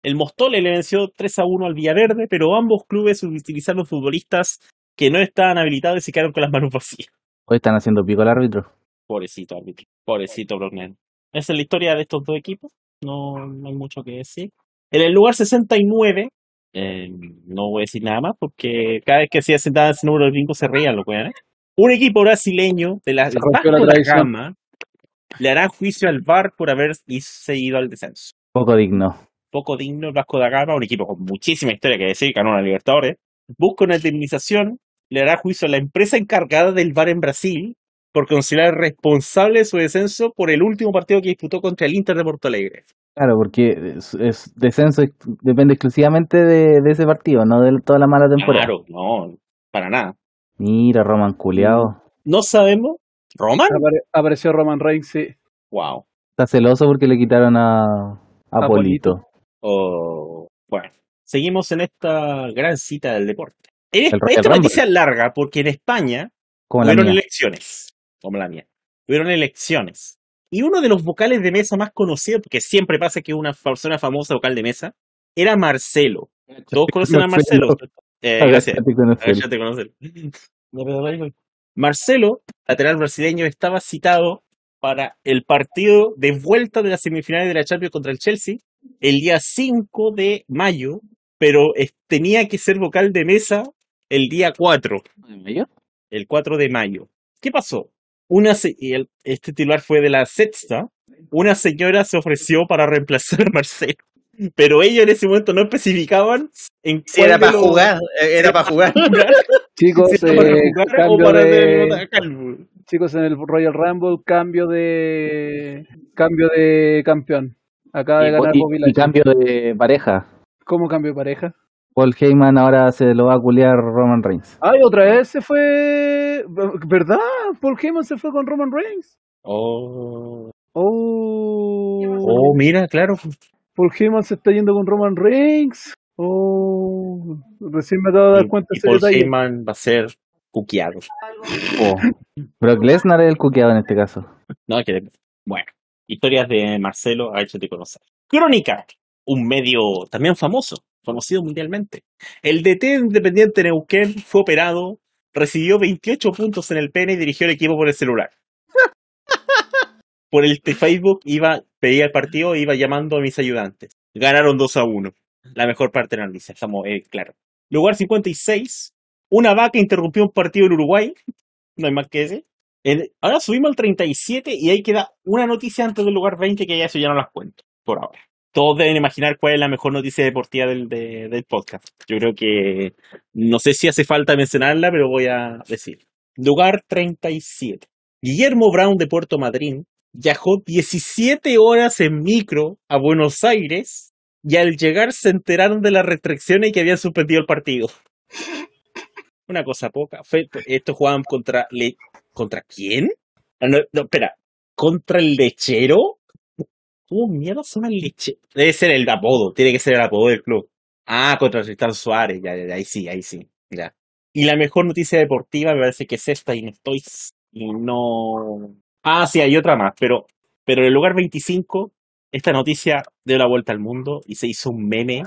Speaker 1: El Mostole le venció 3 a 1 al Villaverde, pero ambos clubes utilizaron futbolistas que no estaban habilitados y se quedaron con las manos vacías.
Speaker 3: Hoy están haciendo pico al árbitro.
Speaker 1: Pobrecito árbitro. Pobrecito Brockner. Esa es la historia de estos dos equipos. No, no hay mucho que decir. En el lugar 69, eh, no voy a decir nada más porque cada vez que hacía sentada ese número del bingo se reían los weones. Un equipo brasileño de la,
Speaker 5: Se
Speaker 1: Vasco
Speaker 5: rompió la
Speaker 1: da
Speaker 5: tradición.
Speaker 1: Gama le hará juicio al VAR por haberse ido al descenso.
Speaker 3: Poco digno.
Speaker 1: Poco digno el Vasco da Gama, un equipo con muchísima historia que decir, ganó la Libertadores. Busca una indemnización, le hará juicio a la empresa encargada del VAR en Brasil por considerar responsable de su descenso por el último partido que disputó contra el Inter de Porto Alegre.
Speaker 3: Claro, porque es, es- descenso ex- depende exclusivamente de, de ese partido, no de toda la mala temporada.
Speaker 1: Claro, no, para nada.
Speaker 3: Mira, Roman culeado.
Speaker 1: No sabemos. ¿Roman?
Speaker 5: Apare- apareció Roman Reigns, sí.
Speaker 1: Wow.
Speaker 3: Está celoso porque le quitaron a, a
Speaker 5: A
Speaker 3: Polito.
Speaker 1: Oh, bueno, seguimos en esta gran cita del deporte. Es-
Speaker 3: El Royal
Speaker 1: esta
Speaker 3: Rumble.
Speaker 1: noticia es larga porque en España
Speaker 3: Como la
Speaker 1: Hubieron
Speaker 3: mía.
Speaker 1: elecciones, como la mía. Hubieron elecciones. Y uno de los vocales de mesa más conocidos, porque siempre pasa que una fa- persona famosa vocal de mesa, era Marcelo. Todos conocen a Marcelo. Eh, gracias.
Speaker 3: Agáchate con el
Speaker 1: A ver,
Speaker 3: suelo.
Speaker 1: ya te conocen. No, pero ahí voy. Marcelo, lateral brasileño, estaba citado para el partido de vuelta de las semifinales de la Champions contra el Chelsea el día 5 de mayo, pero es- tenía que ser vocal de mesa el día 4
Speaker 6: ¿En medio?
Speaker 1: el 4 de mayo. ¿Qué pasó? Una se- y el- este titular fue de la sexta. Una señora se ofreció para reemplazar a Marcelo, pero ellos en ese momento no especificaban en
Speaker 2: Sí, era
Speaker 1: cuál de
Speaker 2: para
Speaker 1: los-
Speaker 2: jugar, eh, era para jugar.
Speaker 1: jugar,
Speaker 5: Chicos,
Speaker 1: si era para
Speaker 5: eh,
Speaker 1: jugar o
Speaker 5: cambio
Speaker 1: para
Speaker 5: de,
Speaker 1: derrotar a Calvo.
Speaker 5: chicos en el Royal Rumble, cambio de cambio de campeón. Acaba Ah, de
Speaker 6: Y-
Speaker 5: ganar
Speaker 3: Y,
Speaker 5: Bobby
Speaker 3: y
Speaker 5: Lashley.
Speaker 3: cambio de pareja.
Speaker 5: ¿Cómo cambio de pareja?
Speaker 3: Paul Heyman ahora se lo va a culear Roman Reigns.
Speaker 5: Ay, otra vez se fue, ¿verdad? Paul Heyman se fue con Roman Reigns.
Speaker 1: Oh,
Speaker 5: Oh,
Speaker 1: oh, mira, claro.
Speaker 5: Paul Heyman se está yendo con Roman Reigns. Oh, recién me acabo de dar
Speaker 1: Y-
Speaker 5: cuenta de
Speaker 1: y
Speaker 5: ese
Speaker 1: Paul
Speaker 5: detalle.
Speaker 1: Heyman va a ser cuqueado.
Speaker 3: Oh. Brock Lesnar es el cuqueado en este caso.
Speaker 1: No, que- bueno, historias de Marcelo ha hecho de conocer. Crónica, un medio también famoso, conocido mundialmente. El DT independiente Neuquén fue operado, recibió 28 puntos en el pene y dirigió el equipo por el celular. Por el t- Facebook iba, pedía el partido e iba llamando a mis ayudantes. Ganaron 2 a 1. La mejor parte de la noticia, estamos eh, claro. Lugar 56. Una vaca interrumpió un partido en Uruguay. No hay más que decir. El- ahora subimos al 37 y ahí queda una noticia antes del lugar 20 que ya eso ya no las cuento por ahora. Todos deben imaginar cuál es la mejor noticia deportiva del, de- del podcast. Yo creo que no sé si hace falta mencionarla, pero voy a decir. Lugar 37. Guillermo Brown de Puerto Madryn viajó 17 horas en micro a Buenos Aires y al llegar se enteraron de las restricciones y que habían suspendido el partido. Una cosa poca. Fue- Estos jugaban contra Le- ¿Contra quién? Ah, No, no, espera. ¿Contra el lechero? ¿Cómo mierda son el lechero? Debe ser el apodo, tiene que ser el apodo del club. Ah, contra Tristan Suárez, ya, ya, ya, ahí sí, ahí sí, ya. Y la mejor noticia deportiva me parece que es esta y no estoy... s- Y no... Ah, sí, hay otra más, pero, pero en el lugar 25, esta noticia dio la vuelta al mundo y se hizo un meme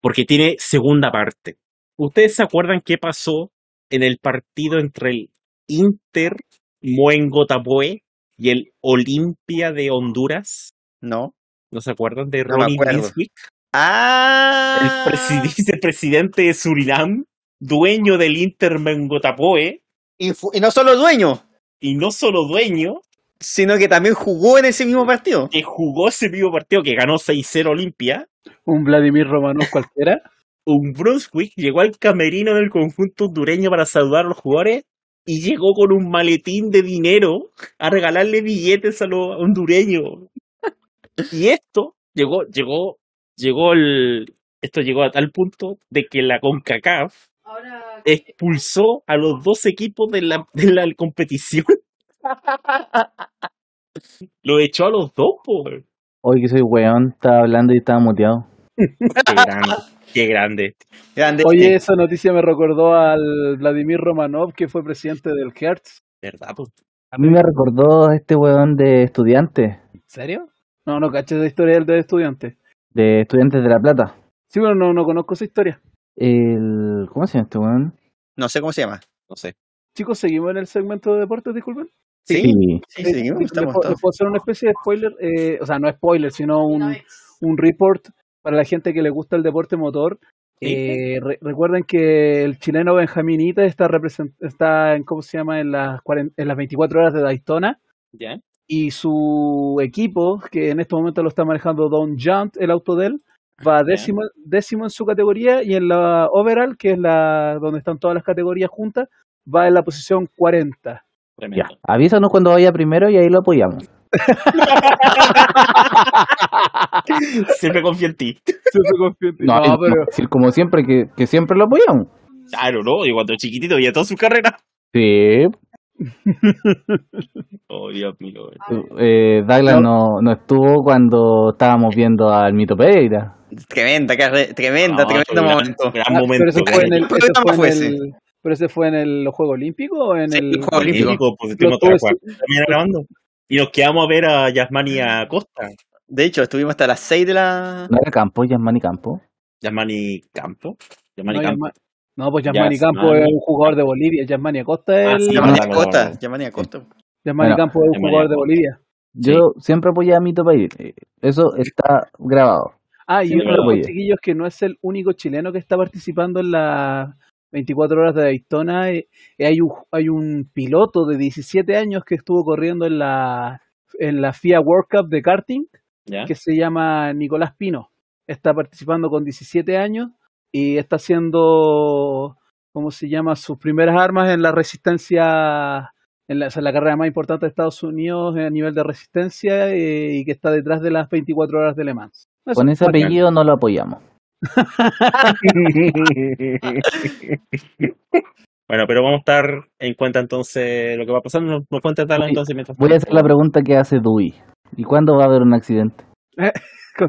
Speaker 1: porque tiene segunda parte. ¿Ustedes se acuerdan qué pasó en el partido entre el Inter Muengo Tapoe y el Olimpia de Honduras.
Speaker 2: No.
Speaker 1: ¿No se acuerdan de
Speaker 2: No me
Speaker 1: Ronnie
Speaker 2: acuerdo.
Speaker 1: Niswick? El
Speaker 2: Ah.
Speaker 1: presidi- vicepresidente de Surinam, dueño del Inter Muengo Tapoe,
Speaker 2: Y, fu- y no solo dueño,
Speaker 1: y no solo dueño,
Speaker 2: sino que también jugó en ese mismo partido.
Speaker 1: que jugó ese mismo partido que ganó 6-0 Olimpia.
Speaker 5: Un Vladimir Romanov cualquiera.
Speaker 1: Un Brunswick llegó al camerino del conjunto hondureño para saludar a los jugadores y llegó con un maletín de dinero a regalarle billetes a los hondureños. Y esto llegó, llegó, llegó el, esto llegó a tal punto de que la CONCACAF expulsó a los dos equipos de la, de la competición. Lo echó a los dos, por.
Speaker 3: Hoy que soy weón, estaba hablando y estaba muteado.
Speaker 1: Qué grande, qué grande.
Speaker 2: Grande.
Speaker 5: Oye, esa noticia me recordó al Vladimir Romanov, que fue presidente del Hertz.
Speaker 1: ¿Verdad? po?
Speaker 3: A mí me recordó este weón de estudiantes,
Speaker 5: ¿En serio? No, no caché la historia del de estudiante.
Speaker 3: de estudiantes de La Plata.
Speaker 5: Sí, bueno, no, no conozco esa historia.
Speaker 3: El, ¿Cómo se llama este weón?
Speaker 2: No sé cómo se llama. No sé.
Speaker 5: Chicos, seguimos en el segmento de deportes, disculpen. Eh,
Speaker 2: Sí, sí,
Speaker 3: Sí.
Speaker 2: sí, seguimos,
Speaker 5: ¿Les
Speaker 2: estamos
Speaker 5: puedo-
Speaker 2: todos.
Speaker 5: les puedo hacer una especie de spoiler, eh, o sea, no spoiler, sino un, un report para la gente que le gusta el deporte motor.
Speaker 1: Sí.
Speaker 5: Eh, re- recuerden que el chileno Benjaminita está, represent- está en, ¿cómo se llama?, en las, cuaren- en las 24 horas de Daytona.
Speaker 1: ¿Ya?
Speaker 5: y su equipo, que en este momento lo está manejando Don Junt, el auto de él, va décimo, décimo en su categoría y en la overall, que es la donde están todas las categorías juntas, va en la posición 40.
Speaker 3: Ya.
Speaker 1: Tremendo.
Speaker 3: Avísanos cuando vaya primero y ahí lo apoyamos.
Speaker 1: Siempre confío en ti.
Speaker 3: No, y vamos a decir como siempre, que, que siempre lo apoyamos.
Speaker 1: Claro, ¿no? Y cuando chiquitito veía toda su carrera.
Speaker 3: Sí.
Speaker 1: Oh, Dios mío.
Speaker 3: Eh, Douglas no, no estuvo cuando estábamos viendo al Mito Pereira.
Speaker 2: Tremenda, carre- tremenda,
Speaker 1: No,
Speaker 2: tremendo
Speaker 1: gran-
Speaker 2: momento.
Speaker 1: Gran
Speaker 5: Ah,
Speaker 1: momento.
Speaker 5: pero eso
Speaker 1: gran
Speaker 5: fue en el,
Speaker 2: ¿Qué
Speaker 5: eso
Speaker 2: programa
Speaker 5: fue en
Speaker 2: fue
Speaker 5: el- pero ese fue en el Juego Olímpico o en
Speaker 2: Sí,
Speaker 5: el,
Speaker 2: el Juego Olímpico.
Speaker 1: pues, estuvimos toda la cuadra también grabando. Y nos quedamos a ver a Yasmani y a Costa.
Speaker 2: De hecho, estuvimos hasta las 6 de la.
Speaker 3: ¿No era Campo, Yasmani Campo?
Speaker 1: Yasmani Campo. Yasmani
Speaker 5: No,
Speaker 1: Campo.
Speaker 5: Yasma- no, pues Yasmani
Speaker 1: Yasmani.
Speaker 5: Campo es un jugador de Bolivia, Yasmani Acosta
Speaker 1: Ah,
Speaker 5: es
Speaker 1: sí,
Speaker 5: el-
Speaker 1: Yasmani.
Speaker 2: Llamani
Speaker 1: no, no,
Speaker 2: Acosta.
Speaker 1: no.
Speaker 2: Llamani Acosta.
Speaker 5: Yamari
Speaker 3: Bueno,
Speaker 5: Campo es un
Speaker 1: Yamari
Speaker 5: jugador de
Speaker 1: Campo.
Speaker 5: Bolivia.
Speaker 3: Yo siempre apoyé a Mito País. Eh, Eso está grabado.
Speaker 5: Ah, y
Speaker 1: Sí,
Speaker 5: uno
Speaker 1: lo
Speaker 5: de los
Speaker 3: apoyé.
Speaker 5: chiquillos que no es el único chileno que está participando en las 24 horas de Daytona. eh, eh, hay, un, hay un piloto de 17 años que estuvo corriendo en la, en la FIA World Cup de karting
Speaker 1: ¿Ya?
Speaker 5: que se llama Nicolás Pino. Está participando con 17 años y está haciendo, ¿cómo se llama?, sus primeras armas en la resistencia, en la, o sea, la carrera más importante de Estados Unidos a nivel de resistencia eh, y que está detrás de las 24 horas de Le Mans. Eso,
Speaker 3: Con ese
Speaker 5: bacán.
Speaker 3: apellido no lo apoyamos.
Speaker 1: bueno, pero vamos a estar en cuenta entonces lo que va pasando. Nos, nos cuenta tal
Speaker 3: Voy-
Speaker 1: entonces mientras
Speaker 3: Voy a hacer la pregunta que hace Dewey. ¿Y cuándo va a haber un accidente?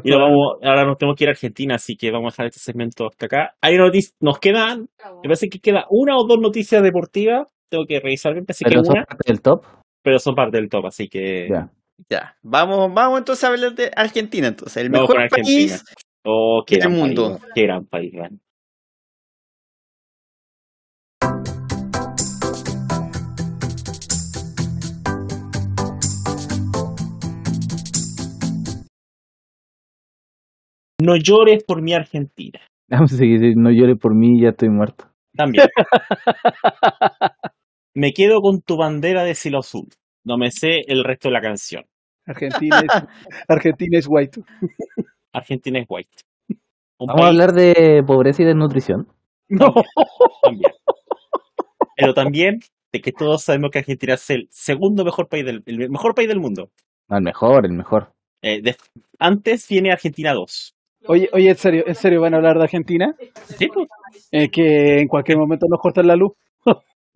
Speaker 1: Y lo vamos, ahora nos tenemos que ir a Argentina, así que vamos a dejar este segmento hasta acá. Hay noticias, nos quedan, me parece que queda una o dos noticias deportivas. Tengo que revisar bien, pensé que
Speaker 3: ¿Pero son
Speaker 1: una,
Speaker 3: parte del top?
Speaker 1: pero son parte del top, así que
Speaker 3: Ya.
Speaker 2: Ya, vamos, vamos entonces a hablar de Argentina entonces, el
Speaker 1: Vamos
Speaker 2: mejor
Speaker 1: con Argentina.
Speaker 2: país.
Speaker 1: Oh, qué
Speaker 2: Del
Speaker 1: gran país,
Speaker 2: mundo.
Speaker 1: weón. qué gran país, weón. No llores por mi Argentina.
Speaker 3: Vamos a seguir, no llore por mí, ya estoy muerto.
Speaker 1: También. me quedo con tu bandera de cielo azul. No me sé el resto de la canción.
Speaker 5: Argentina, es, Argentina es white.
Speaker 1: Argentina es white. Un
Speaker 3: Vamos a hablar de pobreza y desnutrición.
Speaker 5: No,
Speaker 1: también. Pero también de que todos sabemos que Argentina es el segundo mejor país del el mejor país del mundo.
Speaker 3: No, el mejor, el mejor.
Speaker 1: Eh, de- antes viene Argentina 2.
Speaker 5: oye, oye, en serio, en serio, van a hablar de Argentina.
Speaker 1: ¿Sí? pues.
Speaker 5: Eh, que en cualquier momento nos cortan la luz.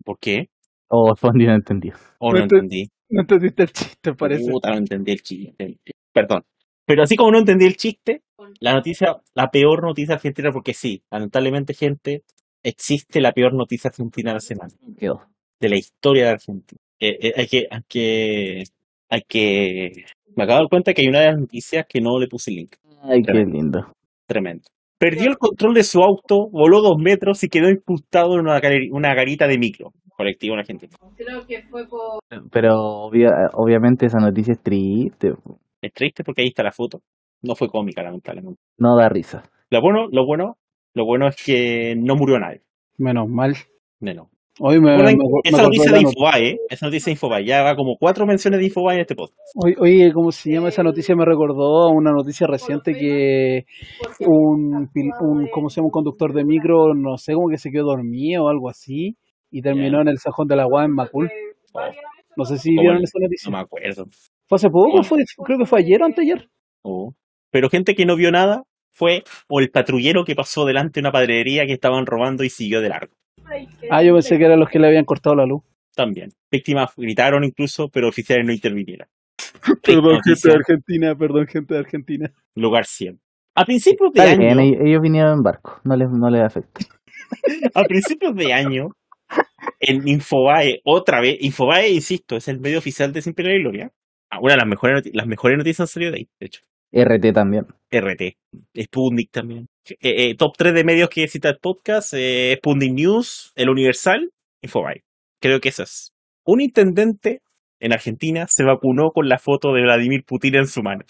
Speaker 1: ¿Por qué?
Speaker 3: Oh, Fondi no entendió.
Speaker 1: O no
Speaker 5: Entonces,
Speaker 1: entendí.
Speaker 5: No entendiste el chiste, parece.
Speaker 1: Puta, no entendí el chiste. Perdón. Pero así como no entendí el chiste, la noticia, la peor noticia argentina, porque sí, lamentablemente, gente, existe la peor noticia argentina de la semana,
Speaker 3: Quedó.
Speaker 1: de la historia de Argentina. Eh, eh, hay que, hay que, hay que. Me acabo de dar cuenta que hay una de las noticias que no le puse link.
Speaker 3: Ay, qué lindo.
Speaker 1: Tremendo. Perdió el control de su auto, voló dos metros y quedó imputado en una, galeri- una garita de micro. Colectivo en Argentina.
Speaker 4: Creo que fue por.
Speaker 3: Pero obvia- obviamente esa noticia es triste.
Speaker 1: Es triste porque ahí está la foto. No fue cómica, lamentablemente.
Speaker 3: No da risa.
Speaker 1: Lo bueno, lo bueno, lo bueno es que no murió nadie.
Speaker 5: Menos mal.
Speaker 1: Menos.
Speaker 5: Hoy me, Eh, me,
Speaker 1: Recuerden,
Speaker 5: me
Speaker 1: esa
Speaker 5: acordé de
Speaker 1: noticia
Speaker 5: la
Speaker 1: de
Speaker 5: not-
Speaker 1: Infobae, ¿eh? esa noticia de Infobae, ya va como cuatro menciones de Infobae en este podcast.
Speaker 5: Oye, oye, ¿cómo se llama esa noticia? Me recordó a una noticia reciente que un, pil- un ¿cómo se llama? un conductor de micro, no sé, como que se quedó dormido o algo así, y terminó
Speaker 1: Ya.
Speaker 5: en el sajón de la agua en Macul.
Speaker 1: Oh,
Speaker 5: No sé si
Speaker 1: Bueno,
Speaker 5: vieron esa
Speaker 1: no
Speaker 5: noticia.
Speaker 1: me acuerdo.
Speaker 5: ¿Fue hace poco?
Speaker 1: Bueno.
Speaker 5: Fue, creo que fue ayer o anteayer.
Speaker 1: Oh. Pero gente que no vio nada fue o el patrullero que pasó delante de una padrería que estaban robando y siguió de largo.
Speaker 5: Ah, yo pensé que eran los que le habían cortado la luz.
Speaker 1: También. Víctimas gritaron incluso, pero oficiales no intervinieron.
Speaker 5: Perdón, gente
Speaker 1: Noticia,
Speaker 5: de Argentina, perdón, gente de Argentina.
Speaker 1: Lugar 100. A principios de
Speaker 3: Está bien,
Speaker 1: año,
Speaker 3: ellos, ellos vinieron en barco. No les, no les afecta.
Speaker 1: a principios de año, en Infobae, otra vez, Infobae, insisto, es el medio oficial de Sin Pena ni Gloria. Ah, Una de las mejores, noti- las mejores noticias han salido de ahí, de hecho.
Speaker 3: RT también.
Speaker 1: RT, Sputnik también. Eh, eh, top 3 de medios que cita el podcast, eh, Sputnik News, El Universal, Infobae. Creo que esas. Un intendente en Argentina se vacunó con la foto de Vladimir Putin en su mano.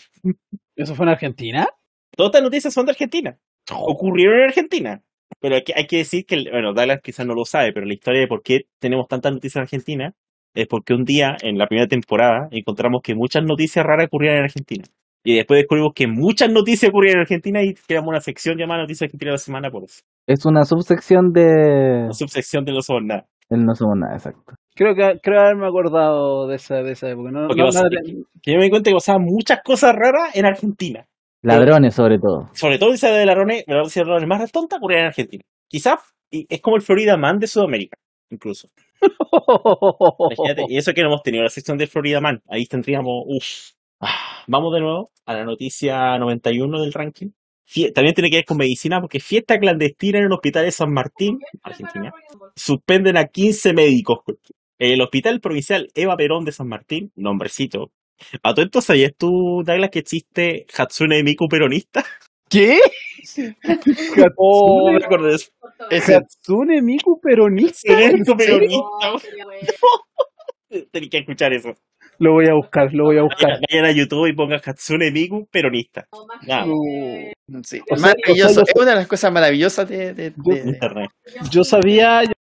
Speaker 5: ¿Eso fue en Argentina?
Speaker 1: Todas estas noticias son de Argentina. Ocurrieron en Argentina. Pero hay que, hay que decir que, bueno, Dallas quizás no lo sabe, pero la historia de por qué tenemos tantas noticias en Argentina es porque un día, en la primera temporada, encontramos que muchas noticias raras ocurrían en Argentina. Y después descubrimos que muchas noticias ocurrían en Argentina y creamos una sección llamada Noticias Argentinas de la Semana por eso.
Speaker 3: Es una subsección de...
Speaker 1: La subsección de los sobornados.
Speaker 3: El no somos nada, exacto.
Speaker 5: Creo que creo haberme acordado de esa, de esa época. No,
Speaker 1: Porque
Speaker 5: no-
Speaker 1: vos-
Speaker 5: nada-
Speaker 1: Que yo me di cuenta que pasaban muchas cosas raras en Argentina.
Speaker 3: Ladrones sobre todo.
Speaker 1: Sobre todo dice de Larone, la noticia de Larone más tonta ocurría en Argentina. Quizás y es como el Florida Man de Sudamérica, incluso. Imagínate, y eso que no hemos tenido la sección de Florida Man. Ahí tendríamos. uff. Ah, Vamos de nuevo a la noticia 91 del ranking. Fie- También tiene que ver con medicina, porque fiesta clandestina en el hospital de San Martín, Argentina. Suspenden a 15 médicos. En el hospital provincial Eva Perón de San Martín, nombrecito. A todo esto, ¿sabías tú, Douglas, que existe Hatsune Miku peronista?
Speaker 5: ¿Qué?
Speaker 1: Oh,
Speaker 5: Oh, Hatsune,
Speaker 1: me acordé de eso. Es el
Speaker 5: Hatsune Miku peronista.
Speaker 1: Hatsune Miku
Speaker 5: ¿En serio?
Speaker 1: peronista. Tenés que escuchar eso.
Speaker 5: Lo voy a buscar, lo voy a buscar.
Speaker 1: Vayan a YouTube y pongan Hatsune Miku peronista. Nada,
Speaker 2: Sí,
Speaker 5: O sea, o
Speaker 2: maravilloso.
Speaker 5: sea, yo-
Speaker 2: es una de las cosas maravillosas de, de- de- de-
Speaker 1: internet.
Speaker 5: Yo sabía, yo,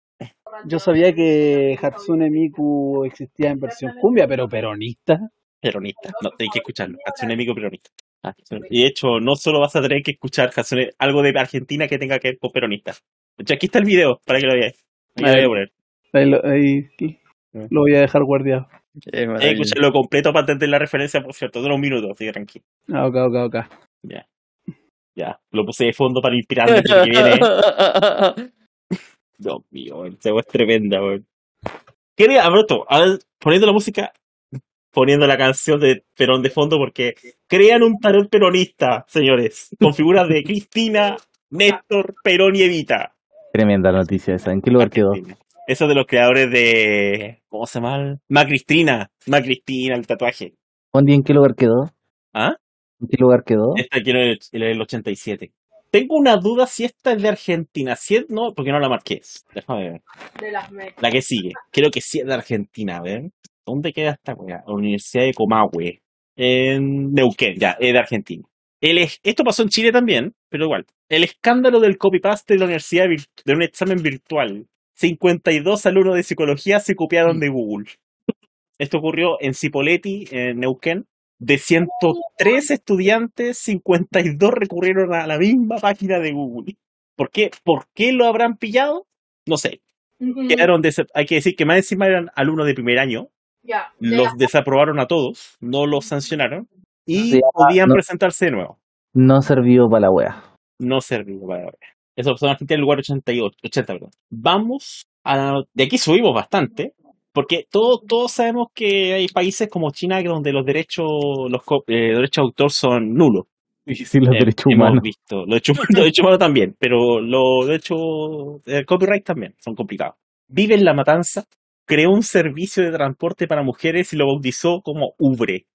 Speaker 5: yo sabía que Hatsune Miku existía en versión cumbia, pero peronista.
Speaker 1: Peronista. No, tenés que escucharlo. Hatsune Miku peronista. Ah, Hatsune- Y de hecho, no solo vas a tener que escuchar Hatsune- algo de Argentina que tenga que ver con peronista. De hecho, aquí está el video para que lo veáis. Aquí lo voy a poner.
Speaker 5: Ahí lo, ahí lo voy a dejar guardado.
Speaker 2: es
Speaker 1: Hay que
Speaker 2: maravilloso.
Speaker 1: escucharlo completo para entender la referencia, por cierto, de unos minutos, así que tranquilo.
Speaker 5: Ah, ok, ok, ok.
Speaker 1: Ya, lo puse de fondo para inspirarme porque viene. Dios mío, el tema es tremenda, weón. Quería, Abroto, a ver, poniendo la música, poniendo la canción de Perón de fondo, porque crean un tarot peronista, señores, con figuras de Cristina, Néstor, Perón y Evita.
Speaker 3: Tremenda noticia esa. ¿En qué lugar quedó?
Speaker 1: Eso de los creadores de. ¿Cómo se llama? Macristina. Macristina, el tatuaje.
Speaker 3: Fondi, ¿en qué lugar quedó?
Speaker 1: ¿Ah?
Speaker 3: ¿En qué lugar quedó?
Speaker 1: Esta aquí en el, en el 87. Tengo una duda si esta es de Argentina. Si es, no, porque no la marqué. Déjame ver.
Speaker 4: De las me-
Speaker 1: La que sigue. Creo que sí es de Argentina. A ver. ¿Dónde queda esta weá? La Universidad de Comahue. En Neuquén, ya, es de Argentina. El es- esto pasó en Chile también, pero igual. El escándalo del copy-paste de la universidad vir- de un examen virtual. 52 alumnos de psicología se copiaron de Google. Esto ocurrió en Cipolletti, en Neuquén. De 103 estudiantes, 52 recurrieron a la misma página de Google. ¿Por qué? ¿Por qué lo habrán pillado? No sé quedaron desa- hay que decir que más encima eran alumnos de primer año,
Speaker 4: Ya, de
Speaker 1: los
Speaker 4: las-
Speaker 1: desaprobaron a todos, no los sancionaron y
Speaker 3: Sí, ah,
Speaker 1: podían
Speaker 3: no.
Speaker 1: presentarse de nuevo.
Speaker 3: No sirvió para la wea.
Speaker 1: No sirvió para ahora. Esa persona que tiene el lugar 88, 80, perdón. Vamos a de aquí subimos bastante. Porque todos, todos sabemos que hay países como China que donde los derechos, los co- eh, derechos de autor son nulos.
Speaker 3: Sí, sí, los
Speaker 1: Eh,
Speaker 3: derechos
Speaker 1: hemos
Speaker 3: humanos.
Speaker 1: visto. Los derechos humanos, los derechos humanos también, pero los derechos el copyright también son complicados. Vive en la matanza, creó un servicio de transporte para mujeres y lo bautizó como Ubre.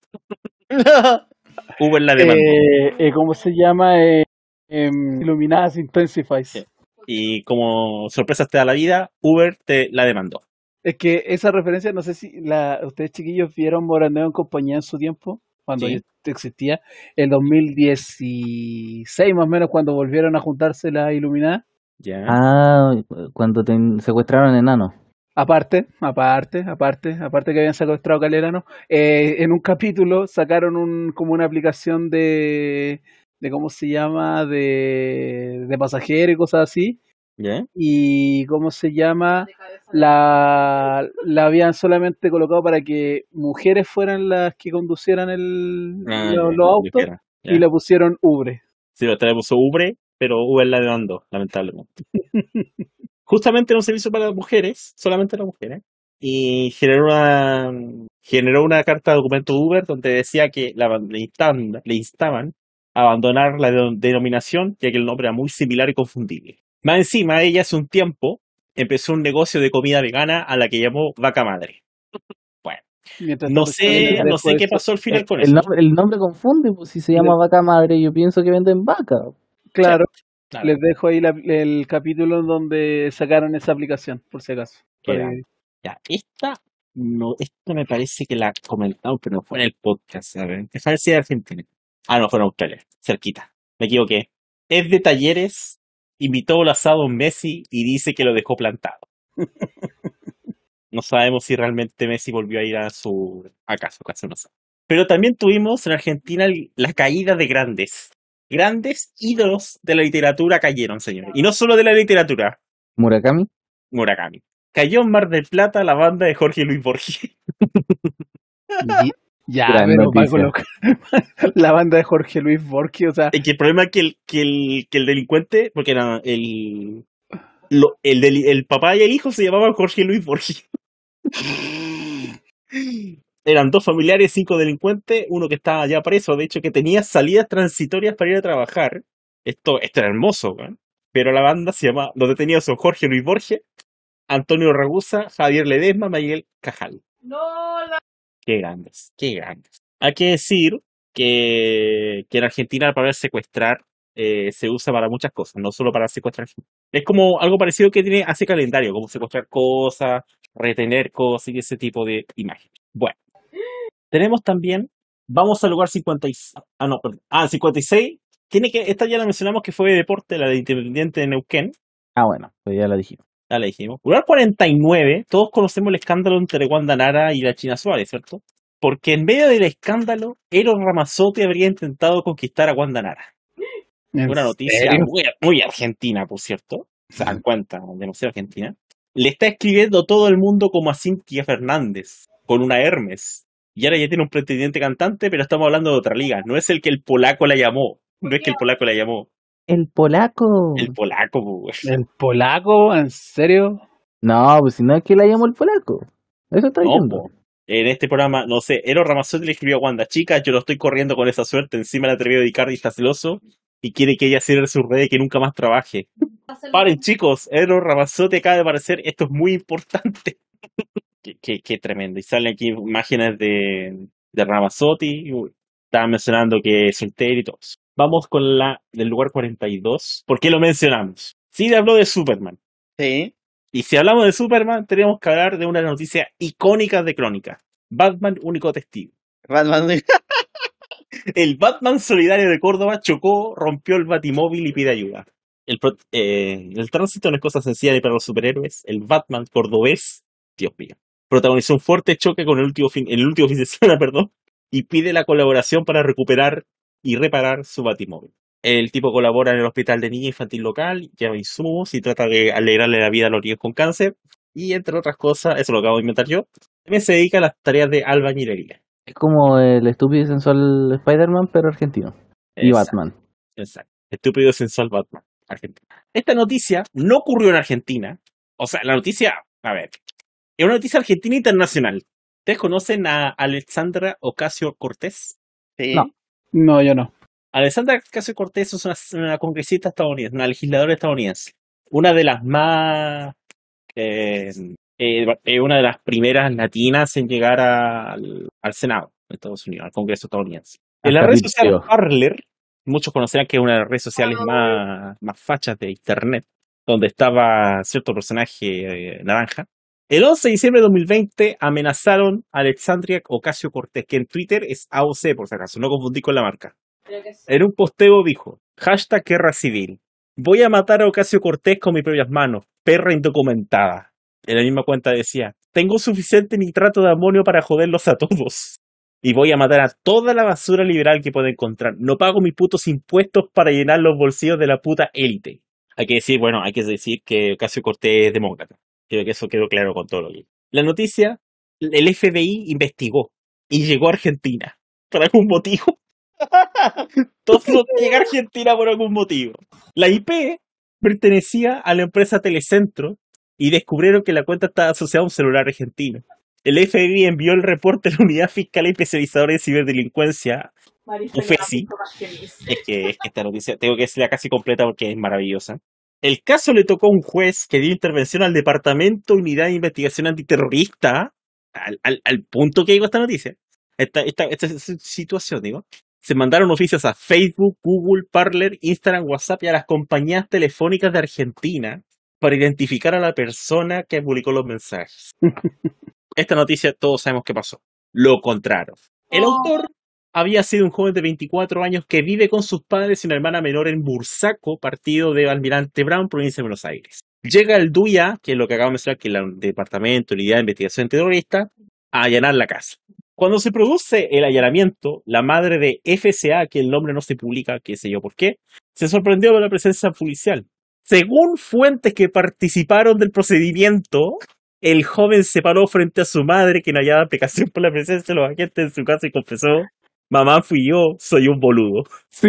Speaker 1: Uber la demandó.
Speaker 5: Eh, eh, ¿Cómo se llama? Eh, em, Iluminadas Intensifies.
Speaker 1: Sí. Y como sorpresa te da la vida, Uber te la demandó.
Speaker 5: Es que esa referencia, no sé si la, ustedes chiquillos vieron Morandeo en compañía en su tiempo, cuando
Speaker 1: Sí.
Speaker 5: yo existía, el 2016 más o menos, cuando volvieron a juntarse las iluminadas.
Speaker 1: Ya.
Speaker 3: Ah, cuando te secuestraron enano.
Speaker 5: Aparte, aparte, aparte, aparte que habían secuestrado a Calerano, eh, en un capítulo sacaron un, como una aplicación de, de ¿cómo se llama? De, de pasajero y cosas así.
Speaker 1: ya.
Speaker 5: Y ¿cómo se llama?
Speaker 4: de cabeza.
Speaker 5: La, la habían solamente colocado para que mujeres fueran las que conducieran el,
Speaker 1: Ah,
Speaker 5: los,
Speaker 1: ya,
Speaker 5: los
Speaker 1: yo
Speaker 5: autos
Speaker 1: quiero.
Speaker 5: y le pusieron Ubre.
Speaker 1: Sí, lo traemos a Ubre, pero Uber la demandó, lamentablemente. Justamente era un servicio para mujeres, solamente para mujeres. Y generó una, generó una carta de documento Uber donde decía que la- le, instan- le instaban a abandonar la de- denominación, ya que el nombre era muy similar y confundible. Más encima, ella hace un tiempo empezó un negocio de comida vegana a la que llamó Vaca Madre.
Speaker 5: Mientras
Speaker 1: No
Speaker 5: tanto,
Speaker 1: sé,
Speaker 5: Chile
Speaker 1: no sé
Speaker 5: después-
Speaker 1: qué pasó al final con
Speaker 3: el,
Speaker 1: eso.
Speaker 3: nombre, el nombre confunde, pues si se llama vaca madre, yo pienso que venden vaca.
Speaker 5: Claro,
Speaker 1: Claro.
Speaker 5: les dejo ahí la- el capítulo en donde sacaron esa aplicación, por si acaso.
Speaker 1: Que
Speaker 5: Para
Speaker 1: era-
Speaker 5: que-
Speaker 1: Ya, esta no, esta me parece que la comentamos, pero no fue en el podcast. A ver, déjame ver si es de Argentina. Ah, no, fue en Australia, cerquita. Me equivoqué. Es de Talleres, invitó al asado Messi y dice que lo dejó plantado. No sabemos si realmente Messi volvió a ir a su a casa, a casa, no sé. Pero también tuvimos en Argentina el- la caída de grandes. Grandes ídolos de la literatura cayeron, señores. Y no solo de la literatura,
Speaker 3: Murakami.
Speaker 1: Murakami. Cayó en Mar del Plata la banda de Jorge Luis Borges.
Speaker 5: y- ya,
Speaker 3: Gran
Speaker 5: pero para
Speaker 3: noticia.
Speaker 5: colocar- la banda de Jorge Luis Borges, o sea,
Speaker 1: Es que el problema es que el, que el, que el delincuente, porque era el, lo- el, deli- el papá y el hijo se llamaban Jorge Luis Borges. Eran dos familiares, cinco delincuentes, uno que estaba ya preso, de hecho que tenía salidas transitorias para ir a trabajar. Esto, esto era hermoso, weón. pero la banda se llama, los detenidos son Jorge Luis Borges, Antonio Ragusa, Javier Ledesma, Miguel Cajal.
Speaker 4: No, la...
Speaker 1: Qué grandes, qué grandes. Hay que decir que, que en Argentina la palabra secuestrar eh, se usa para muchas cosas, no solo para secuestrar. gente. Es como algo parecido que tiene hace calendario, como secuestrar cosas, retener cosas y ese tipo de imágenes. Bueno, tenemos también, vamos al lugar 56, ah, no, perdón, ah, 56, tiene que, esta ya la mencionamos que fue de deporte, la de Independiente de Neuquén,
Speaker 3: Ah, bueno, pues ya lo dijimos.
Speaker 1: ya la dijimos. Lugar 49, todos conocemos el escándalo entre Wanda Nara y la China Suárez, ¿cierto? Porque en medio del escándalo, Eros Ramazotti habría intentado conquistar a Wanda Nara.
Speaker 5: ¿En
Speaker 1: Una noticia
Speaker 5: serio?
Speaker 1: muy, muy argentina, por cierto. Se dan cuenta, demasiado argentina. Le está escribiendo todo el mundo como a Cintia Fernández, con una Hermes. Y ahora ya tiene un pretendiente cantante, pero estamos hablando de otra liga. No es el que el polaco la llamó. No es que el polaco la llamó.
Speaker 3: El polaco.
Speaker 1: El
Speaker 5: Mm.
Speaker 1: polaco, pues, güey.
Speaker 5: ¿El polaco? ¿En serio?
Speaker 3: No, pues si no es que la llamó el polaco. Eso está
Speaker 1: No,
Speaker 3: diciendo.
Speaker 1: po. En este programa, no sé, Ero Ramazotti le escribió a Wanda, chica, yo lo estoy corriendo con esa suerte. Encima la atrevido a Icardi está celoso y quiere que ella cierre su red y que nunca más trabaje. Paren, chicos, Ero Ramazotti acaba de aparecer, esto es muy importante. qué, qué- qué tremendo. Y salen aquí imágenes de, de Ramazotti. Estaban mencionando que es soltero y todo eso. Vamos con la del lugar 42. ¿Por qué lo mencionamos? Sí, le habló de Superman.
Speaker 2: Sí.
Speaker 1: Y si hablamos de Superman, tenemos que hablar de una noticia icónica de Crónica. Batman único testigo.
Speaker 2: Batman,
Speaker 1: El Batman solidario de Córdoba chocó, rompió el batimóvil y pide ayuda. El, pro- eh, el tránsito no es cosa sencilla ni para los superhéroes. El Batman cordobés, Dios mío, protagonizó un fuerte choque con el último fin, el último fin de semana, perdón, y pide la colaboración para recuperar y reparar su batimóvil. El tipo colabora en el hospital de niña infantil local, lleva insumos y trata de alegrarle la vida a los niños con cáncer. Y entre otras cosas, eso lo acabo de inventar yo, también se dedica a las tareas de albañilería.
Speaker 3: Es como el estúpido y sensual Spider-Man, pero argentino. Y
Speaker 1: Exacto.
Speaker 3: Batman.
Speaker 1: Exacto. Estúpido y sensual Batman. Argentina. Esta noticia no ocurrió en Argentina. O sea, la noticia, a ver, es una noticia argentina internacional. ¿Ustedes conocen a Alexandra Ocasio Cortés?
Speaker 2: sí.
Speaker 3: No.
Speaker 5: No, yo no.
Speaker 1: Alexandra Ocasio Cortés es una, una congresista estadounidense, una legisladora estadounidense. Una de las más. eh, eh, eh, una de las primeras latinas en llegar al, al Senado de Estados Unidos, al Congreso estadounidense. En la
Speaker 3: Hasta
Speaker 1: red
Speaker 3: Bill
Speaker 1: social
Speaker 3: Gates.
Speaker 1: Parler, muchos conocerán que es una de las redes sociales más, más fachas de Internet, donde estaba cierto personaje eh, naranja. El 11 de diciembre de 2020 amenazaron a Alexandria Ocasio Cortés, que en Twitter es AOC, por si acaso, no confundí con la marca.
Speaker 5: Eh,
Speaker 1: En un posteo dijo, hashtag guerra civil. Voy a matar a Ocasio Cortés con mis propias manos, perra indocumentada. En la misma cuenta decía, tengo suficiente nitrato de amonio para joderlos a todos. Y voy a matar a toda la basura liberal que pueda encontrar. No pago mis putos impuestos para llenar los bolsillos de la puta élite. Hay que decir, bueno, hay que decir que Ocasio Cortés es demócrata. Creo que eso quedó claro con todo lo que. La noticia, el FBI investigó y llegó a Argentina. Por algún motivo. Entonces llega a Argentina por algún motivo. La IP pertenecía a la empresa Telecentro y descubrieron que la cuenta estaba asociada a un celular argentino. El FBI envió el reporte a la Unidad Fiscal Especializadora de Ciberdelincuencia. Ufesi. Es que, es que esta noticia tengo que decirla casi completa porque es maravillosa. El caso le tocó a un juez que dio intervención al Departamento Unidad de Investigación Antiterrorista, al, al- al punto que llegó esta noticia, esta- esta- esta situación, digo, se mandaron oficios a Facebook, Google, Parler, Instagram, WhatsApp y a las compañías telefónicas de Argentina para identificar a la persona que publicó los mensajes. Esta noticia todos sabemos qué pasó. Lo contrario. El
Speaker 4: Oh.
Speaker 1: autor había sido un joven de 24 años que vive con sus padres y una hermana menor en Bursaco, partido de Almirante Brown, provincia de Buenos Aires. Llega el DUIA, que es lo que acabo de mencionar, que es el Departamento de Unidad de Investigación Terrorista, a allanar la casa. Cuando se produce el allanamiento, la madre de FCA, que el nombre no se publica, qué sé yo por qué, se sorprendió de la presencia policial. Según fuentes que participaron del procedimiento, el joven se paró frente a su madre, quien hallaba aplicación por la presencia de los agentes en su casa y confesó, mamá fui yo, soy un boludo.
Speaker 3: Sí,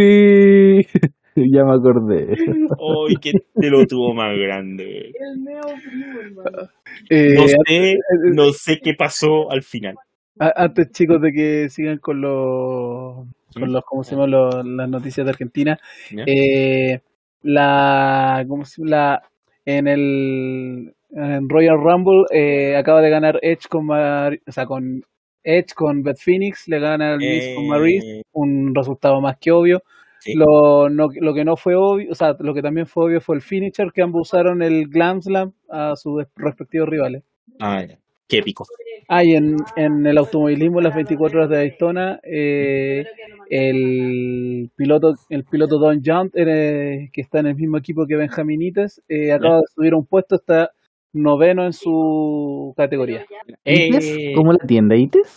Speaker 3: ya me acordé.
Speaker 1: ¡Ay, qué te lo tuvo más grande!
Speaker 4: El neo primo, hermano.
Speaker 5: Eh,
Speaker 1: No sé, no sé qué pasó al final.
Speaker 5: a- Antes, chicos, de que sigan con los, con los ¿cómo se llama? Los- las noticias de Argentina.
Speaker 1: Ya.
Speaker 5: Eh, la, ¿cómo se llama? La- en el en Royal Rumble eh, acaba de ganar Edge con, Mar- o sea, con Edge con Beth Phoenix, le gana el Miz con Maryse,
Speaker 1: Eh,
Speaker 5: un resultado más que obvio.
Speaker 1: Sí.
Speaker 5: Lo, no- lo que no fue obvio, o sea, lo que también fue obvio fue el finisher que ambos usaron el Glam Slam a sus respectivos rivales.
Speaker 1: Ah, ya. Qué épico.
Speaker 5: Hay Ah, en, en el automovilismo las 24 horas de Daytona, eh, el piloto el piloto Don Junt, eh, que está en el mismo equipo que Benjaminitas, eh, acaba de subir un puesto, está noveno en su categoría.
Speaker 1: Eh,
Speaker 3: ¿Ites? ¿Cómo la tienda ITES?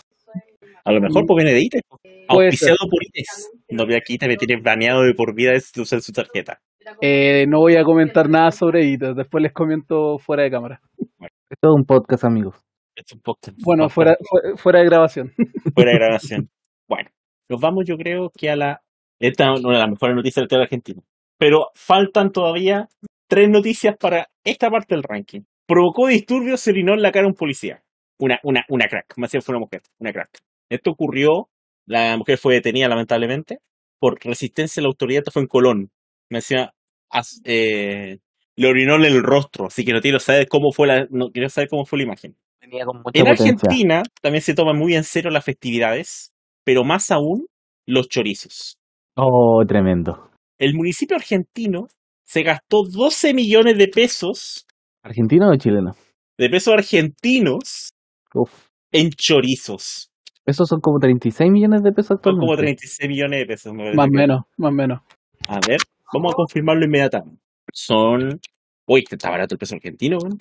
Speaker 1: A lo mejor porque viene de ITES.
Speaker 5: Puede
Speaker 1: Auspiciado por ITES. No ve aquí, te me tiene baneado de por vida de usar su tarjeta.
Speaker 5: Eh, no voy a comentar nada sobre Itos, después les comento fuera de cámara.
Speaker 3: Esto es un podcast, amigos.
Speaker 1: Es un podcast.
Speaker 5: Bueno,
Speaker 1: Podcast
Speaker 5: fuera, fue- fuera de grabación.
Speaker 1: fuera de grabación. Bueno, nos vamos yo creo que a la... Esta es una de las mejores noticias del tema argentino. Pero faltan todavía tres noticias para esta parte del ranking. Provocó disturbios, se orinó en la cara a un policía. Una, una, una crack. Más bien fue una mujer, una crack. Esto ocurrió, la mujer fue detenida lamentablemente, por resistencia a la autoridad, esto fue en Colón. Me decía, as- eh, le orinó en el rostro, así que no quiero saber cómo fue la, no quiero saber cómo fue la imagen.
Speaker 3: Venía con mucha
Speaker 1: En
Speaker 3: potencia.
Speaker 1: Argentina también se toman muy en serio las festividades, pero más aún los chorizos.
Speaker 3: Oh, tremendo.
Speaker 1: El municipio argentino se gastó 12 millones de pesos,
Speaker 3: ¿Argentino o chileno?
Speaker 1: de pesos argentinos,
Speaker 3: Uf.
Speaker 1: en chorizos.
Speaker 3: Esos son como 36 millones de pesos
Speaker 1: Son
Speaker 3: actualmente.
Speaker 1: como 36 millones de pesos. me parece
Speaker 5: Más o
Speaker 1: que-
Speaker 5: menos, más o menos.
Speaker 1: A ver, vamos a confirmarlo inmediatamente. Son... Uy, que está barato el peso argentino. weón.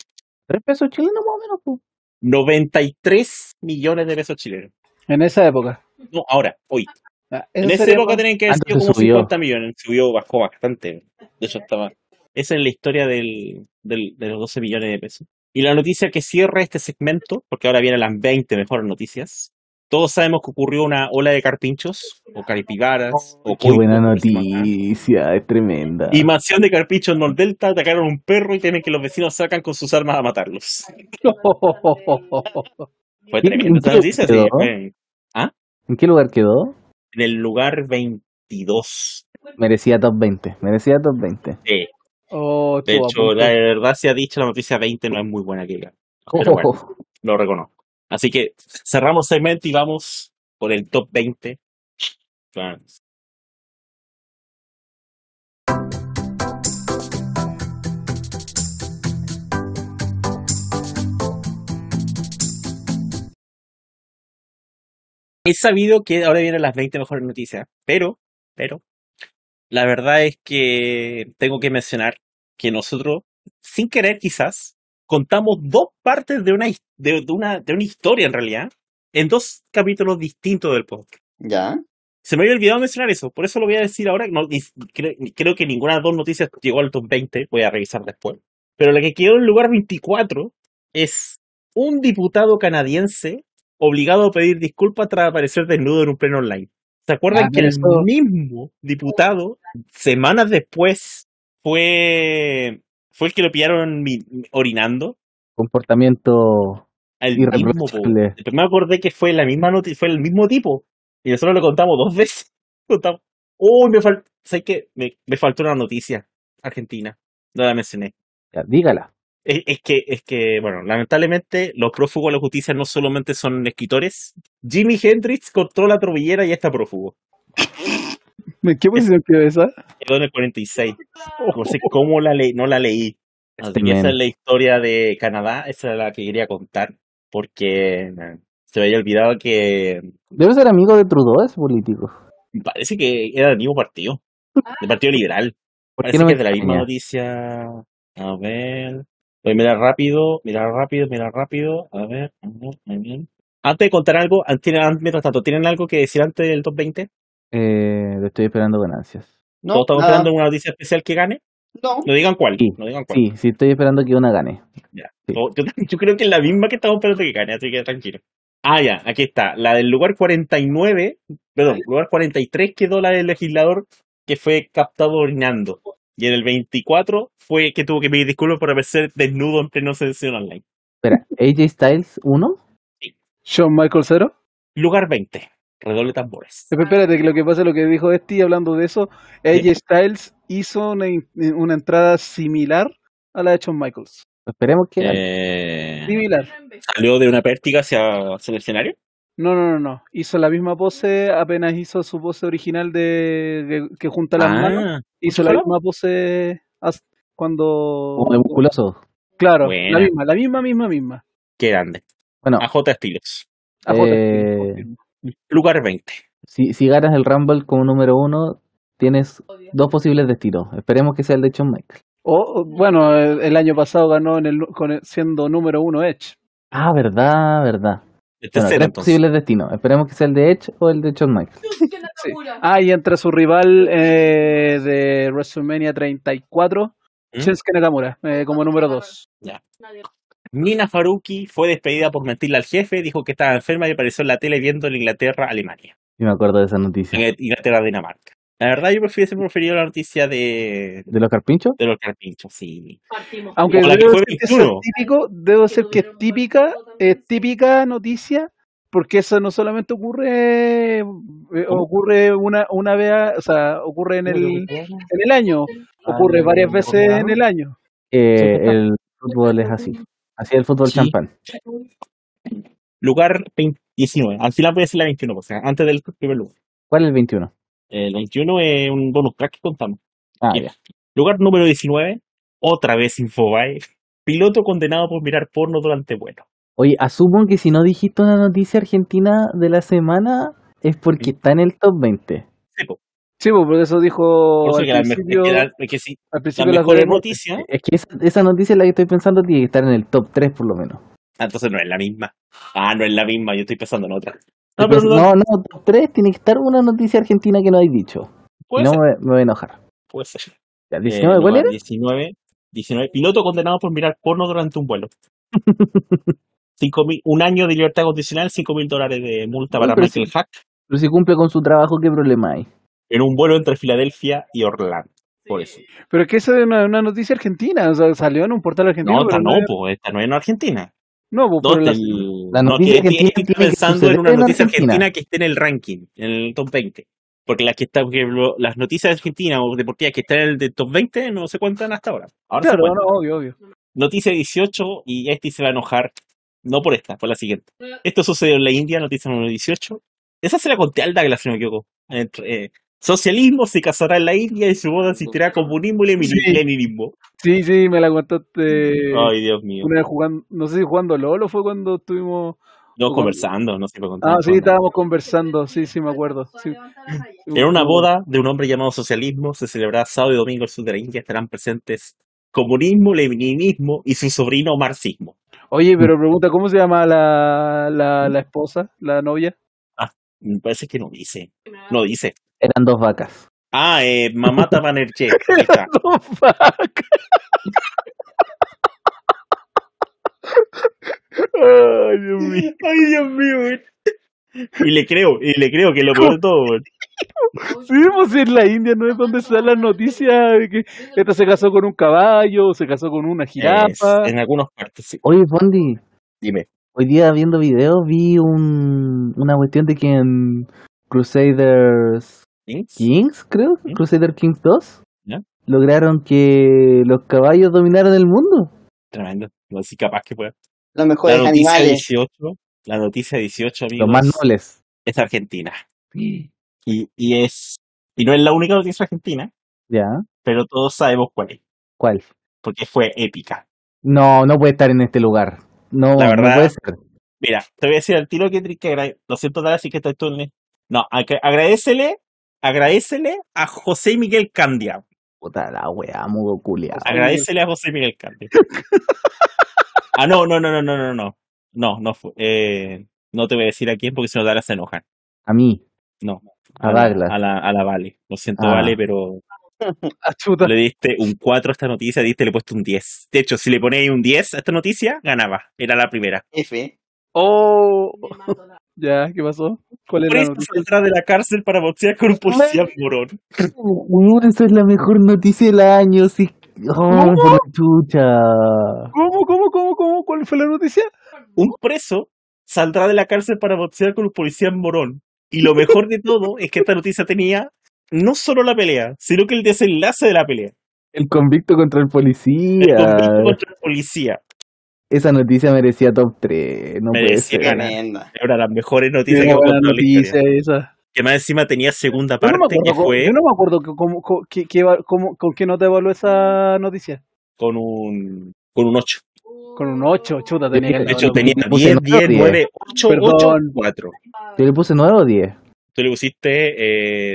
Speaker 3: 3 pesos chilenos más o menos. po.
Speaker 1: 93 millones de pesos chilenos.
Speaker 5: En esa época.
Speaker 1: No, ahora, hoy.
Speaker 5: Ah, eso
Speaker 1: En esa
Speaker 5: sería
Speaker 1: época
Speaker 5: más-
Speaker 1: tenían que haber
Speaker 3: Antes
Speaker 1: sido como
Speaker 3: subió.
Speaker 1: 50 millones. Subió, bajó bastante. De hecho, estaba. Esa es la historia del, del- de los 12 millones de pesos. Y la noticia que cierra este segmento, porque ahora vienen las 20 mejores noticias. Todos sabemos que ocurrió una ola de carpinchos, o caripibaras, o
Speaker 3: Qué buena
Speaker 1: coitos, como se llama.
Speaker 3: noticia, es tremenda.
Speaker 1: Y mansión de carpinchos en Nordelta atacaron a un perro y temen que los vecinos sacan con sus armas a matarlos.
Speaker 5: Oh,
Speaker 1: Fue
Speaker 3: ¿Qué-
Speaker 1: tremenda esa
Speaker 3: qué
Speaker 1: noticia, sí.
Speaker 3: quedó?
Speaker 1: fue
Speaker 3: ¿En qué lugar quedó?
Speaker 1: En el lugar 22.
Speaker 3: Merecía top 20, merecía top 20.
Speaker 1: Eh,
Speaker 5: Oh,
Speaker 1: De
Speaker 5: estuvo a
Speaker 1: hecho,
Speaker 5: punto.
Speaker 1: la verdad se ha dicho, la noticia 20 no es muy buena que diga. Pero bueno,
Speaker 3: Oh,
Speaker 1: lo reconozco. Así que cerramos segmento y vamos por el top 20. Claro. He sabido que ahora vienen las 20 mejores noticias, pero, pero, la verdad es que tengo que mencionar que nosotros, sin querer quizás, contamos dos partes de una, his- de, de una, de una historia en realidad, en dos capítulos distintos del podcast.
Speaker 2: ¿Ya?
Speaker 1: Se me había olvidado mencionar eso, por eso lo voy a decir ahora. No, ni- creo, creo que ninguna de las dos noticias llegó al top 20, voy a revisar después. Pero la que quedó en el lugar 24 es un diputado canadiense obligado a pedir disculpas tras aparecer desnudo en un pleno online. ¿Se acuerdan
Speaker 5: Ah,
Speaker 1: que el
Speaker 5: eso-
Speaker 1: mismo diputado, semanas después, fue, fue el que lo pillaron mi- orinando?
Speaker 3: comportamiento
Speaker 1: al mismo po.
Speaker 3: irreprochable.
Speaker 1: Pero me acordé que fue la misma noti fue el mismo tipo. Y nosotros lo contamos dos veces. Contamos. Uy, me faltó. ¿Sabes qué? Me, me faltó una noticia argentina. No la mencioné.
Speaker 3: Ya, dígala.
Speaker 1: Es, es que, es que, bueno, lamentablemente los prófugos de la justicia no solamente son escritores. Jimi Hendrix cortó la trovillera y ya está prófugo.
Speaker 5: ¿En qué posición quedó esa?
Speaker 1: Quedó en el 46. No sé cómo la leí, no la leí. Así que esa
Speaker 3: tremendo.
Speaker 1: es la historia de Canadá, esa es la que quería contar, porque se me había olvidado que
Speaker 3: Debe ser amigo de Trudeau, es político.
Speaker 1: Parece que era del mismo partido,
Speaker 2: Ah.
Speaker 1: del Partido Liberal.
Speaker 3: ¿Por
Speaker 1: Parece
Speaker 3: qué no me
Speaker 1: que es de la misma
Speaker 3: extraña?
Speaker 1: noticia. A ver. Voy a mirar rápido, mirar rápido, mirar rápido. A ver, a ver, a ver. Antes de contar algo, an- tienen- an- mientras tanto, ¿tienen algo que decir antes del top 20?
Speaker 3: Eh, lo estoy esperando con ansias.
Speaker 2: No,
Speaker 1: ¿Todos estamos
Speaker 2: nada.
Speaker 1: esperando una noticia especial que gane?
Speaker 2: No.
Speaker 1: No digan cuál,
Speaker 3: Sí,
Speaker 1: no digan cuál.
Speaker 3: sí, sí estoy esperando que una gane. sí.
Speaker 1: Oh, Yo, yo- yo creo que es la misma que estamos esperando que gane, así que tranquilo. Ah, ya, aquí está. La del lugar 49, perdón, lugar 43 quedó la del legislador que fue captado orinando. Y en el 24 fue que tuvo que pedir disculpas por aparecer desnudo en pleno sesión online.
Speaker 3: Espera, AJ Styles 1.
Speaker 5: Shawn Michael Cero.
Speaker 1: Lugar 20, redoble tambores.
Speaker 5: Esp- Espérate, que lo que pasa es lo que dijo Esti hablando de eso.
Speaker 1: Bien.
Speaker 5: AJ Styles hizo una, in- eh, una entrada similar a la de Shawn Michaels.
Speaker 3: Esperemos que gane.
Speaker 1: Eh,
Speaker 5: Similar.
Speaker 1: ¿Salió de una pértiga hacia, hacia el escenario?
Speaker 5: No, no, no, no. Hizo la misma pose, apenas hizo su pose original de, de- que junta las manos.
Speaker 1: Ah,
Speaker 5: Hizo la
Speaker 1: ojalá.
Speaker 5: misma pose as- cuando.
Speaker 3: Como de musculoso.
Speaker 5: Claro,
Speaker 1: Buena.
Speaker 5: la misma, la misma, misma, misma.
Speaker 1: Qué grande.
Speaker 3: Bueno,
Speaker 1: AJ Estilos.
Speaker 5: Ah, joder,
Speaker 3: Eh,
Speaker 5: confirmo.
Speaker 1: Lugar 20.
Speaker 3: si, si ganas el Rumble como número uno, tienes dos posibles destinos. Esperemos que sea el de Shawn Michaels.
Speaker 5: O- o, bueno, el, el año pasado ganó en el, nu- con el- siendo número uno Edge.
Speaker 3: Ah, verdad, verdad.
Speaker 1: El tercero,
Speaker 3: Bueno, tres
Speaker 1: Este entonces.
Speaker 3: posibles destinos. Esperemos que sea el de Edge o el de Shawn Michaels.
Speaker 5: Sí. Ah, y entre su rival eh, de WrestleMania 34,
Speaker 1: ¿Mm?
Speaker 5: Shinsuke Nakamura, eh, como número 2.
Speaker 1: Mina Faruki fue despedida por mentirle al jefe, dijo que estaba enferma y apareció en la tele viendo en Inglaterra, Alemania.
Speaker 3: Yo me acuerdo de esa noticia.
Speaker 1: En Inglaterra, Dinamarca. La verdad, yo prefiero preferido la noticia de,
Speaker 3: ¿De los carpinchos?
Speaker 1: de los carpinchos, sí.
Speaker 4: Partimos.
Speaker 5: Aunque
Speaker 1: Hola, que
Speaker 5: debo
Speaker 1: fue
Speaker 5: decir que eso es
Speaker 1: 21.
Speaker 5: típico, debo decir que es típica, es típica noticia, porque eso no solamente ocurre, eh, ocurre una, una vez, a- o sea, ocurre en el, en el año,
Speaker 1: Ah,
Speaker 5: ocurre varias veces en el año.
Speaker 3: Eh,
Speaker 5: Sí,
Speaker 3: el fútbol es así. Así es el fútbol
Speaker 1: Sí.
Speaker 3: champán.
Speaker 1: Lugar 20 19. Al final voy a decir la 21, o sea, antes del primer lugar.
Speaker 3: ¿Cuál es el 21?
Speaker 1: El 21 es un bonus track que contamos.
Speaker 3: Ah,
Speaker 1: Ya.
Speaker 3: ya.
Speaker 1: Lugar número 19, otra vez Infobae. Piloto condenado por mirar porno durante vuelo.
Speaker 3: Oye, asumo que si no dijiste una noticia argentina de la semana es porque está en el top 20.
Speaker 1: Sí, po.
Speaker 5: Sí, pues, por eso dijo
Speaker 1: Por eso
Speaker 5: al
Speaker 1: que la, me-
Speaker 5: principio,
Speaker 1: que la- que sí,
Speaker 5: al
Speaker 1: la
Speaker 5: principio las
Speaker 1: mejor
Speaker 5: de
Speaker 1: es
Speaker 5: deporte.
Speaker 1: noticia.
Speaker 3: Es que esa, esa noticia es la que estoy pensando tiene que estar en el top 3 por lo menos.
Speaker 1: Ah, entonces no es la misma. Ah, no es la misma, yo estoy pensando en otra.
Speaker 5: Ah,
Speaker 1: No, Ah, pero
Speaker 3: Entonces,
Speaker 1: no,
Speaker 3: no, no, top 3 tiene que estar una noticia argentina que no hay dicho. Si
Speaker 1: puede
Speaker 3: no
Speaker 1: ser.
Speaker 3: me, me voy a enojar.
Speaker 1: Puede ser.
Speaker 3: Ya,
Speaker 1: Eh,
Speaker 3: 19, ¿cuál
Speaker 1: lugar
Speaker 3: era?
Speaker 1: 19, 19. Piloto condenado por mirar porno durante un vuelo. Cinco mil- un año de libertad condicional, 5 mil dólares de multa
Speaker 3: Uy,
Speaker 1: para
Speaker 3: pero
Speaker 1: Michael
Speaker 3: sí.
Speaker 1: Hack
Speaker 3: Pero si cumple con su trabajo, ¿qué problema hay?
Speaker 1: en un vuelo entre Filadelfia y Orlando. Por eso.
Speaker 5: Pero es que eso es una, una noticia argentina, o sea, salió en un portal argentino.
Speaker 1: No, esta
Speaker 5: pero
Speaker 1: no,
Speaker 5: no,
Speaker 1: po, esta no es en Argentina.
Speaker 5: no, pues,
Speaker 1: No,
Speaker 5: pero la-
Speaker 1: el-
Speaker 3: La
Speaker 1: no, que-
Speaker 3: noticia
Speaker 1: que-
Speaker 3: argentina
Speaker 1: estoy
Speaker 3: tiene que
Speaker 1: pensando en
Speaker 3: suceder
Speaker 1: una
Speaker 3: en
Speaker 1: noticia
Speaker 3: Argentina.
Speaker 1: argentina que esté en el ranking, en el top 20. Porque las que está, que lo- las noticias argentinas o deportivas que están en el de top 20 no se cuentan hasta ahora. Ahora se
Speaker 5: claro,
Speaker 1: cuentan.
Speaker 5: no, obvio, obvio.
Speaker 1: Noticia 18, y este se va a enojar. No por esta, por la siguiente. Esto sucedió en la India, noticia número 18. Esa se la conté al Douglas, si no me equivoco. Entre, eh, socialismo se casará en la India y su boda asistirá a comunismo y lemini-
Speaker 5: Sí.
Speaker 1: leninismo.
Speaker 5: Sí, sí, me la contaste
Speaker 1: Ay, Dios mío.
Speaker 5: una vez jugando, no sé si jugando LOL o fue cuando estuvimos...
Speaker 1: No,
Speaker 5: o cuando-
Speaker 1: conversando, no sé
Speaker 5: Ah, sí, estábamos conversando, sí, sí, me acuerdo. sí.
Speaker 1: Era una boda de un hombre llamado socialismo, se celebrará sábado y domingo en el sur de la India, estarán presentes comunismo, leninismo y su sobrino marxismo.
Speaker 5: Oye, pero pregunta, ¿cómo se llama la, la, la esposa, la novia?
Speaker 1: Me parece que no dice, no dice.
Speaker 3: Eran dos vacas.
Speaker 1: Ah, eh, Mamata Banerjee, ahí está.
Speaker 5: No, fuck. Ay, Dios mío.
Speaker 1: Ay, Dios mío, güey. Y le creo, y le creo que lo peor de todo, güey.
Speaker 5: Sí, pues en la India no es donde se da la noticia de que esta este se casó con un caballo, se casó con una
Speaker 1: Es,
Speaker 5: jirafa.
Speaker 1: en algunas partes, sí.
Speaker 3: Oye, Bondi,
Speaker 1: Dime.
Speaker 3: hoy día viendo videos vi un, una cuestión de que en Crusaders
Speaker 1: ¿Sí?
Speaker 3: Kings, creo,
Speaker 1: ¿Mm?
Speaker 3: Crusader Kings 2,
Speaker 1: ¿Ya?
Speaker 3: lograron que los caballos dominaran el mundo.
Speaker 1: Tremendo. No sé, capaz que pueda. La
Speaker 2: Los mejores
Speaker 1: noticia
Speaker 2: animales.
Speaker 1: 18, la noticia 18, amigos.
Speaker 3: Los más nobles.
Speaker 1: es Argentina. Y, y es y no es la única noticia argentina,
Speaker 3: ¿Ya?
Speaker 1: pero todos sabemos cuál es,
Speaker 3: ¿Cuál?
Speaker 1: porque fue épica.
Speaker 3: No, no puede estar en este lugar. No,
Speaker 1: La
Speaker 3: no
Speaker 1: verdad-
Speaker 3: puede ser.
Speaker 1: Mira, te voy a decir al tiro que tienes que agradecer. Lo siento, Dada, sí que estás tú en el- No, agra- agradecele, agradecele a José Miguel Candia.
Speaker 3: Puta la wea, mudo culiado.
Speaker 5: Ay,
Speaker 1: Agradecele a José Miguel Candia. Ah, no, no, no, no, no, no, no. No, no fue. eh, no te voy a decir a quién porque si no, Dara se enoja.
Speaker 3: A mí,
Speaker 1: No.
Speaker 3: a
Speaker 1: la,
Speaker 3: Douglas.
Speaker 1: a la, a la Vale. Lo siento,
Speaker 3: Ah.
Speaker 1: Vale, pero
Speaker 5: Ah, chuta.
Speaker 1: Le diste un 4 a esta noticia, diste, le he puesto un 10. De hecho, si le ponéis un 10 a esta noticia, ganaba. Era la primera.
Speaker 2: F.
Speaker 5: Oh, ya, ¿qué pasó? ¿Cuál es
Speaker 1: Por
Speaker 5: la
Speaker 1: esto
Speaker 5: noticia?
Speaker 1: saldrá de la cárcel para boxear con un policía morón.
Speaker 3: Weón, esa es la mejor noticia del año. Sí. Oh,
Speaker 5: ¿Cómo?
Speaker 3: por la chucha.
Speaker 5: ¿Cómo, cómo, cómo, cómo? ¿Cuál fue la noticia?
Speaker 1: Un preso saldrá de la cárcel para boxear con un policía morón. Y lo mejor de todo es que esta noticia tenía no solo la pelea, sino que el desenlace de la pelea.
Speaker 3: El convicto contra el
Speaker 1: El
Speaker 3: policía.
Speaker 1: convicto contra el policía.
Speaker 3: Esa noticia merecía top 3. No
Speaker 1: Merecía
Speaker 3: puede ser.
Speaker 1: ganar.
Speaker 2: Tremenda.
Speaker 1: Era las mejores noticias que
Speaker 5: Una
Speaker 1: hemos
Speaker 5: buena
Speaker 1: contado en la
Speaker 5: noticia
Speaker 1: historia.
Speaker 5: esa.
Speaker 1: Que más encima tenía segunda
Speaker 5: Yo no me
Speaker 1: parte, que
Speaker 5: acuerdo, cómo-
Speaker 1: fue
Speaker 5: yo no me acuerdo que- cómo, cómo- qué- qué va- cómo- con qué nota evaluó esa noticia.
Speaker 1: con un, con un 8.
Speaker 5: con un 8, chuta, tenía que
Speaker 3: De
Speaker 1: De
Speaker 5: haber
Speaker 1: hecho,
Speaker 5: dado
Speaker 1: tenía
Speaker 3: le puse
Speaker 1: 10,
Speaker 3: no,
Speaker 1: 10,
Speaker 3: 10.
Speaker 1: 9, 8,
Speaker 5: Perdón.
Speaker 1: 8, 4.
Speaker 3: Yo le puse 9 o 10.
Speaker 1: Tú le pusiste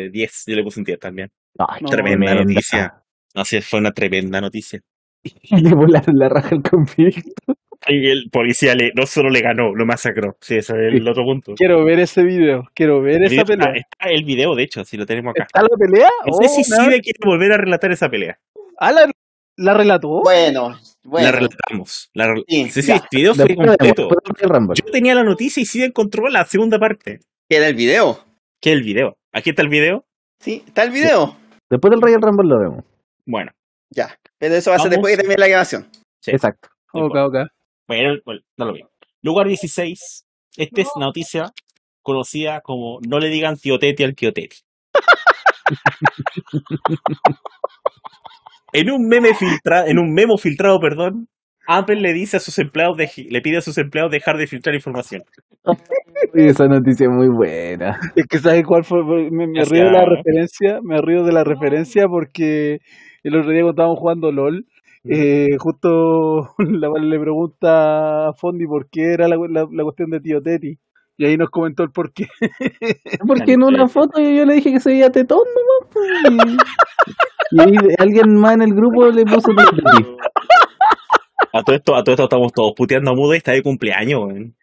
Speaker 1: eh, 10, yo le puse un 10 también.
Speaker 3: No,
Speaker 5: No,
Speaker 1: tremenda noticia. Así es, fue una tremenda noticia.
Speaker 3: Le volaron la raja al conflicto.
Speaker 1: Y el policía le, no solo le ganó, lo masacró. Sí, ese es el otro punto.
Speaker 5: Quiero ver ese video, quiero ver
Speaker 1: Mira,
Speaker 5: esa
Speaker 1: está-
Speaker 5: pelea.
Speaker 1: Está el video, de hecho, si lo tenemos acá.
Speaker 5: ¿Está la pelea?
Speaker 1: No sé
Speaker 5: Oh,
Speaker 1: si
Speaker 5: no.
Speaker 1: Sibe quiere volver a relatar esa pelea.
Speaker 5: Ah, la, la relató.
Speaker 2: Bueno, bueno.
Speaker 1: La relatamos. La re-
Speaker 2: Sí,
Speaker 1: sí, sí,
Speaker 2: ya.
Speaker 1: este video fue
Speaker 3: Después vemos,
Speaker 1: completo.
Speaker 3: después vemos el Rumble.
Speaker 1: Yo tenía la noticia y Sibe encontró la segunda parte.
Speaker 2: ¿Queda el video?
Speaker 1: Que es el video. Aquí está el video.
Speaker 2: Sí, está el video.
Speaker 3: Después del Royal Rumble lo vemos.
Speaker 1: Bueno,
Speaker 2: Ya. Pero eso va a ser
Speaker 1: Vamos.
Speaker 2: después que termine la grabación.
Speaker 1: Sí.
Speaker 3: Exacto.
Speaker 5: Ok, ok.
Speaker 1: bueno, bueno, no lo vi. Lugar 16. Esta es una noticia conocida como No le digan Tioteti al Tioteti. en un meme filtrado, en un memo filtrado, perdón, Apple le dice a sus empleados de- le pide a sus empleados dejar de filtrar información.
Speaker 3: Y esa noticia es muy buena.
Speaker 5: Es que sabes cuál fue, Fue- me, me río de la referencia, me río de la referencia porque el otro día cuando estábamos jugando LOL, eh, justo la Vale le pregunta a Fondi por qué era la, la- la cuestión de tío Teti. Y ahí nos comentó el por qué.
Speaker 3: Porque en una foto yo, yo le dije que se veía tetón nomás. pues, Y, y ahí alguien más en el grupo le puso tetón.
Speaker 1: A todo esto, a todo esto estamos todos puteando a Mudo y está de cumpleaños, weón.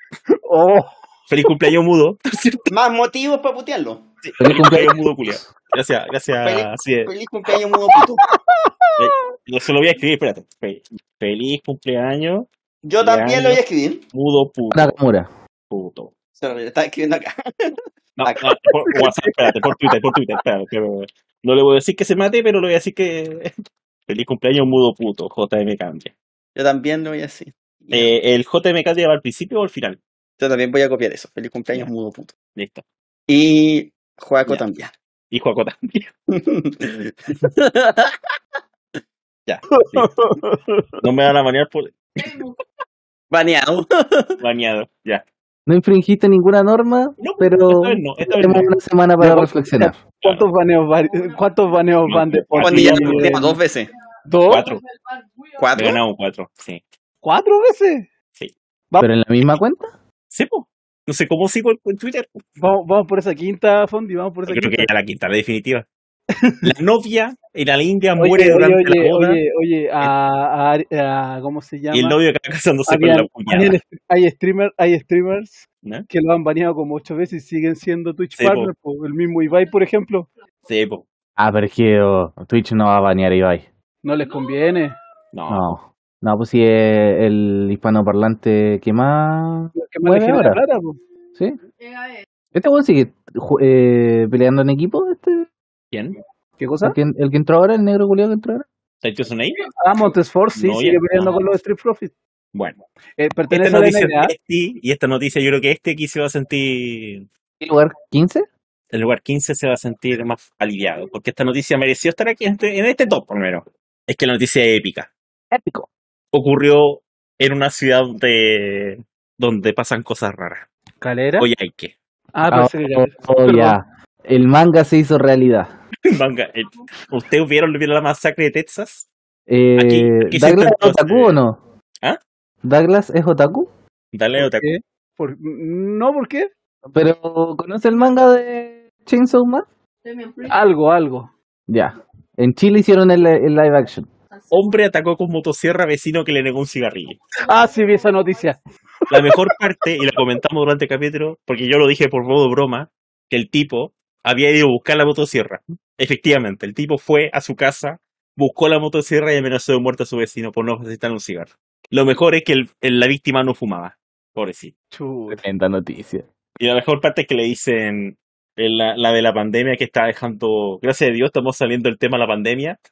Speaker 5: Oh,
Speaker 1: Feliz cumpleaños Mudo. Feliz
Speaker 2: Más motivos para putearlo.
Speaker 3: Feliz
Speaker 1: cumpleaños
Speaker 3: cumpleaños.
Speaker 1: Mudo, culiao. Gracias, gracias.
Speaker 2: Feliz-
Speaker 1: Así es.
Speaker 2: Feliz cumpleaños, mudo puto.
Speaker 1: Yo se lo voy a escribir, espérate. Fe- Feliz cumpleaños
Speaker 2: Yo también lo voy a escribir.
Speaker 1: Mudo puto.
Speaker 3: Nakamura.
Speaker 1: puto.
Speaker 2: Sorry, lo estaba escribiendo acá.
Speaker 1: No, no, Ah, por WhatsApp, espérate, por Twitter, por Twitter, espérate, espérate. No le voy a decir que se mate, pero le voy a decir que. Feliz cumpleaños Mudo puto, JM Candia.
Speaker 2: Yo también lo voy a decir.
Speaker 1: Eh, ¿El JM Candia va al principio o al final?
Speaker 2: Yo también voy a copiar eso. Feliz cumpleaños,
Speaker 1: Ya.
Speaker 2: mudo puto.
Speaker 1: Listo.
Speaker 2: Y Juaco
Speaker 1: Ya.
Speaker 2: también.
Speaker 1: Y Juaco también. No me van a banear por
Speaker 2: Baneado.
Speaker 1: Ah, baneado. Ya.
Speaker 3: No infringiste ninguna norma,
Speaker 1: No,
Speaker 3: pero
Speaker 1: esta vez no, esta vez
Speaker 3: tenemos
Speaker 1: no.
Speaker 3: una semana para
Speaker 5: Ya, bueno,
Speaker 3: reflexionar.
Speaker 5: ¿Cuántos baneos, va- cuántos baneos van de por
Speaker 2: Cuando
Speaker 1: Sí,
Speaker 2: ya
Speaker 1: ya,
Speaker 2: lo
Speaker 1: ya.
Speaker 2: puteaba dos veces.
Speaker 5: ¿Dos?
Speaker 1: Cuatro. Me
Speaker 2: ¿Cuatro?
Speaker 1: ganamos cuatro. Sí.
Speaker 5: ¿Cuatro veces?
Speaker 3: Pero en la misma cuenta.
Speaker 1: Sí, po. No sé cómo sigo en en Twitter. po.
Speaker 5: Vamos, vamos por esa quinta, Fondi, vamos por esa
Speaker 1: Yo creo que
Speaker 5: quinta.
Speaker 1: ya la quinta, la definitiva. La novia en la India
Speaker 5: Oye,
Speaker 1: muere
Speaker 5: oye,
Speaker 1: durante
Speaker 5: oye,
Speaker 1: la boda
Speaker 5: oye, oye, a, a- a- ¿cómo se llama?
Speaker 1: y el novio acaba casándose con
Speaker 5: Habían-
Speaker 1: la cuñada.
Speaker 5: habían est- hay, streamer- hay streamers
Speaker 1: ¿no?
Speaker 5: que lo han baneado como ocho veces y siguen siendo Twitch
Speaker 1: Sí,
Speaker 5: partners. po. El mismo Ibai, por ejemplo,
Speaker 1: Sí, po.
Speaker 3: Ah, pero es que oh, Twitch no va a banear a Ibai.
Speaker 5: no les conviene.
Speaker 1: No.
Speaker 3: No. No, pues si es el hispanoparlante que más.
Speaker 5: Los que más les
Speaker 3: Bueno,
Speaker 5: genera
Speaker 3: ahora.
Speaker 5: plata, po.
Speaker 3: ¿Sí? Este weón sigue ju- eh, peleando en equipo. Este,
Speaker 1: ¿Quién?
Speaker 5: ¿Qué cosa?
Speaker 3: el, que, el que entró ahora, el negro culiado que entró ahora.
Speaker 1: ¿Taito Tsunei?
Speaker 5: Ah, Montesfort, sí,
Speaker 1: No,
Speaker 5: sigue
Speaker 1: ya- Este
Speaker 5: peleando
Speaker 1: ah.
Speaker 5: con los Street Profits.
Speaker 1: Bueno.
Speaker 5: Eh, pertenece
Speaker 1: Esta
Speaker 5: a la
Speaker 1: noticia
Speaker 5: NBA.
Speaker 1: de este, y esta noticia yo creo que este aquí se va a sentir,
Speaker 3: ¿Qué lugar? ¿15?
Speaker 1: el lugar 15 se va a sentir más aliviado, porque esta noticia mereció estar aquí en este, en este top primero. Es que la noticia es épica.
Speaker 3: Épico.
Speaker 1: ocurrió en una ciudad donde, donde pasan cosas raras.
Speaker 5: ¿Calera?
Speaker 1: Coyhaique.
Speaker 5: ah,
Speaker 3: Ah,
Speaker 5: pensé que era-
Speaker 3: oh,
Speaker 5: Perdón.
Speaker 3: ya. El manga se hizo realidad.
Speaker 1: Manga, eh, ¿Ustedes vieron, vieron la masacre de Texas?
Speaker 3: Eh,
Speaker 1: Aquí- aquí se
Speaker 3: ¿Douglas
Speaker 1: intentó
Speaker 3: es otaku
Speaker 1: hacer-
Speaker 3: o no?
Speaker 1: ¿Ah?
Speaker 3: ¿Douglas es otaku?
Speaker 1: Dale
Speaker 5: ¿Por
Speaker 1: otra.
Speaker 5: qué? Por- no, ¿por qué?
Speaker 3: ¿Pero conoce el manga de Chainsaw Man?
Speaker 5: Ah, Algo, algo.
Speaker 3: Ya. En Chile hicieron el, el live action.
Speaker 1: Hombre atacó con motosierra a vecino que le negó un cigarrillo.
Speaker 5: Ah, sí, vi esa noticia.
Speaker 1: La mejor parte, y la comentamos durante el capítulo, porque yo lo dije por modo broma, que el tipo había ido a buscar la motosierra. Efectivamente, el tipo fue a su casa, buscó la motosierra y amenazó de muerte a su vecino por no necesitar un cigarro. Lo mejor es que el- el- la víctima no fumaba. Pobrecito.
Speaker 5: Chuta.
Speaker 3: Tremenda noticia.
Speaker 1: Y la mejor parte es que le dicen eh, la, la de la pandemia que está dejando, gracias a Dios estamos saliendo del tema de la pandemia.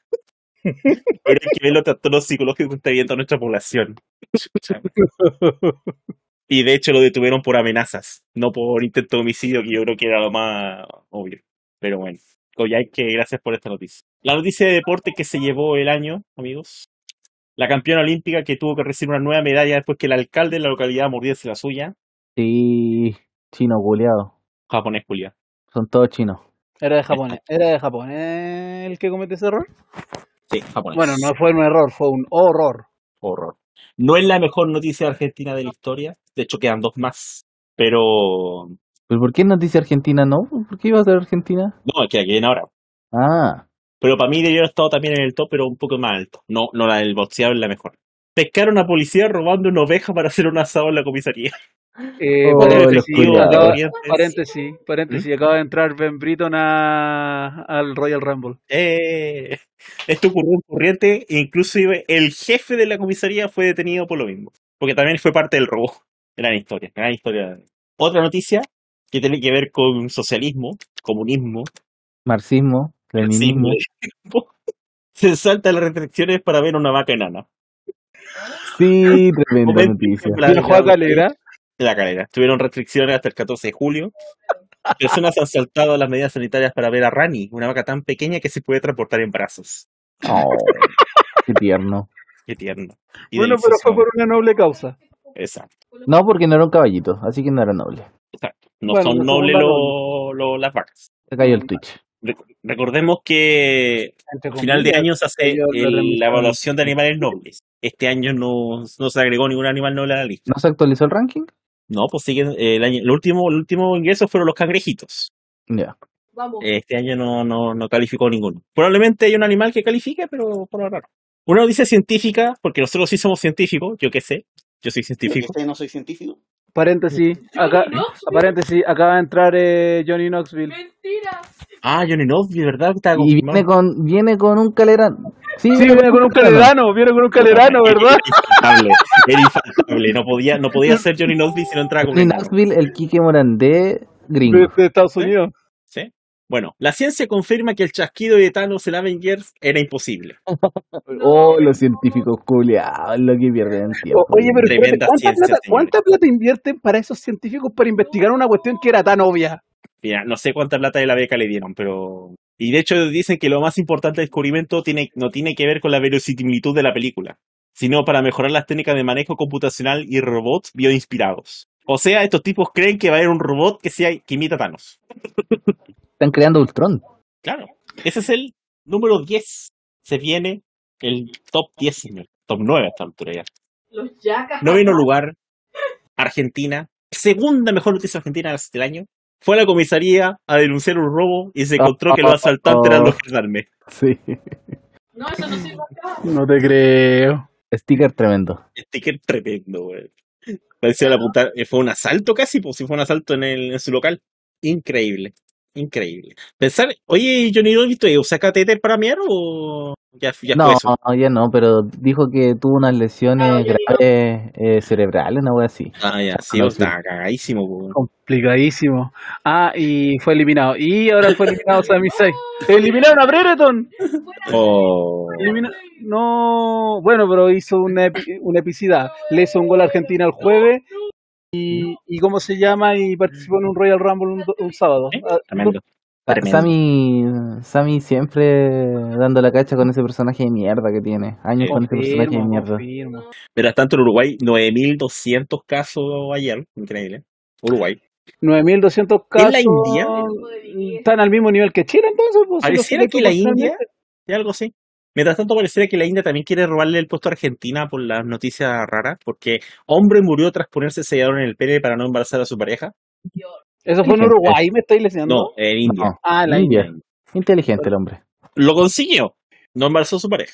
Speaker 1: Pero hay que ver los trastornos psicológicos que está viendo nuestra población. Y de hecho lo detuvieron por amenazas, no por intento de homicidio, que yo creo que era lo más obvio. Pero bueno, pues que gracias por esta noticia. La noticia de deporte que se llevó el año, amigos. La campeona olímpica que tuvo que recibir una nueva medalla después que el alcalde de la localidad mordiese la suya.
Speaker 3: Sí, chino culeado.
Speaker 1: Japonés, Julia.
Speaker 3: Son todos chinos.
Speaker 5: Era de Japón, eh. era de Japón. eh, el que comete ese error.
Speaker 1: Sí, japonés.
Speaker 5: Bueno, no fue un error, fue un horror.
Speaker 1: Horror. No es la mejor noticia argentina de la historia. De hecho, quedan dos más. Pero
Speaker 3: ¿Pero Pues, por qué nos dice Argentina no? ¿Por qué iba a ser Argentina?
Speaker 1: no, es que la que viene ahora.
Speaker 3: Ah,
Speaker 1: Pero para mí debió haber estado también en el top, pero un poco más alto. No, no la del boxeador es la mejor. Pescaron a policía robando una oveja para hacer un asado en la comisaría.
Speaker 5: Eh,
Speaker 3: Oh,
Speaker 1: Ponen
Speaker 5: paréntesis,
Speaker 3: los
Speaker 1: efectivo,
Speaker 3: culiados.
Speaker 5: acaba-
Speaker 1: corrientes.
Speaker 5: paréntesis, paréntesis, acaba de entrar Ben Britton a- al Royal Rumble.
Speaker 1: Eh, esto ocurrió en corriente, e inclusive el jefe de la comisaría fue detenido por lo mismo, porque también fue parte del robo. Gran historia, gran historia. Otra noticia que tiene que ver con socialismo, comunismo,
Speaker 3: marxismo, leninismo.
Speaker 1: marxismo. Se salta las restricciones para ver una vaca enana.
Speaker 3: Sí, tremenda
Speaker 1: Momento
Speaker 3: noticia.
Speaker 1: ejemplar.
Speaker 5: ¿Quién juega Calera?
Speaker 1: de la calera. Tuvieron restricciones hasta el 14 de julio. Personas han saltado las medidas sanitarias para ver a Rani, una vaca tan pequeña que se puede transportar en brazos.
Speaker 3: Oh, qué tierno.
Speaker 1: Qué tierno. Y
Speaker 5: Bueno, pero
Speaker 1: delicioso.
Speaker 5: fue por una noble causa.
Speaker 1: Exacto.
Speaker 3: No, porque no era un caballito, así que no era noble.
Speaker 1: No
Speaker 5: Bueno,
Speaker 1: son
Speaker 5: no somos
Speaker 1: nobles
Speaker 5: la
Speaker 1: lo- lo- las vacas.
Speaker 3: Se cayó el Twitch.
Speaker 1: Rec- Recordemos que
Speaker 5: Entre
Speaker 1: a final de
Speaker 5: comillas,
Speaker 1: año se hace
Speaker 5: yo la
Speaker 1: el- la
Speaker 5: transmisión.
Speaker 1: evaluación de animales nobles. Este año no, no se agregó ningún animal noble a la lista.
Speaker 3: ¿No se actualizó el ranking?
Speaker 1: No, pues sigue eh, el año. El último, el último ingreso fueron los cangrejitos.
Speaker 3: Ya.
Speaker 4: Vamos.
Speaker 1: Este año no, no, no calificó ninguno. Probablemente hay un animal que califique, pero por ahora no. Una noticia científica, porque nosotros sí somos científicos, yo qué sé, yo soy científico.
Speaker 2: Este no soy científico.
Speaker 5: Paréntesis, acá, paréntesis, acaba de entrar eh, Johnny Knoxville.
Speaker 4: Mentira.
Speaker 1: Ah, Johnny Knoxville, ¿verdad? Está
Speaker 3: Y viene con, viene con un calera. Sí,
Speaker 5: Ah, Sí, viene con un calerano, viene con un calerano, ¿verdad?
Speaker 1: Era infaltable, era infaltable. No podía, no podía ser Johnny Knoxville si no entraba con
Speaker 3: Johnny
Speaker 1: un enano.
Speaker 3: Knoxville, el Quique Morandé,
Speaker 5: De,
Speaker 3: gringo.
Speaker 5: de Estados Unidos.
Speaker 1: ¿Sí? Bueno, la ciencia confirma que el chasquido de Thanos en Avengers era imposible.
Speaker 3: Oh, los científicos culiados, lo que pierden tiempo.
Speaker 5: O- Oye, pero espérate,
Speaker 1: Tremenda
Speaker 5: ¿cuánta,
Speaker 1: ciencia,
Speaker 5: plata,
Speaker 1: señores.
Speaker 5: cuánta plata invierten para esos científicos para investigar una cuestión que era tan obvia?
Speaker 1: Mira, no sé cuánta plata de la beca le dieron, pero... Y de hecho dicen que lo más importante del descubrimiento tiene, no tiene que ver con la verosimilitud de la película, sino para mejorar las técnicas de manejo computacional y robots bioinspirados. O sea, estos tipos creen que va a haber un robot que sea que imita a Thanos.
Speaker 3: Están creando Ultron.
Speaker 1: Claro. Ese es el número 10. Se viene el top 10, señor. Top 9 a esta altura ya.
Speaker 4: Los yacas.
Speaker 1: Noveno lugar, Argentina. Segunda mejor noticia argentina del año. Fue a la comisaría a denunciar un robo y se encontró que los asaltantes eran los gendarmes.
Speaker 3: Sí.
Speaker 4: No, eso no sirve acá.
Speaker 5: No te creo.
Speaker 3: Sticker tremendo.
Speaker 1: Sticker tremendo, güey. Parecía la puta. eh, Fue un asalto casi, pues si fue un asalto en, el, en su local. Increíble. Increíble. Pensar, oye, Johnny no he visto, ¿usa catéter para mear o ya, ya
Speaker 3: no,
Speaker 1: fue eso?
Speaker 3: no, ya no, pero dijo que tuvo unas lesiones
Speaker 4: Ah, ya
Speaker 3: graves eh, cerebrales, una wea así.
Speaker 1: Ah, ya, sí,
Speaker 3: No,
Speaker 1: vos
Speaker 3: sí.
Speaker 1: estaba cagadísimo, güey.
Speaker 5: Complicadísimo. Ah, y fue eliminado. Y ahora fue eliminado Sami Zayn. ¡Eliminaron a Brereton!
Speaker 1: Oh.
Speaker 5: Elimina- No, bueno, pero hizo una, epi- una epicidad. Le hizo un gol a Argentina el jueves. Y, y cómo se llama, y participó en un Royal Rumble un, do- un sábado.
Speaker 1: Eh,
Speaker 5: Ah,
Speaker 1: Tremendo.
Speaker 3: Ah,
Speaker 1: Tremendo.
Speaker 3: Sammy, Sammy siempre dando la cacha con ese personaje de mierda que tiene. Años con ese personaje de
Speaker 5: confirmo,
Speaker 3: mierda.
Speaker 5: confirmo.
Speaker 1: Mientras tanto, en Uruguay, 9.200 casos ayer. Increíble. Uruguay.
Speaker 5: 9200
Speaker 1: ¿En
Speaker 5: casos. Mm,
Speaker 1: la India?
Speaker 5: Oh, Están al mismo nivel que Chile, entonces. Pues, si
Speaker 1: Pareciera
Speaker 5: los
Speaker 1: que la
Speaker 5: proporcionalmente-
Speaker 1: India, y algo así. Mientras tanto, pareciera que la India también quiere robarle el puesto a Argentina por las noticias raras, porque hombre murió tras ponerse sellador en el pene para no embarazar a su pareja.
Speaker 5: Eso fue en
Speaker 3: Gente.
Speaker 5: Uruguay, me estáis lesionando.
Speaker 1: No, en India.
Speaker 3: No,
Speaker 5: Ah, la India.
Speaker 3: India. Inteligente el hombre.
Speaker 1: Lo consiguió. No embarazó a su pareja.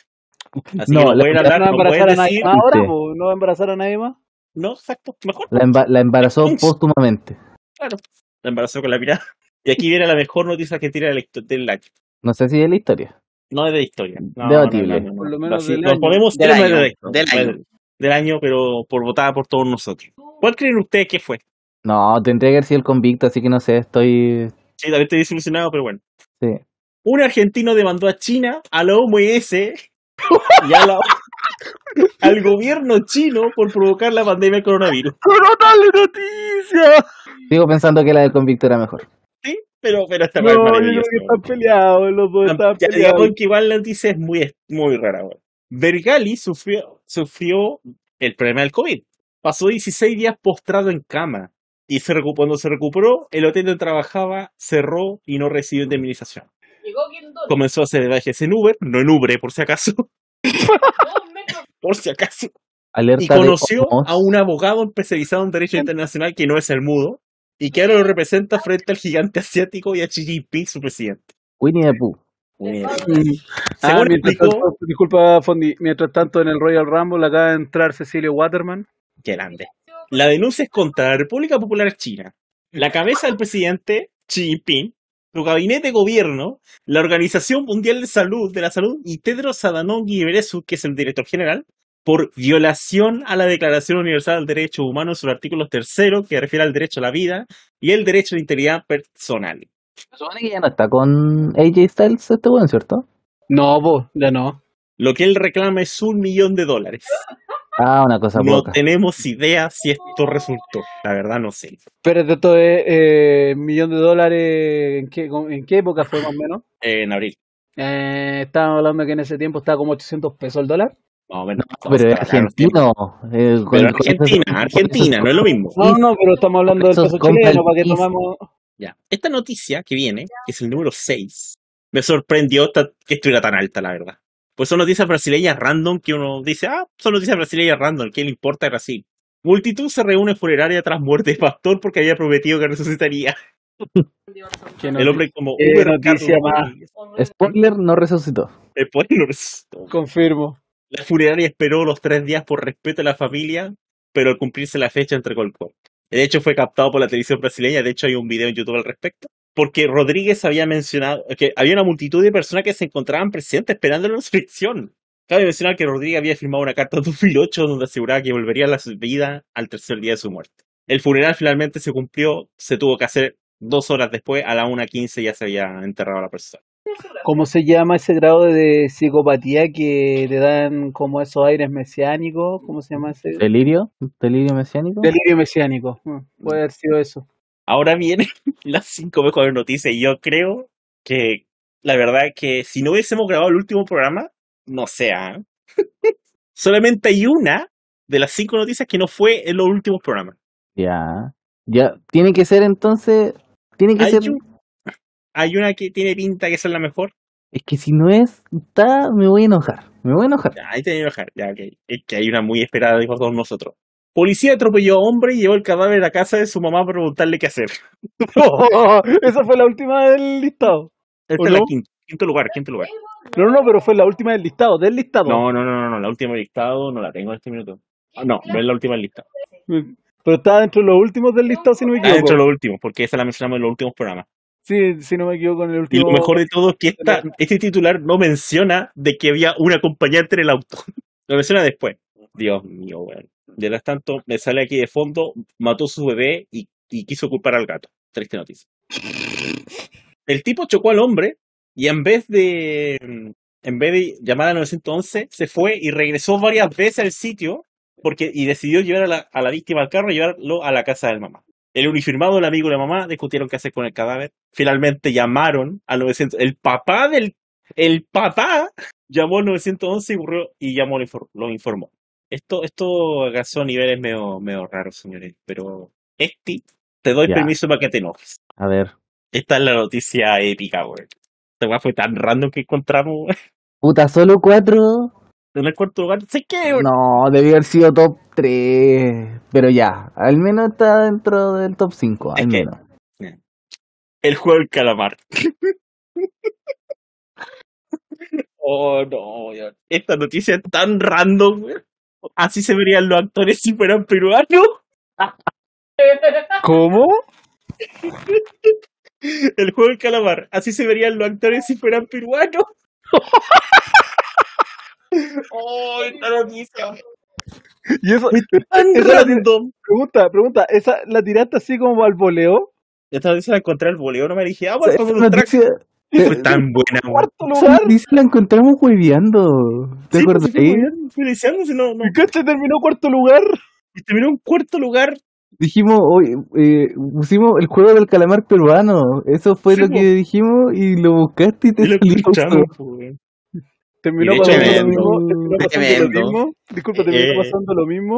Speaker 1: Así
Speaker 3: No,
Speaker 1: que no
Speaker 3: la
Speaker 1: pueden
Speaker 3: verdad
Speaker 1: hablar,
Speaker 5: No va a
Speaker 1: no
Speaker 5: embarazar a
Speaker 1: pueden
Speaker 5: nadie
Speaker 1: decir.
Speaker 5: más ahora,
Speaker 3: Sí.
Speaker 5: po, no va a embarazar a nadie más.
Speaker 1: No, exacto. Mejor,
Speaker 3: La, emba- la embarazó
Speaker 1: Entonces-
Speaker 3: póstumamente.
Speaker 1: claro. La embarazó con la mirada. Y aquí viene la mejor noticia que tiene del año.
Speaker 3: No sé si es la historia.
Speaker 1: No es de historia. No,
Speaker 3: Debatible.
Speaker 1: no, no, no, no.
Speaker 5: Por lo menos
Speaker 1: Así-
Speaker 5: del
Speaker 1: nos
Speaker 5: año.
Speaker 1: podemos
Speaker 2: Del
Speaker 1: tres
Speaker 2: año,
Speaker 1: meses de esto.
Speaker 2: del año.
Speaker 1: Del año, pero por votada por todos nosotros. ¿Cuál creen ustedes que fue?
Speaker 3: No, tendría que haber sido el convicto, así que no sé, estoy...
Speaker 1: Sí, también estoy desilusionado, pero bueno.
Speaker 3: Sí.
Speaker 1: Un argentino demandó a China, a la OMS y a la- al gobierno chino por provocar la pandemia del coronavirus.
Speaker 5: ¡Coronale noticia!
Speaker 3: Sigo pensando que la del convicto era mejor.
Speaker 1: Sí, pero, pero esta
Speaker 5: No,
Speaker 1: weá es
Speaker 5: yo creo
Speaker 1: maravillosa.
Speaker 5: que
Speaker 1: weón.
Speaker 5: están peleados, los dos
Speaker 1: Ah, Ya
Speaker 5: están peleados.
Speaker 1: digamos que igual la noticia es muy, muy rara. weón. Bergali sufrió, sufrió el problema del COVID. Pasó 16 días postrado en cama. Y se recu- cuando se recuperó, el hotel donde trabajaba cerró y no recibió indemnización.
Speaker 4: Llegó quien dos
Speaker 1: Comenzó a hacer viajes en Uber, no en Uber, por si acaso.
Speaker 4: dos metros.
Speaker 1: Por si acaso.
Speaker 3: Alerta
Speaker 1: y
Speaker 3: de
Speaker 1: conoció
Speaker 3: Omos.
Speaker 1: a un abogado especializado en derecho internacional que no es el mudo y que ahora lo representa frente al gigante asiático y a Xi Jinping, su presidente.
Speaker 3: Winnie the Pooh.
Speaker 5: Ah,
Speaker 1: Según
Speaker 5: mientras
Speaker 1: explicó,
Speaker 5: tanto, disculpa, Fondi. Mientras tanto, en el Royal Rumble acaba de entrar Cecilio Waterman.
Speaker 1: Qué grande. La denuncia es contra la República Popular China, la cabeza del presidente Xi Jinping, su gabinete de gobierno, la Organización Mundial de Salud de la Salud y Tedros Adhanom Ghebreyesus, que es el director general, por violación a la Declaración Universal del Derecho Humano en sus artículos tercero, que refiere al derecho a la vida y el derecho a la integridad personal.
Speaker 3: Se supone que ya no está con AJ Styles este weón, ¿cierto?
Speaker 5: No, vos, ya no.
Speaker 1: Lo que él reclama es un millón de dólares.
Speaker 3: Ah, una cosa
Speaker 1: No
Speaker 3: poca.
Speaker 1: tenemos idea si esto resultó. La verdad no sé.
Speaker 5: Pero esto es eh, millón de dólares. ¿en qué, con- ¿En qué época fue más o menos?
Speaker 1: Eh, en abril.
Speaker 5: Eh, estábamos hablando que en ese tiempo estaba como 800 pesos el dólar.
Speaker 1: Más o menos.
Speaker 3: Pero es
Speaker 1: Estaba caro el tiempo.
Speaker 3: argentino. eh,
Speaker 1: Pero
Speaker 3: con- con esos-
Speaker 1: Argentina, Argentina, no es lo mismo.
Speaker 5: No, no, pero estamos hablando del
Speaker 3: Pesos
Speaker 5: peso
Speaker 3: compra
Speaker 5: chileno
Speaker 3: el
Speaker 5: para que
Speaker 3: piso.
Speaker 5: tomamos.
Speaker 1: Ya. Esta noticia que viene, que es el número 6, me sorprendió ta- que estuviera tan alta, la verdad. Pues son noticias brasileñas random que uno dice, ah, son noticias brasileñas random, ¿qué le importa a Brasil? Multitud se reúne en funeraria tras muerte de pastor porque había prometido que resucitaría.
Speaker 5: Que no-
Speaker 1: El hombre como
Speaker 5: Qué
Speaker 1: Uber
Speaker 5: noticia más.
Speaker 1: Rodríguez.
Speaker 3: Spoiler, no resucitó.
Speaker 1: Después lo resucitó.
Speaker 5: Confirmo.
Speaker 1: La funeraria esperó los tres días por respeto a la familia, pero al cumplirse la fecha entregó el cuerpo. De hecho, fue captado por la televisión brasileña. De hecho, hay un video en YouTube al respecto. Porque Rodríguez había mencionado que había una multitud de personas que se encontraban presentes esperando la resurrección. Cabe mencionar que Rodríguez había firmado una carta en 2008 donde aseguraba que volvería a la vida al tercer día de su muerte. El funeral finalmente se cumplió, se tuvo que hacer dos horas después, a la 1.15 ya se había enterrado a la persona.
Speaker 5: ¿Cómo se llama ese grado de psicopatía que te dan como esos aires mesiánicos? ¿Cómo se llama ese?
Speaker 3: Delirio, delirio mesiánico.
Speaker 5: Delirio mesiánico. Mm, Puede haber sido eso.
Speaker 1: Ahora vienen las cinco mejores noticias y yo creo que la verdad que si no hubiésemos grabado el último programa, no sea. Solamente hay una de las cinco noticias que no fue en los últimos programas.
Speaker 3: Ya. Ya. Tiene que ser entonces. Tiene que
Speaker 1: Hay,
Speaker 3: ser.
Speaker 1: un- hay una que tiene pinta que es la mejor.
Speaker 3: Es que si no es, está, me voy a enojar. Me voy a enojar.
Speaker 1: Ya, ahí tenía que bajar. Ya, ok. Es que hay una muy esperada de todos nosotros. Policía atropelló a hombre y llevó el cadáver a casa de su mamá para preguntarle qué hacer.
Speaker 5: esa fue la última del listado.
Speaker 1: Esta
Speaker 5: ¿O
Speaker 1: es la
Speaker 5: no?
Speaker 1: quinta- quinto lugar, quinto lugar.
Speaker 5: No, no, pero fue la última del listado, del listado.
Speaker 1: No, no, no, no, no, la última del listado no la tengo en este minuto. Ah, No, no es la última del listado.
Speaker 5: Mm. Pero estaba dentro de los últimos del listado, si no
Speaker 1: Ah,
Speaker 5: me equivoco.
Speaker 1: dentro de los últimos, porque esa la mencionamos en los últimos programas.
Speaker 5: Sí, si no me equivoco, en el
Speaker 1: Y
Speaker 5: último.
Speaker 1: lo mejor de todo es que esta- este titular no menciona de que había un acompañante en el auto. Lo menciona después. Dios mío, weón. Mientras tanto, me sale aquí de fondo, mató a su bebé y, y quiso culpar al gato. Triste noticia. El tipo chocó al hombre y en vez de en vez de llamar al 911, se fue y regresó varias veces al sitio porque, y decidió llevar a la, a la víctima al carro y llevarlo a la casa del mamá. El uniformado, el amigo y la mamá discutieron qué hacer con el cadáver. Finalmente llamaron al 911. El papá del. El papá llamó al 911 y, borró- y llamó, lo, infor- lo informó. Esto, esto alcanzó niveles medio, medio raros, señores. Pero, este, te doy
Speaker 3: Ya.
Speaker 1: permiso para que te enojes.
Speaker 3: A ver.
Speaker 1: Esta es la noticia épica, güey. Esta weá fue tan random que encontramos, güey.
Speaker 3: Puta, solo cuatro.
Speaker 1: En el cuarto lugar, sé qué, güey.
Speaker 3: No, debió haber sido top 3. Pero ya, al menos está dentro del top 5,
Speaker 1: Es
Speaker 3: al
Speaker 1: que-
Speaker 3: menos.
Speaker 1: El juego del calamar. oh, no. ya. Esta noticia es tan random. güey. Así se verían los actores si fueran peruanos.
Speaker 5: ¿Cómo?
Speaker 1: El juego del calamar. Así se verían los actores si fueran peruanos. oh, esta noticia.
Speaker 5: Y eso, e-,
Speaker 1: Tan
Speaker 5: Eso era-
Speaker 1: random.
Speaker 5: pregunta, pregunta, ¿esa la tiraste así como al voleo?
Speaker 1: Esta noticia la encontré al boleo. No me dije, ah,
Speaker 3: O
Speaker 1: bueno,
Speaker 3: sea, esa
Speaker 1: vamos a un track.
Speaker 3: noticia,
Speaker 1: Fue tan buena, güey.
Speaker 5: Cuarto
Speaker 3: esa
Speaker 5: lugar.
Speaker 3: noticia la encontramos hueveando. ¿Te
Speaker 1: Sí, pues,
Speaker 3: acuerdas?
Speaker 1: se fue goleando, fue deseándose, no, no.
Speaker 5: Mi cacha terminó cuarto lugar.
Speaker 1: Y terminó en cuarto lugar.
Speaker 3: Dijimos, oye, eh, pusimos el juego del calamar peruano. Eso fue
Speaker 1: Sí,
Speaker 3: lo
Speaker 1: po.
Speaker 3: que dijimos y lo buscaste y te
Speaker 1: Y lo
Speaker 3: salió
Speaker 1: escuchamos, pues,
Speaker 3: eso.
Speaker 1: güey.
Speaker 5: Terminó
Speaker 1: Y de hecho,
Speaker 5: pasando lo
Speaker 2: tremendo.
Speaker 5: mismo. Terminó pasando
Speaker 2: Tremendo.
Speaker 5: lo mismo. Disculpa, terminó
Speaker 1: Eh.
Speaker 5: pasando lo mismo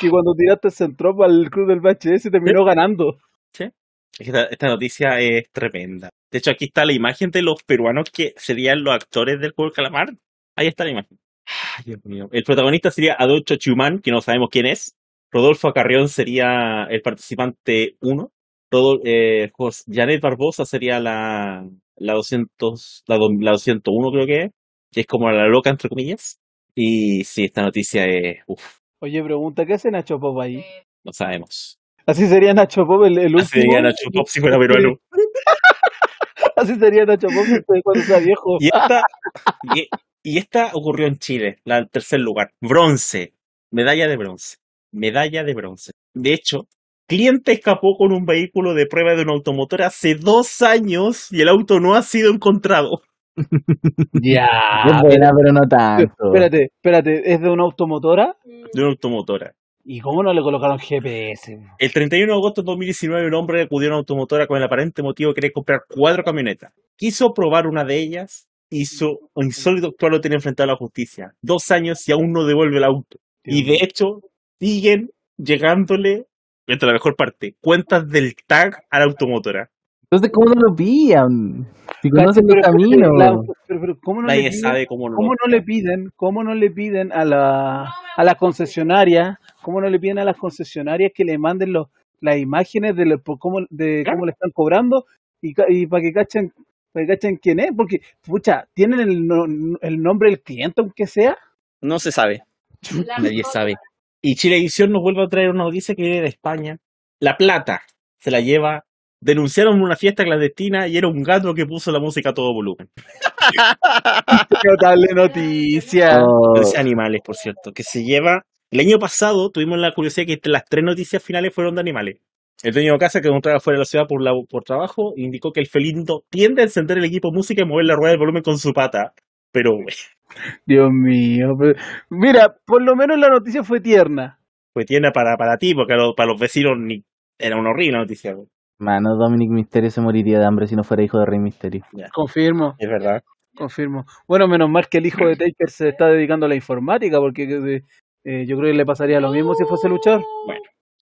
Speaker 5: que cuando tiraste Centrop al club del BHS y
Speaker 3: ¿Eh?
Speaker 5: terminó ganando.
Speaker 1: Es que Esta, esta noticia es tremenda. De hecho, aquí está la imagen de los peruanos que serían los actores del juego del calamar. Ahí está la imagen. Ay, Dios mío. El protagonista sería Adolfo Chumán, que no sabemos quién es. Rodolfo Acarrión sería el participante 1. Rodol, eh, Jos- Janet Barbosa sería la, la 200, la, do- la 201 creo que es, que es como la loca entre comillas. Y sí, esta noticia es, uff,
Speaker 5: Oye, pregunta, ¿qué hace Nacho Pop ahí?
Speaker 1: no sabemos.
Speaker 5: Así sería Nacho Pop el, el último.
Speaker 1: Así diría Nacho Pop si fuera peruano.
Speaker 5: Así sería Nacho Pop este, cuando sea viejo.
Speaker 1: Y esta, y, y esta ocurrió en Chile, la el tercer lugar. Bronce. Medalla de bronce. Medalla de bronce. De hecho, cliente escapó con un vehículo de prueba de un automotor hace dos años y el auto no ha sido encontrado.
Speaker 5: Ya.
Speaker 1: Ah,
Speaker 3: es buena, pero no tanto.
Speaker 5: Espérate, espérate, ¿es de una automotora?
Speaker 1: De una automotora.
Speaker 5: ¿Y cómo no le colocaron GPS?
Speaker 1: El 31 de agosto de 2019, un hombre acudió a una automotora con el aparente motivo de querer comprar cuatro camionetas. Quiso probar una de ellas y su insólito actuar lo tiene enfrentado a la justicia. Dos años y aún no devuelve el auto. Y de hecho, siguen llegándole, esta es la mejor parte, cuentas del tag a la automotora.
Speaker 3: Entonces, ¿cómo no lo pillan? Si
Speaker 5: Cacho,
Speaker 3: conocen los
Speaker 5: pero,
Speaker 3: caminos.
Speaker 5: la- pero- pero ¿cómo, no le
Speaker 1: Nadie
Speaker 5: piden,
Speaker 1: sabe cómo lo.
Speaker 5: ¿Cómo no le piden? ¿Cómo no le piden a la, a la concesionaria? ¿Cómo no le piden a las concesionarias que le manden los, las imágenes de, lo- por cómo, de
Speaker 1: Claro.
Speaker 5: cómo le están cobrando y, ca- y para que cachen para que cachen quién es? Porque, pucha, ¿tienen el, no- el nombre del cliente aunque sea?
Speaker 2: No se sabe. Nadie sabe.
Speaker 1: Y Chilevisión nos vuelve a traer una noticia que viene de España. La plata se la lleva. Denunciaron una fiesta clandestina y era un gato que puso la música a todo volumen.
Speaker 5: Notable noticia.
Speaker 3: Oh,
Speaker 1: Noticia de animales, por cierto, que se lleva. El año pasado tuvimos la curiosidad que las tres noticias finales fueron de animales. El dueño de casa que encontraba fuera de la ciudad por, la- por trabajo indicó que el felino tiende a encender el equipo de música y mover la rueda del volumen con su pata. Pero
Speaker 5: Dios mío. pero- Mira, por lo menos la noticia fue tierna.
Speaker 1: pues tiene para, para ti, porque lo- para los vecinos ni- era una horrible noticia. güey.
Speaker 3: mano, Dominic Misterio se moriría de hambre si no fuera hijo de Rey Misterio.
Speaker 5: Confirmo.
Speaker 1: Es verdad.
Speaker 5: Confirmo. Bueno, menos mal que el hijo de Taker se está dedicando a la informática, porque eh, yo creo que le pasaría lo mismo si fuese luchador.
Speaker 4: Oh,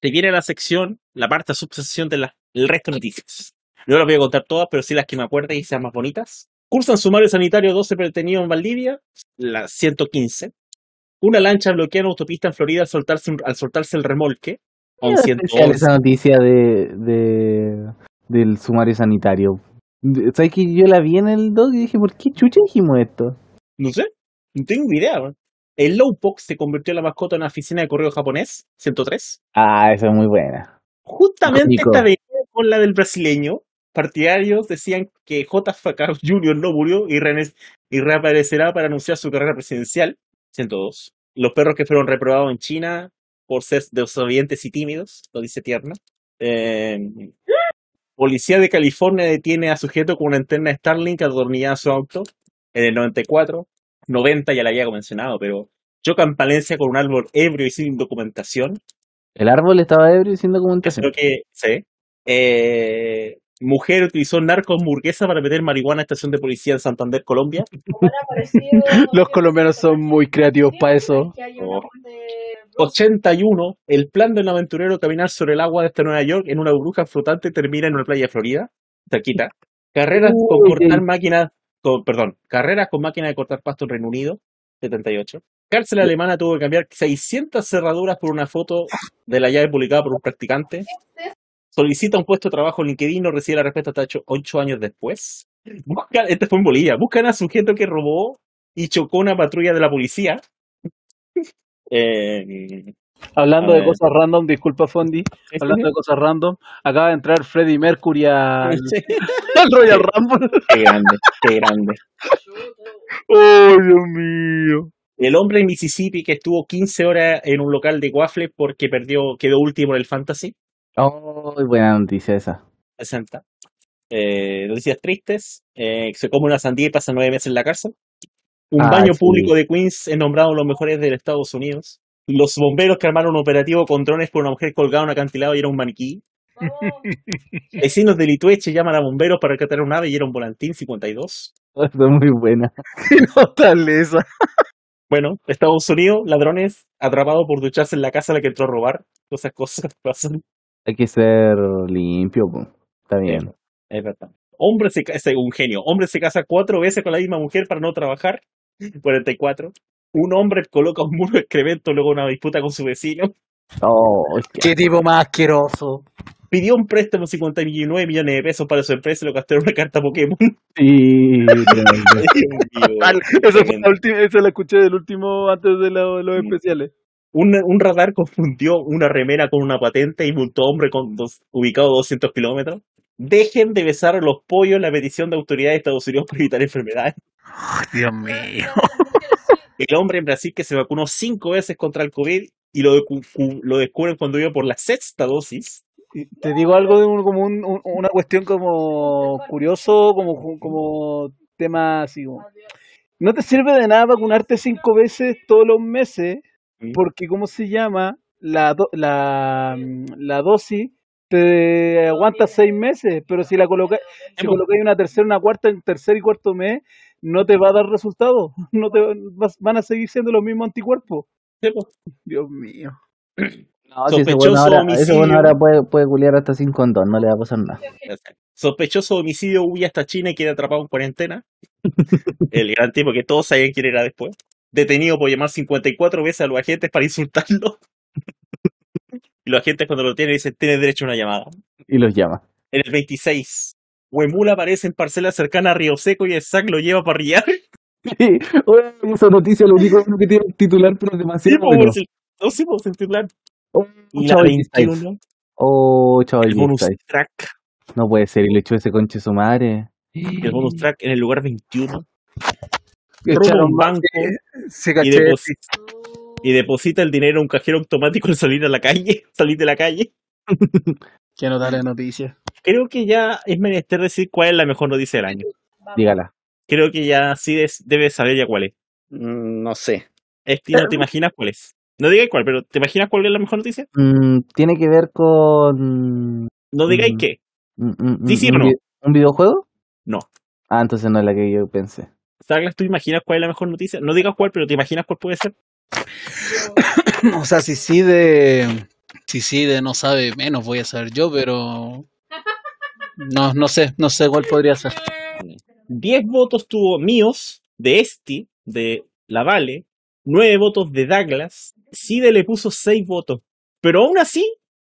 Speaker 1: Te viene la sección, la parte subsección de la, el resto de noticias. No las voy a contar todas, pero sí las que me acuerde y sean más bonitas. Cursan sumario sanitario 12 detenidos en Valdivia, la 115. Una lancha bloquea una autopista en Florida al soltarse, un- al soltarse el remolque. a un
Speaker 3: Es especial
Speaker 1: 111.
Speaker 3: esa noticia de, de del sumario sanitario. De- ¿Sabes que yo la vi en el doc y dije, ¿por qué chucha dijimos esto?
Speaker 1: No sé, no tengo idea. güey. El Lowpox se convirtió en la mascota de una oficina de correo japonés, 103.
Speaker 3: Ah, esa es muy buena.
Speaker 1: Justamente
Speaker 3: Icónico.
Speaker 1: esta vez con la del brasileño, partidarios decían que JFK Jr. no murió y, reane- y reaparecerá para anunciar su carrera presidencial. 102. Los perros que fueron reprobados en China por ser desobedientes y tímidos, lo dice Tierna. Eh, policía de California detiene a sujeto con una antena Starlink atornillada a su auto en el 94. 90 ya la había mencionado, pero choca en Palencia con un árbol ebrio y sin documentación.
Speaker 3: El árbol estaba ebrio y sin documentación.
Speaker 1: Creo que sí. Eh, mujer utilizó narco hamburguesa para meter marihuana a estación de policía en Santander, Colombia.
Speaker 5: Los colombianos son muy creativos para eso.
Speaker 1: Oh. 81. El plan del aventurero caminar sobre el agua desde Nueva York en una burbuja flotante termina en una playa de Florida, cerquita. Carreras con
Speaker 5: Uy,
Speaker 1: cortar
Speaker 5: sí.
Speaker 1: máquinas, con, perdón, carreras con máquina de cortar pasto en Reino Unido, 78. Cárcel alemana tuvo que cambiar 600 cerraduras por una foto de la llave publicada por un practicante. Solicita un puesto de trabajo en LinkedIn, no recibe la respuesta hasta ocho- ocho años después. Buscan, este fue en Bolivia. Buscan a sujeto que robó y chocó una patrulla de la policía. Eh,
Speaker 5: Hablando
Speaker 1: A
Speaker 5: de
Speaker 1: ver.
Speaker 5: cosas random, disculpa Fondi, hablando de cosas random, acaba de entrar Freddie Mercury al, al Royal Rumble.
Speaker 1: Qué grande, qué grande.
Speaker 5: ¡Oh, Dios mío!
Speaker 1: El hombre en Mississippi que estuvo 15 horas en un local de waffle porque perdió, quedó último en el fantasy.
Speaker 3: Oh, buena noticia esa.
Speaker 1: 60. Eh, noticias tristes. eh, se come una sandía y pasa nueve meses en la cárcel. Un
Speaker 3: Ah,
Speaker 1: baño
Speaker 3: sí.
Speaker 1: público de Queens es nombrado uno de los mejores de Estados Unidos. Los bomberos que armaron un operativo con drones por una mujer colgada en un acantilado y era un maniquí. Vecinos de Litueche llaman a bomberos para rescatar un ave y era un volantín 52.
Speaker 3: Esa es muy buena.
Speaker 5: ¡Qué notaleza!
Speaker 1: Bueno, Estados Unidos, ladrones atrapados por ducharse en la casa a la que entró a robar. Todas esas cosas pasan.
Speaker 3: Hay que ser limpio. po. Está bien.
Speaker 1: Es verdad. Hombre se casa, un genio. Hombre se casa cuatro veces con la misma mujer para no trabajar. 44. un hombre coloca un muro de excremento luego una disputa con su vecino,
Speaker 3: Oh, es que-
Speaker 5: Qué tipo más asqueroso.
Speaker 1: pidió un préstamo de 59 millones de pesos para su empresa y lo gastó en una carta Pokémon.
Speaker 3: sí, tremendo.
Speaker 1: Ah,
Speaker 5: Al- Esa, fue la última, esa la escuché del último antes de la- los
Speaker 1: Mm.
Speaker 5: especiales.
Speaker 1: un, un radar confundió una remera con una patente y multó a hombre con dos- ubicado a 200 kilómetros. Dejen de besar a los pollos la petición de autoridades de Estados Unidos para evitar enfermedades.
Speaker 5: Dios mío.
Speaker 1: El hombre en Brasil que se vacunó cinco veces contra el COVID y lo, decu- cu- lo descubren cuando iba por la sexta dosis.
Speaker 5: Te digo algo de un- como un- un- una cuestión como curioso, como, como tema así. como, No te sirve de nada vacunarte cinco veces todos los meses
Speaker 1: Mm.
Speaker 5: porque, ¿cómo se llama? La, do- la, mm, la dosis te aguanta seis meses, pero si la colocas si
Speaker 1: Hemos-
Speaker 5: colocáis una tercera, una cuarta, en tercer y cuarto mes, no te va a dar resultado. No te vas- van a seguir siendo los mismos anticuerpos.
Speaker 1: hemos-
Speaker 5: Dios mío.
Speaker 3: No, si ese bueno
Speaker 1: Sospechoso
Speaker 3: ahora, ese
Speaker 1: homicidio.
Speaker 3: bueno ahora puede, puede culiar hasta sin condón, no le va a pasar nada.
Speaker 1: Sospechoso homicidio huye hasta China y queda atrapado en cuarentena. El gran tipo que todos sabían quién era después. Detenido por llamar 54 veces a los agentes para insultarlo. Y los agentes cuando lo tienen dicen, tienes derecho a una llamada.
Speaker 3: Y los llama.
Speaker 1: En el 26, Huemula aparece en parcela cercana a Río Seco y el SAC lo lleva a parrillar.
Speaker 3: Sí, bueno, esa noticia, lo único bueno que tiene el titular, pero es
Speaker 1: Sí,
Speaker 3: demasiado
Speaker 1: po,
Speaker 3: bueno.
Speaker 1: es el- no, sí, po, es el titular.
Speaker 3: pues, Oh,
Speaker 1: Y la
Speaker 3: chao, el 16.
Speaker 1: 21,
Speaker 3: Oh, chao, el
Speaker 1: el bonus
Speaker 3: 16.
Speaker 1: track.
Speaker 3: No puede ser, y le echó ese conche a su madre.
Speaker 1: El bonus track en el lugar 21. Roba
Speaker 5: Echaron
Speaker 1: un
Speaker 5: más
Speaker 1: banco
Speaker 5: que- Sí,
Speaker 1: y,
Speaker 5: caché.
Speaker 1: deposi- y deposita el dinero en un cajero automático al salir a la calle. Salir de la calle.
Speaker 5: Qué notable noticia.
Speaker 1: Creo que ya es menester decir cuál es la mejor noticia del año.
Speaker 3: Dígala.
Speaker 1: Creo que ya sí des- debes saber ya cuál es.
Speaker 2: Mm, No sé.
Speaker 1: Este, no te imaginas cuál es. No digáis cuál, pero ¿te imaginas cuál es la mejor noticia?
Speaker 3: Mm, tiene que ver con.
Speaker 1: No digáis
Speaker 3: Mm.
Speaker 1: qué.
Speaker 3: mm, mm,
Speaker 1: Sí, sí
Speaker 3: mm,
Speaker 1: o
Speaker 3: un
Speaker 1: no.
Speaker 3: vi- ¿Un videojuego?
Speaker 1: No.
Speaker 3: Ah, entonces no es la que yo pensé.
Speaker 1: Douglas, ¿tú imaginas cuál es la mejor noticia? No digas cuál, pero ¿te imaginas cuál puede ser?
Speaker 5: O sea, si sí de. Si sí de no sabe menos, voy a saber yo, pero. No, no sé, no sé cuál podría ser.
Speaker 1: 10 votos tuvo míos, de Esti, de La Vale, 9 votos de Douglas, Side le puso 6 votos, pero aún así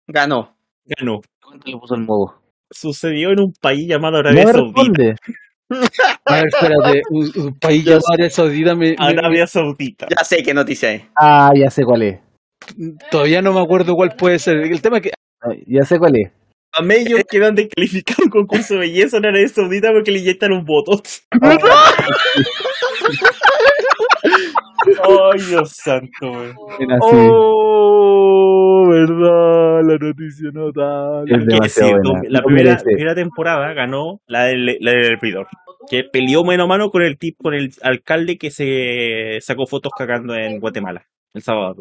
Speaker 2: Ganó.
Speaker 1: ganó.
Speaker 3: ¿Cuánto le puso el modo?
Speaker 1: Sucedió en un país llamado
Speaker 3: No me
Speaker 1: Arabia Saudita.
Speaker 3: responde.
Speaker 5: A ver, espérate, un, un país
Speaker 2: Yo
Speaker 5: llamado Arabia Saudita me, me-
Speaker 1: Arabia Saudita.
Speaker 2: Ya sé qué noticia es.
Speaker 3: Ah, ya sé cuál es.
Speaker 5: todavía no me acuerdo cuál puede ser. El tema es que
Speaker 3: Ah, Ya sé cuál es.
Speaker 1: Ellos quedan descalificados en concurso de belleza en Arabia Saudita porque le inyectaron votos. Ay, Dios santo, güey.
Speaker 3: Era así.
Speaker 5: Oh, verdad, la noticia no tal.
Speaker 3: Es
Speaker 1: Hay que
Speaker 3: demasiado
Speaker 1: decir,
Speaker 3: buena.
Speaker 1: dom- La
Speaker 3: Lo
Speaker 1: primera,
Speaker 3: merece.
Speaker 1: primera temporada ganó la del, la del hervidor, que peleó mano a mano con el tip, con el alcalde que se sacó fotos cagando en Guatemala el sábado.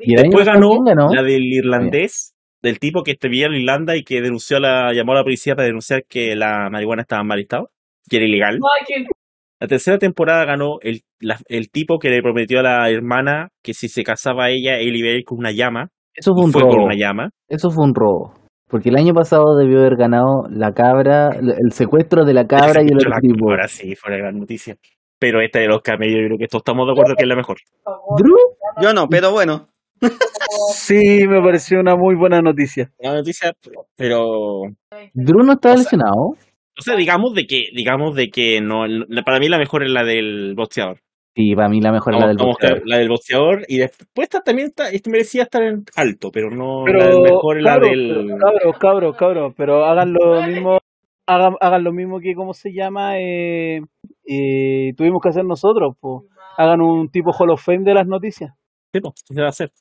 Speaker 3: Y el año
Speaker 1: Después
Speaker 3: pasado,
Speaker 1: ganó,
Speaker 3: ¿quién ganó?
Speaker 1: la del irlandés, del tipo que vivía en Irlanda y que denunció a la, llamó a la policía para denunciar que la marihuana estaba en mal estado, que era ilegal. La tercera temporada ganó el, la- el tipo que le prometió a la hermana que si se casaba ella, él iba a ir con una llama,
Speaker 3: Eso fue
Speaker 1: y
Speaker 3: un
Speaker 1: fue con
Speaker 3: robo.
Speaker 1: una llama.
Speaker 3: Eso fue un robo. Porque el año pasado debió haber ganado la cabra, l- el secuestro de la cabra y el
Speaker 1: Escucho
Speaker 3: otro
Speaker 1: la-
Speaker 3: tipo.
Speaker 1: Ahora sí, fue la gran noticia. Pero esta de los camellos, yo creo que todos estamos de acuerdo que es la mejor.
Speaker 3: ¿Drew?
Speaker 2: Yo no, pero bueno.
Speaker 5: Sí, me pareció una muy buena noticia.
Speaker 1: La noticia, pero. O
Speaker 3: ¿Drew no estaba
Speaker 1: O sea-
Speaker 3: lesionado?
Speaker 1: sea, digamos de que, digamos de que no. la- Para mí la mejor es la del boxeador.
Speaker 3: Sí, para mí la mejor es la
Speaker 1: Vamos-
Speaker 3: del
Speaker 1: vamos a
Speaker 3: boxeador.
Speaker 1: ver, la del boxeador. Y después esta también está, esta merecía estar en alto, pero no.
Speaker 5: Pero,
Speaker 1: la del mejor es la
Speaker 5: cabros,
Speaker 1: del.
Speaker 5: pero, cabros, cabros, cabros, pero hagan lo mismo, hagan, hagan lo mismo que, ¿cómo se llama? Eh, eh, tuvimos que hacer nosotros, po. Hagan un tipo Hall of Fame de las noticias.
Speaker 1: Sí, pues, sí se va a hacer.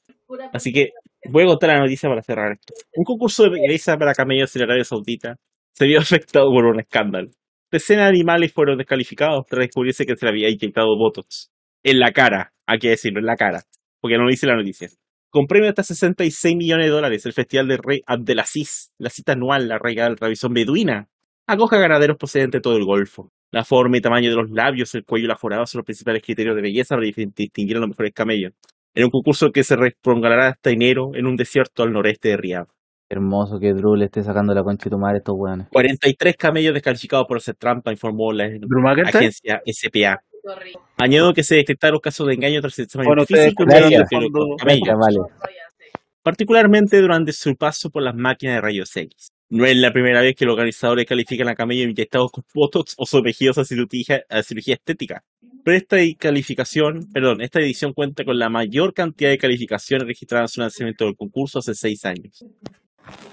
Speaker 1: Así que voy a contar la noticia para cerrar esto. Un concurso de belleza para camellos en Arabia Saudita se vio afectado por un escándalo. Decenas de animales fueron descalificados tras descubrirse que se le había inyectado botox. En la cara, hay que decirlo, en la cara, porque no lo dice la noticia. Con premio de hasta 66 millones de dólares, el Festival del Rey Abdelaziz, la cita anual, la regal revisión beduina, acoge a ganaderos procedentes de todo el Golfo. La forma y tamaño de los labios, el cuello y la forada son los principales criterios de belleza para dif- distinguir a los mejores camellos en un concurso que se prolongará hasta enero en un desierto al noreste de Riyadh.
Speaker 3: Hermoso que Drew le esté sacando la concha de tu madre a estos weones.
Speaker 1: 43 camellos descalificados por hacer trampa, informó la
Speaker 5: ¿Drew McIntyre?
Speaker 1: agencia SPA.
Speaker 6: Rico, rico.
Speaker 1: Añado que se detectaron casos de engaño tras el examen
Speaker 5: Bueno, ustedes
Speaker 1: físico y
Speaker 5: escucharon
Speaker 1: mediante
Speaker 5: de fondo-
Speaker 1: los camellos,
Speaker 3: Ya, vale.
Speaker 1: particularmente durante su paso por las máquinas de rayos X. No es la primera vez que los organizadores califican a camellos inyectados con botox o sometidos a cirugía, a cirugía estética. Pero esta y- calificación, perdón, esta edición cuenta con la mayor cantidad de calificaciones registradas en su lanzamiento del concurso hace seis años.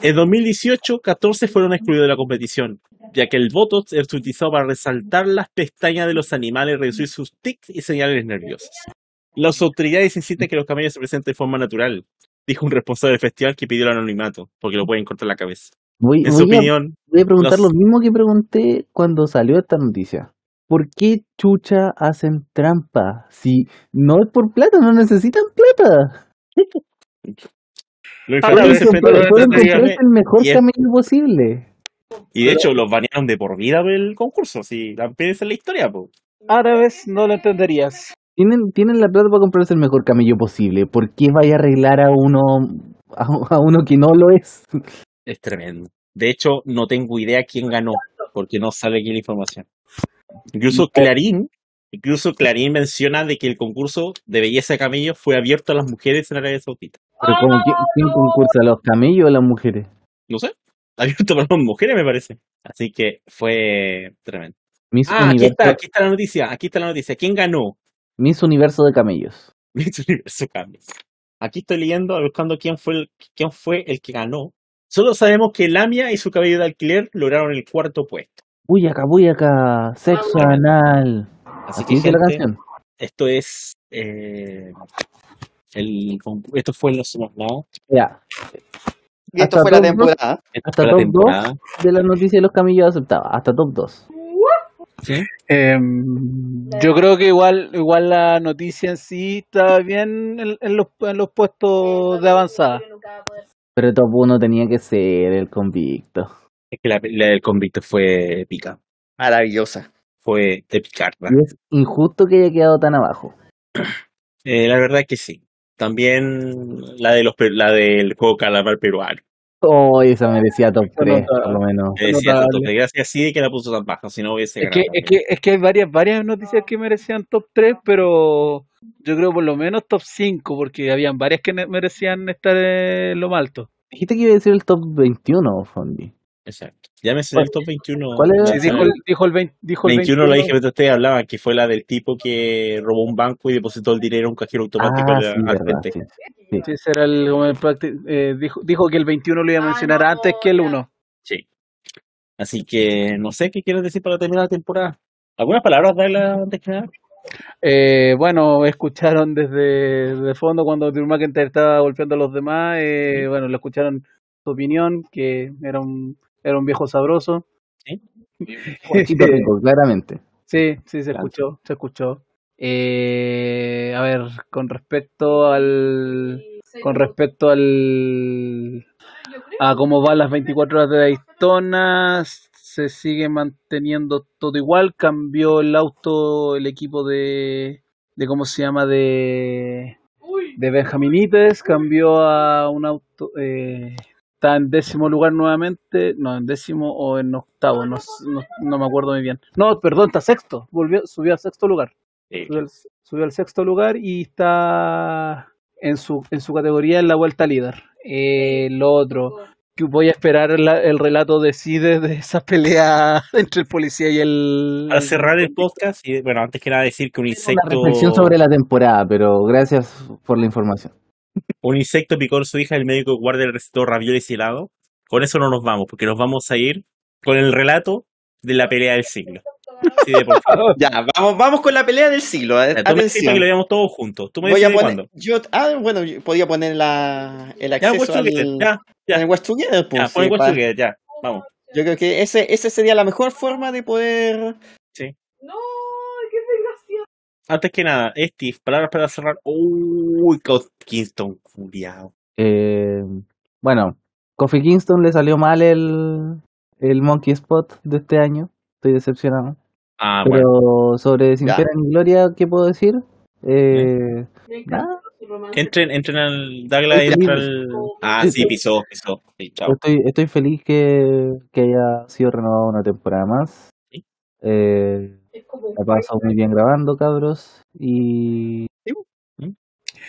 Speaker 1: En 2018, 14 fueron excluidos de la competición, ya que el botox es utilizado para resaltar las pestañas de los animales, reducir sus tics y señales nerviosas. Las autoridades insisten que los camellos se presenten de forma natural, dijo un responsable del festival que pidió el anonimato, porque lo pueden cortar la cabeza.
Speaker 3: Voy,
Speaker 1: En su
Speaker 3: voy a-
Speaker 1: opinión,
Speaker 3: voy a preguntar
Speaker 1: los-
Speaker 3: lo mismo que pregunté cuando salió esta noticia. ¿Por qué chucha hacen trampa? Si no es por plata, no necesitan plata.
Speaker 1: los
Speaker 5: Claro,
Speaker 3: Pueden
Speaker 1: infractores
Speaker 5: es
Speaker 3: comprar-
Speaker 5: pero
Speaker 1: enfrentaron
Speaker 5: es
Speaker 3: pueden
Speaker 1: esta tarea-
Speaker 3: comprarse el mejor
Speaker 1: y es-
Speaker 3: camello posible.
Speaker 1: y de hecho los banearon de por vida del concurso, si la pides en la historia, po.
Speaker 5: Árabes Ah, no lo entenderías.
Speaker 3: Tienen, tienen la plata para comprarse el mejor camello posible. ¿Por qué vaya a arreglar a uno a, a uno que no lo es?
Speaker 1: es tremendo. De hecho, no tengo idea quién ganó, porque no sale aquí la información. Incluso Clarín, incluso Clarín menciona de que el concurso de belleza de camellos fue abierto a las mujeres en Arabia Saudita.
Speaker 3: Pero como ¿quién, quién concursa, los camellos o las mujeres?
Speaker 1: No sé, abierto para las mujeres me parece. Así que fue tremendo.
Speaker 3: Miss,
Speaker 1: Ah, aquí
Speaker 3: universo,
Speaker 1: está, aquí está la noticia, aquí está la noticia. ¿Quién ganó?
Speaker 3: Miss Universo de Camellos.
Speaker 1: Miss Universo Camellos. Aquí estoy leyendo, buscando quién fue el, quién fue el que ganó. Solo sabemos que Lamia y su cabello de alquiler lograron el cuarto puesto.
Speaker 3: Buyaka, buyaka, sexo
Speaker 6: Ah,
Speaker 3: anal.
Speaker 1: Así,
Speaker 5: Ah,
Speaker 3: Así,
Speaker 1: que,
Speaker 3: dice la
Speaker 1: gente,
Speaker 3: canción.
Speaker 1: esto es eh, el con- esto fue en los ¿no?
Speaker 3: Ya,
Speaker 2: Y esto
Speaker 3: Hasta
Speaker 2: fue la
Speaker 3: dos, ¿no?
Speaker 2: temporada.
Speaker 1: Esta
Speaker 3: Hasta
Speaker 1: fue la
Speaker 3: top
Speaker 1: temporada.
Speaker 3: 2 de la noticia de los camellos aceptaba. Hasta top 2.
Speaker 5: Em, yo creo que igual igual la noticia en sí está bien en, en los, en los puestos de avanzada.
Speaker 3: Pero top 1 tenía que ser el convicto.
Speaker 1: Es que la, la del convicto fue épica,
Speaker 2: Maravillosa.
Speaker 1: fue epicarda.
Speaker 3: Y es injusto que haya quedado tan abajo.
Speaker 1: Eh, la verdad que sí. También la de los pe- la del juego calamar peruano.
Speaker 3: Oh, esa merecía top 3,
Speaker 5: nota.
Speaker 3: por lo menos.
Speaker 1: Me decía
Speaker 5: Notable.
Speaker 1: Toto, que gracias sí de que la puso tan baja, si no hubiese
Speaker 5: Es que,
Speaker 1: ganado.
Speaker 5: es, que, es que hay varias varias noticias que merecían top 3, pero yo creo por lo menos top 5, porque habían varias que ne- merecían estar en lo más alto.
Speaker 3: Dijiste que iba a decir el top 21, Fondi.
Speaker 1: Exacto. Ya mencioné el top 21.
Speaker 3: ¿Cuál era?
Speaker 1: ya
Speaker 5: Sí,
Speaker 1: saben.
Speaker 5: dijo, el- dijo el 20, dijo el
Speaker 1: 21 la dije
Speaker 5: 21.
Speaker 1: mientras ustedes hablaban, que fue la del tipo que robó un banco y depositó el dinero en un cajero automático
Speaker 3: Ah,
Speaker 1: al-
Speaker 3: sí,
Speaker 1: al
Speaker 3: verdad.
Speaker 1: frente.
Speaker 3: sí.
Speaker 5: Sí, ese era el- como el practi- eh, dijo, dijo que el 21 lo iba a
Speaker 6: Ah,
Speaker 5: mencionar
Speaker 6: no,
Speaker 5: antes que el
Speaker 6: ya.
Speaker 5: 1.
Speaker 1: Así que no sé qué quieres decir para terminar la temporada. ¿Algunas palabras darla antes que nada?
Speaker 5: Eh, bueno, escucharon desde de fondo cuando Drew McIntyre estaba golpeando a los demás. eh, bueno, lo escucharon su opinión, que era un, era un viejo sabroso.
Speaker 1: Sí.
Speaker 5: Eh,
Speaker 3: Chito rico, claramente.
Speaker 5: Sí, sí, se
Speaker 1: Claro.
Speaker 5: escuchó, se escuchó. Eh, a ver, con respecto al, con ah, respecto al, a cómo van las 24 horas de Daytona, se sigue manteniendo todo igual. Cambió el auto, el equipo de, de cómo se llama, de, de Benjaminites, cambió a un auto, eh, está en décimo lugar nuevamente, no, en décimo o en octavo, no, s- no, no me acuerdo muy bien. No, perdón, está sexto, volvió, subió a sexto lugar,
Speaker 1: Sí.
Speaker 5: subió al, subió al sexto lugar y está en su, en su categoría en la vuelta líder. Eh, lo otro, que voy a esperar la- el relato de Cide de esa pelea entre el policía y el...
Speaker 1: Para cerrar el podcast, y bueno, antes que nada decir que un
Speaker 3: Una
Speaker 1: insecto,
Speaker 3: reflexión sobre la temporada, pero gracias por la información.
Speaker 1: un insecto picó a su hija, el médico guardia le recetó ravioles y helado. Con eso no nos vamos, porque nos vamos a ir con el relato de la pelea del siglo. Sí, de por favor.
Speaker 2: Ya, vamos, vamos con la pelea del siglo. a-
Speaker 1: Ya, tú me dijiste que lo
Speaker 2: Atención.
Speaker 1: veamos todos juntos. Tú me
Speaker 2: Voy
Speaker 1: dices
Speaker 2: a
Speaker 1: de
Speaker 2: poner,
Speaker 1: cuándo.
Speaker 2: yo, ah, bueno, yo podía poner la, el
Speaker 1: Ya,
Speaker 2: acceso
Speaker 1: Watch
Speaker 2: al,
Speaker 1: Together, ya, ya.
Speaker 2: al Watch Together, pues,
Speaker 1: ya,
Speaker 2: sí,
Speaker 1: pon el Watch
Speaker 2: pa-
Speaker 1: Together, ya. Vamos.
Speaker 2: Yo creo que ese, ese sería la mejor forma de poder.
Speaker 6: No, qué desgraciado.
Speaker 1: Antes que nada, Steve, palabras para cerrar. Uy, Kof- Kingston, culiao.
Speaker 3: Eh, bueno, Kofi Kingston le salió mal el, el Monkey Spot de este año. Estoy decepcionado.
Speaker 1: Ah, bueno.
Speaker 3: pero sobre Sin
Speaker 2: Ya.
Speaker 3: Pena ni Gloria, ¿qué puedo decir? Eh,
Speaker 6: Me
Speaker 3: nada,
Speaker 6: encanta su romance.
Speaker 1: Entren, entren al. Douglas,
Speaker 3: Estoy
Speaker 1: entra
Speaker 3: feliz.
Speaker 1: al. Ah, sí, pisó, pisó. Sí, chao.
Speaker 3: estoy, estoy feliz que, que haya sido renovado una temporada más.
Speaker 1: Sí.
Speaker 3: Eh,
Speaker 6: Es como un
Speaker 3: La paso muy bien grabando, cabros. Y.
Speaker 2: Sí,
Speaker 3: ¿Mm?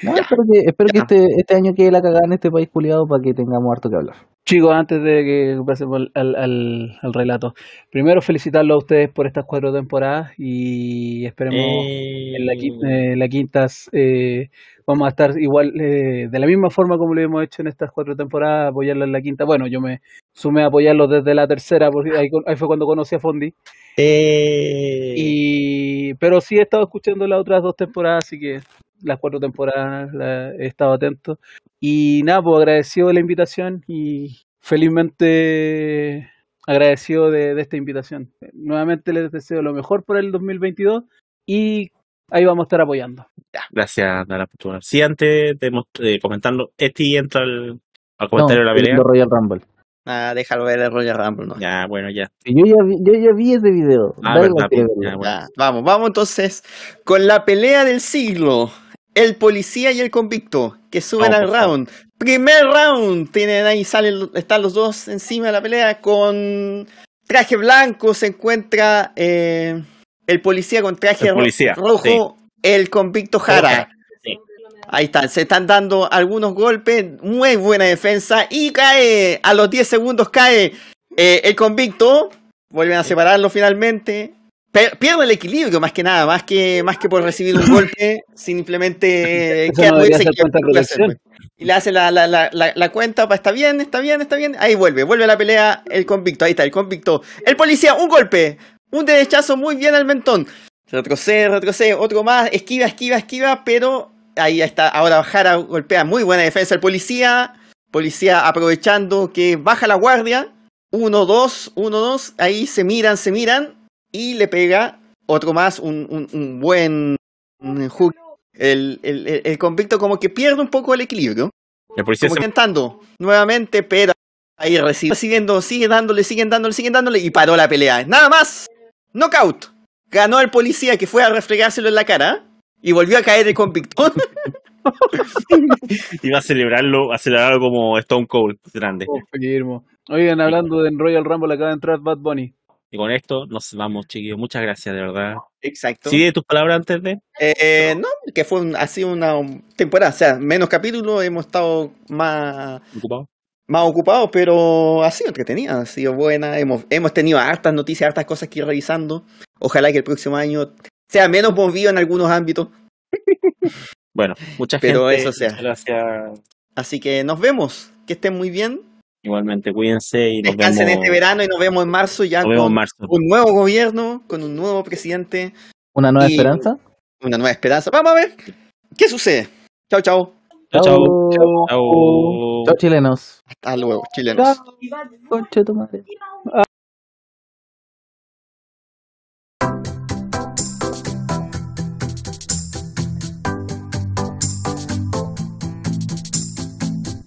Speaker 3: No, espero que, espero que
Speaker 2: Ya.
Speaker 3: este, este año quede la cagada en este país culiado para que tengamos harto que hablar.
Speaker 5: Chicos, antes de que pasemos al, al- al relato, primero felicitarlo a ustedes por estas cuatro temporadas y esperemos en la, qui- eh, la quinta eh, vamos a estar igual eh, de la misma forma como lo hemos hecho en estas cuatro temporadas, apoyarla en la quinta. Bueno, yo me sumé a apoyarlos desde la tercera porque ahí, con- ahí fue cuando conocí a Fondi.
Speaker 1: eh.
Speaker 5: Y, pero sí he estado escuchando las otras dos temporadas, así que las cuatro temporadas la- he estado atento. Y nada, pues agradecido de la invitación y felizmente agradecido de, de esta invitación. Eh, Nuevamente les deseo lo mejor por el 2022 y ahí vamos a estar apoyando.
Speaker 1: Gracias, Dara, por tu honor. Sí, antes de mos- eh, comentando, Eti entra al, al
Speaker 3: No,
Speaker 1: comentario de la Pues pelea.
Speaker 3: estoy viendo Royal Rumble.
Speaker 2: Ah, déjalo ver el Royal Rumble, no.
Speaker 1: Ya, bueno, ya.
Speaker 3: Y Yo ya vi, yo ya vi ese video.
Speaker 1: Ah,
Speaker 3: da
Speaker 1: verdad,
Speaker 3: igual que
Speaker 1: po,
Speaker 3: verlo.
Speaker 1: ya, bueno.
Speaker 2: Ya, vamos, vamos entonces con la pelea del siglo. El policía y el convicto que suben
Speaker 1: Vamos,
Speaker 2: al
Speaker 1: por favor.
Speaker 2: round. Primer round. Tienen ahí salen están los dos encima de la pelea con traje blanco se encuentra eh, el policía con traje
Speaker 1: El
Speaker 2: ro-
Speaker 1: policía,
Speaker 2: rojo, el convicto Jara.
Speaker 1: Sí.
Speaker 2: Ahí están, se están dando algunos golpes, muy buena defensa y cae, a los 10 segundos cae eh, el convicto, vuelven a separarlo finalmente, Pe- pierde el equilibrio más que nada, más que, más que por recibir un golpe, simplemente eh,
Speaker 5: Eso
Speaker 2: queda
Speaker 5: no
Speaker 2: muy
Speaker 5: debería ser
Speaker 2: exequible,
Speaker 5: cuenta de
Speaker 2: lo hace,
Speaker 5: protección.
Speaker 2: pues. Y le hace la, la, la, la, la cuenta, pa, está bien, está bien, está bien. Ahí vuelve, vuelve a la pelea el convicto, ahí está el convicto. El policía, un golpe, un derechazo muy bien al mentón. Retrocede, retrocede, otro más, esquiva, esquiva, esquiva, pero ahí está, ahora Jara golpea, muy buena defensa el policía, policía aprovechando que baja la guardia, 1-2, 1-2, ahí se miran, se miran, y le pega otro más, un, un, un buen un hook. El, el, el- el convicto como que pierde un poco el equilibrio,
Speaker 1: El policía
Speaker 2: como
Speaker 1: se
Speaker 2: que intentando nuevamente, pero ahí reci- recibiendo, sigue dándole, siguen dándole, siguen dándole, y paró la pelea. Nada más, knockout. Ganó el policía que fue a refregárselo en la cara y volvió a caer el convicto.
Speaker 1: iba a celebrarlo, a celebrarlo como Stone Cold grande.
Speaker 5: Oh. Confirmo. Oigan, hablando de Royal Rumble, acaba de entrar Bad Bunny.
Speaker 1: Y con esto nos vamos, chiquillos. Muchas gracias, de verdad.
Speaker 2: Exacto.
Speaker 1: ¿Sí de tus palabras antes de?
Speaker 2: Eh, eh, no, que fue un- ha sido una um, temporada, o sea, menos capítulos, hemos estado más
Speaker 1: ¿Ocupado?
Speaker 2: más ocupado, pero ha sido entretenida, ha sido buena. Hemos, hemos tenido hartas noticias, hartas cosas que ir revisando. Ojalá que el próximo año sea menos movido en algunos ámbitos.
Speaker 1: Bueno, mucha
Speaker 2: Pero
Speaker 1: gente.
Speaker 2: eso sea.
Speaker 1: Muchas gracias.
Speaker 2: Así que nos vemos, que estén muy bien.
Speaker 1: Igualmente, cuídense y nos vemos.
Speaker 2: Descansen este verano y nos vemos en marzo ya
Speaker 1: Nos vemos en
Speaker 2: con
Speaker 1: marzo.
Speaker 2: un nuevo gobierno, con un nuevo presidente,
Speaker 3: Una nueva
Speaker 2: Y-
Speaker 3: esperanza.
Speaker 2: una nueva esperanza. Vamos a ver qué sucede. Chao, chao.
Speaker 1: Chao, chao.
Speaker 3: Chao.
Speaker 1: Chao.
Speaker 3: Chao, chilenos.
Speaker 2: Hasta luego, chilenos.
Speaker 3: Chao, conche tu madre.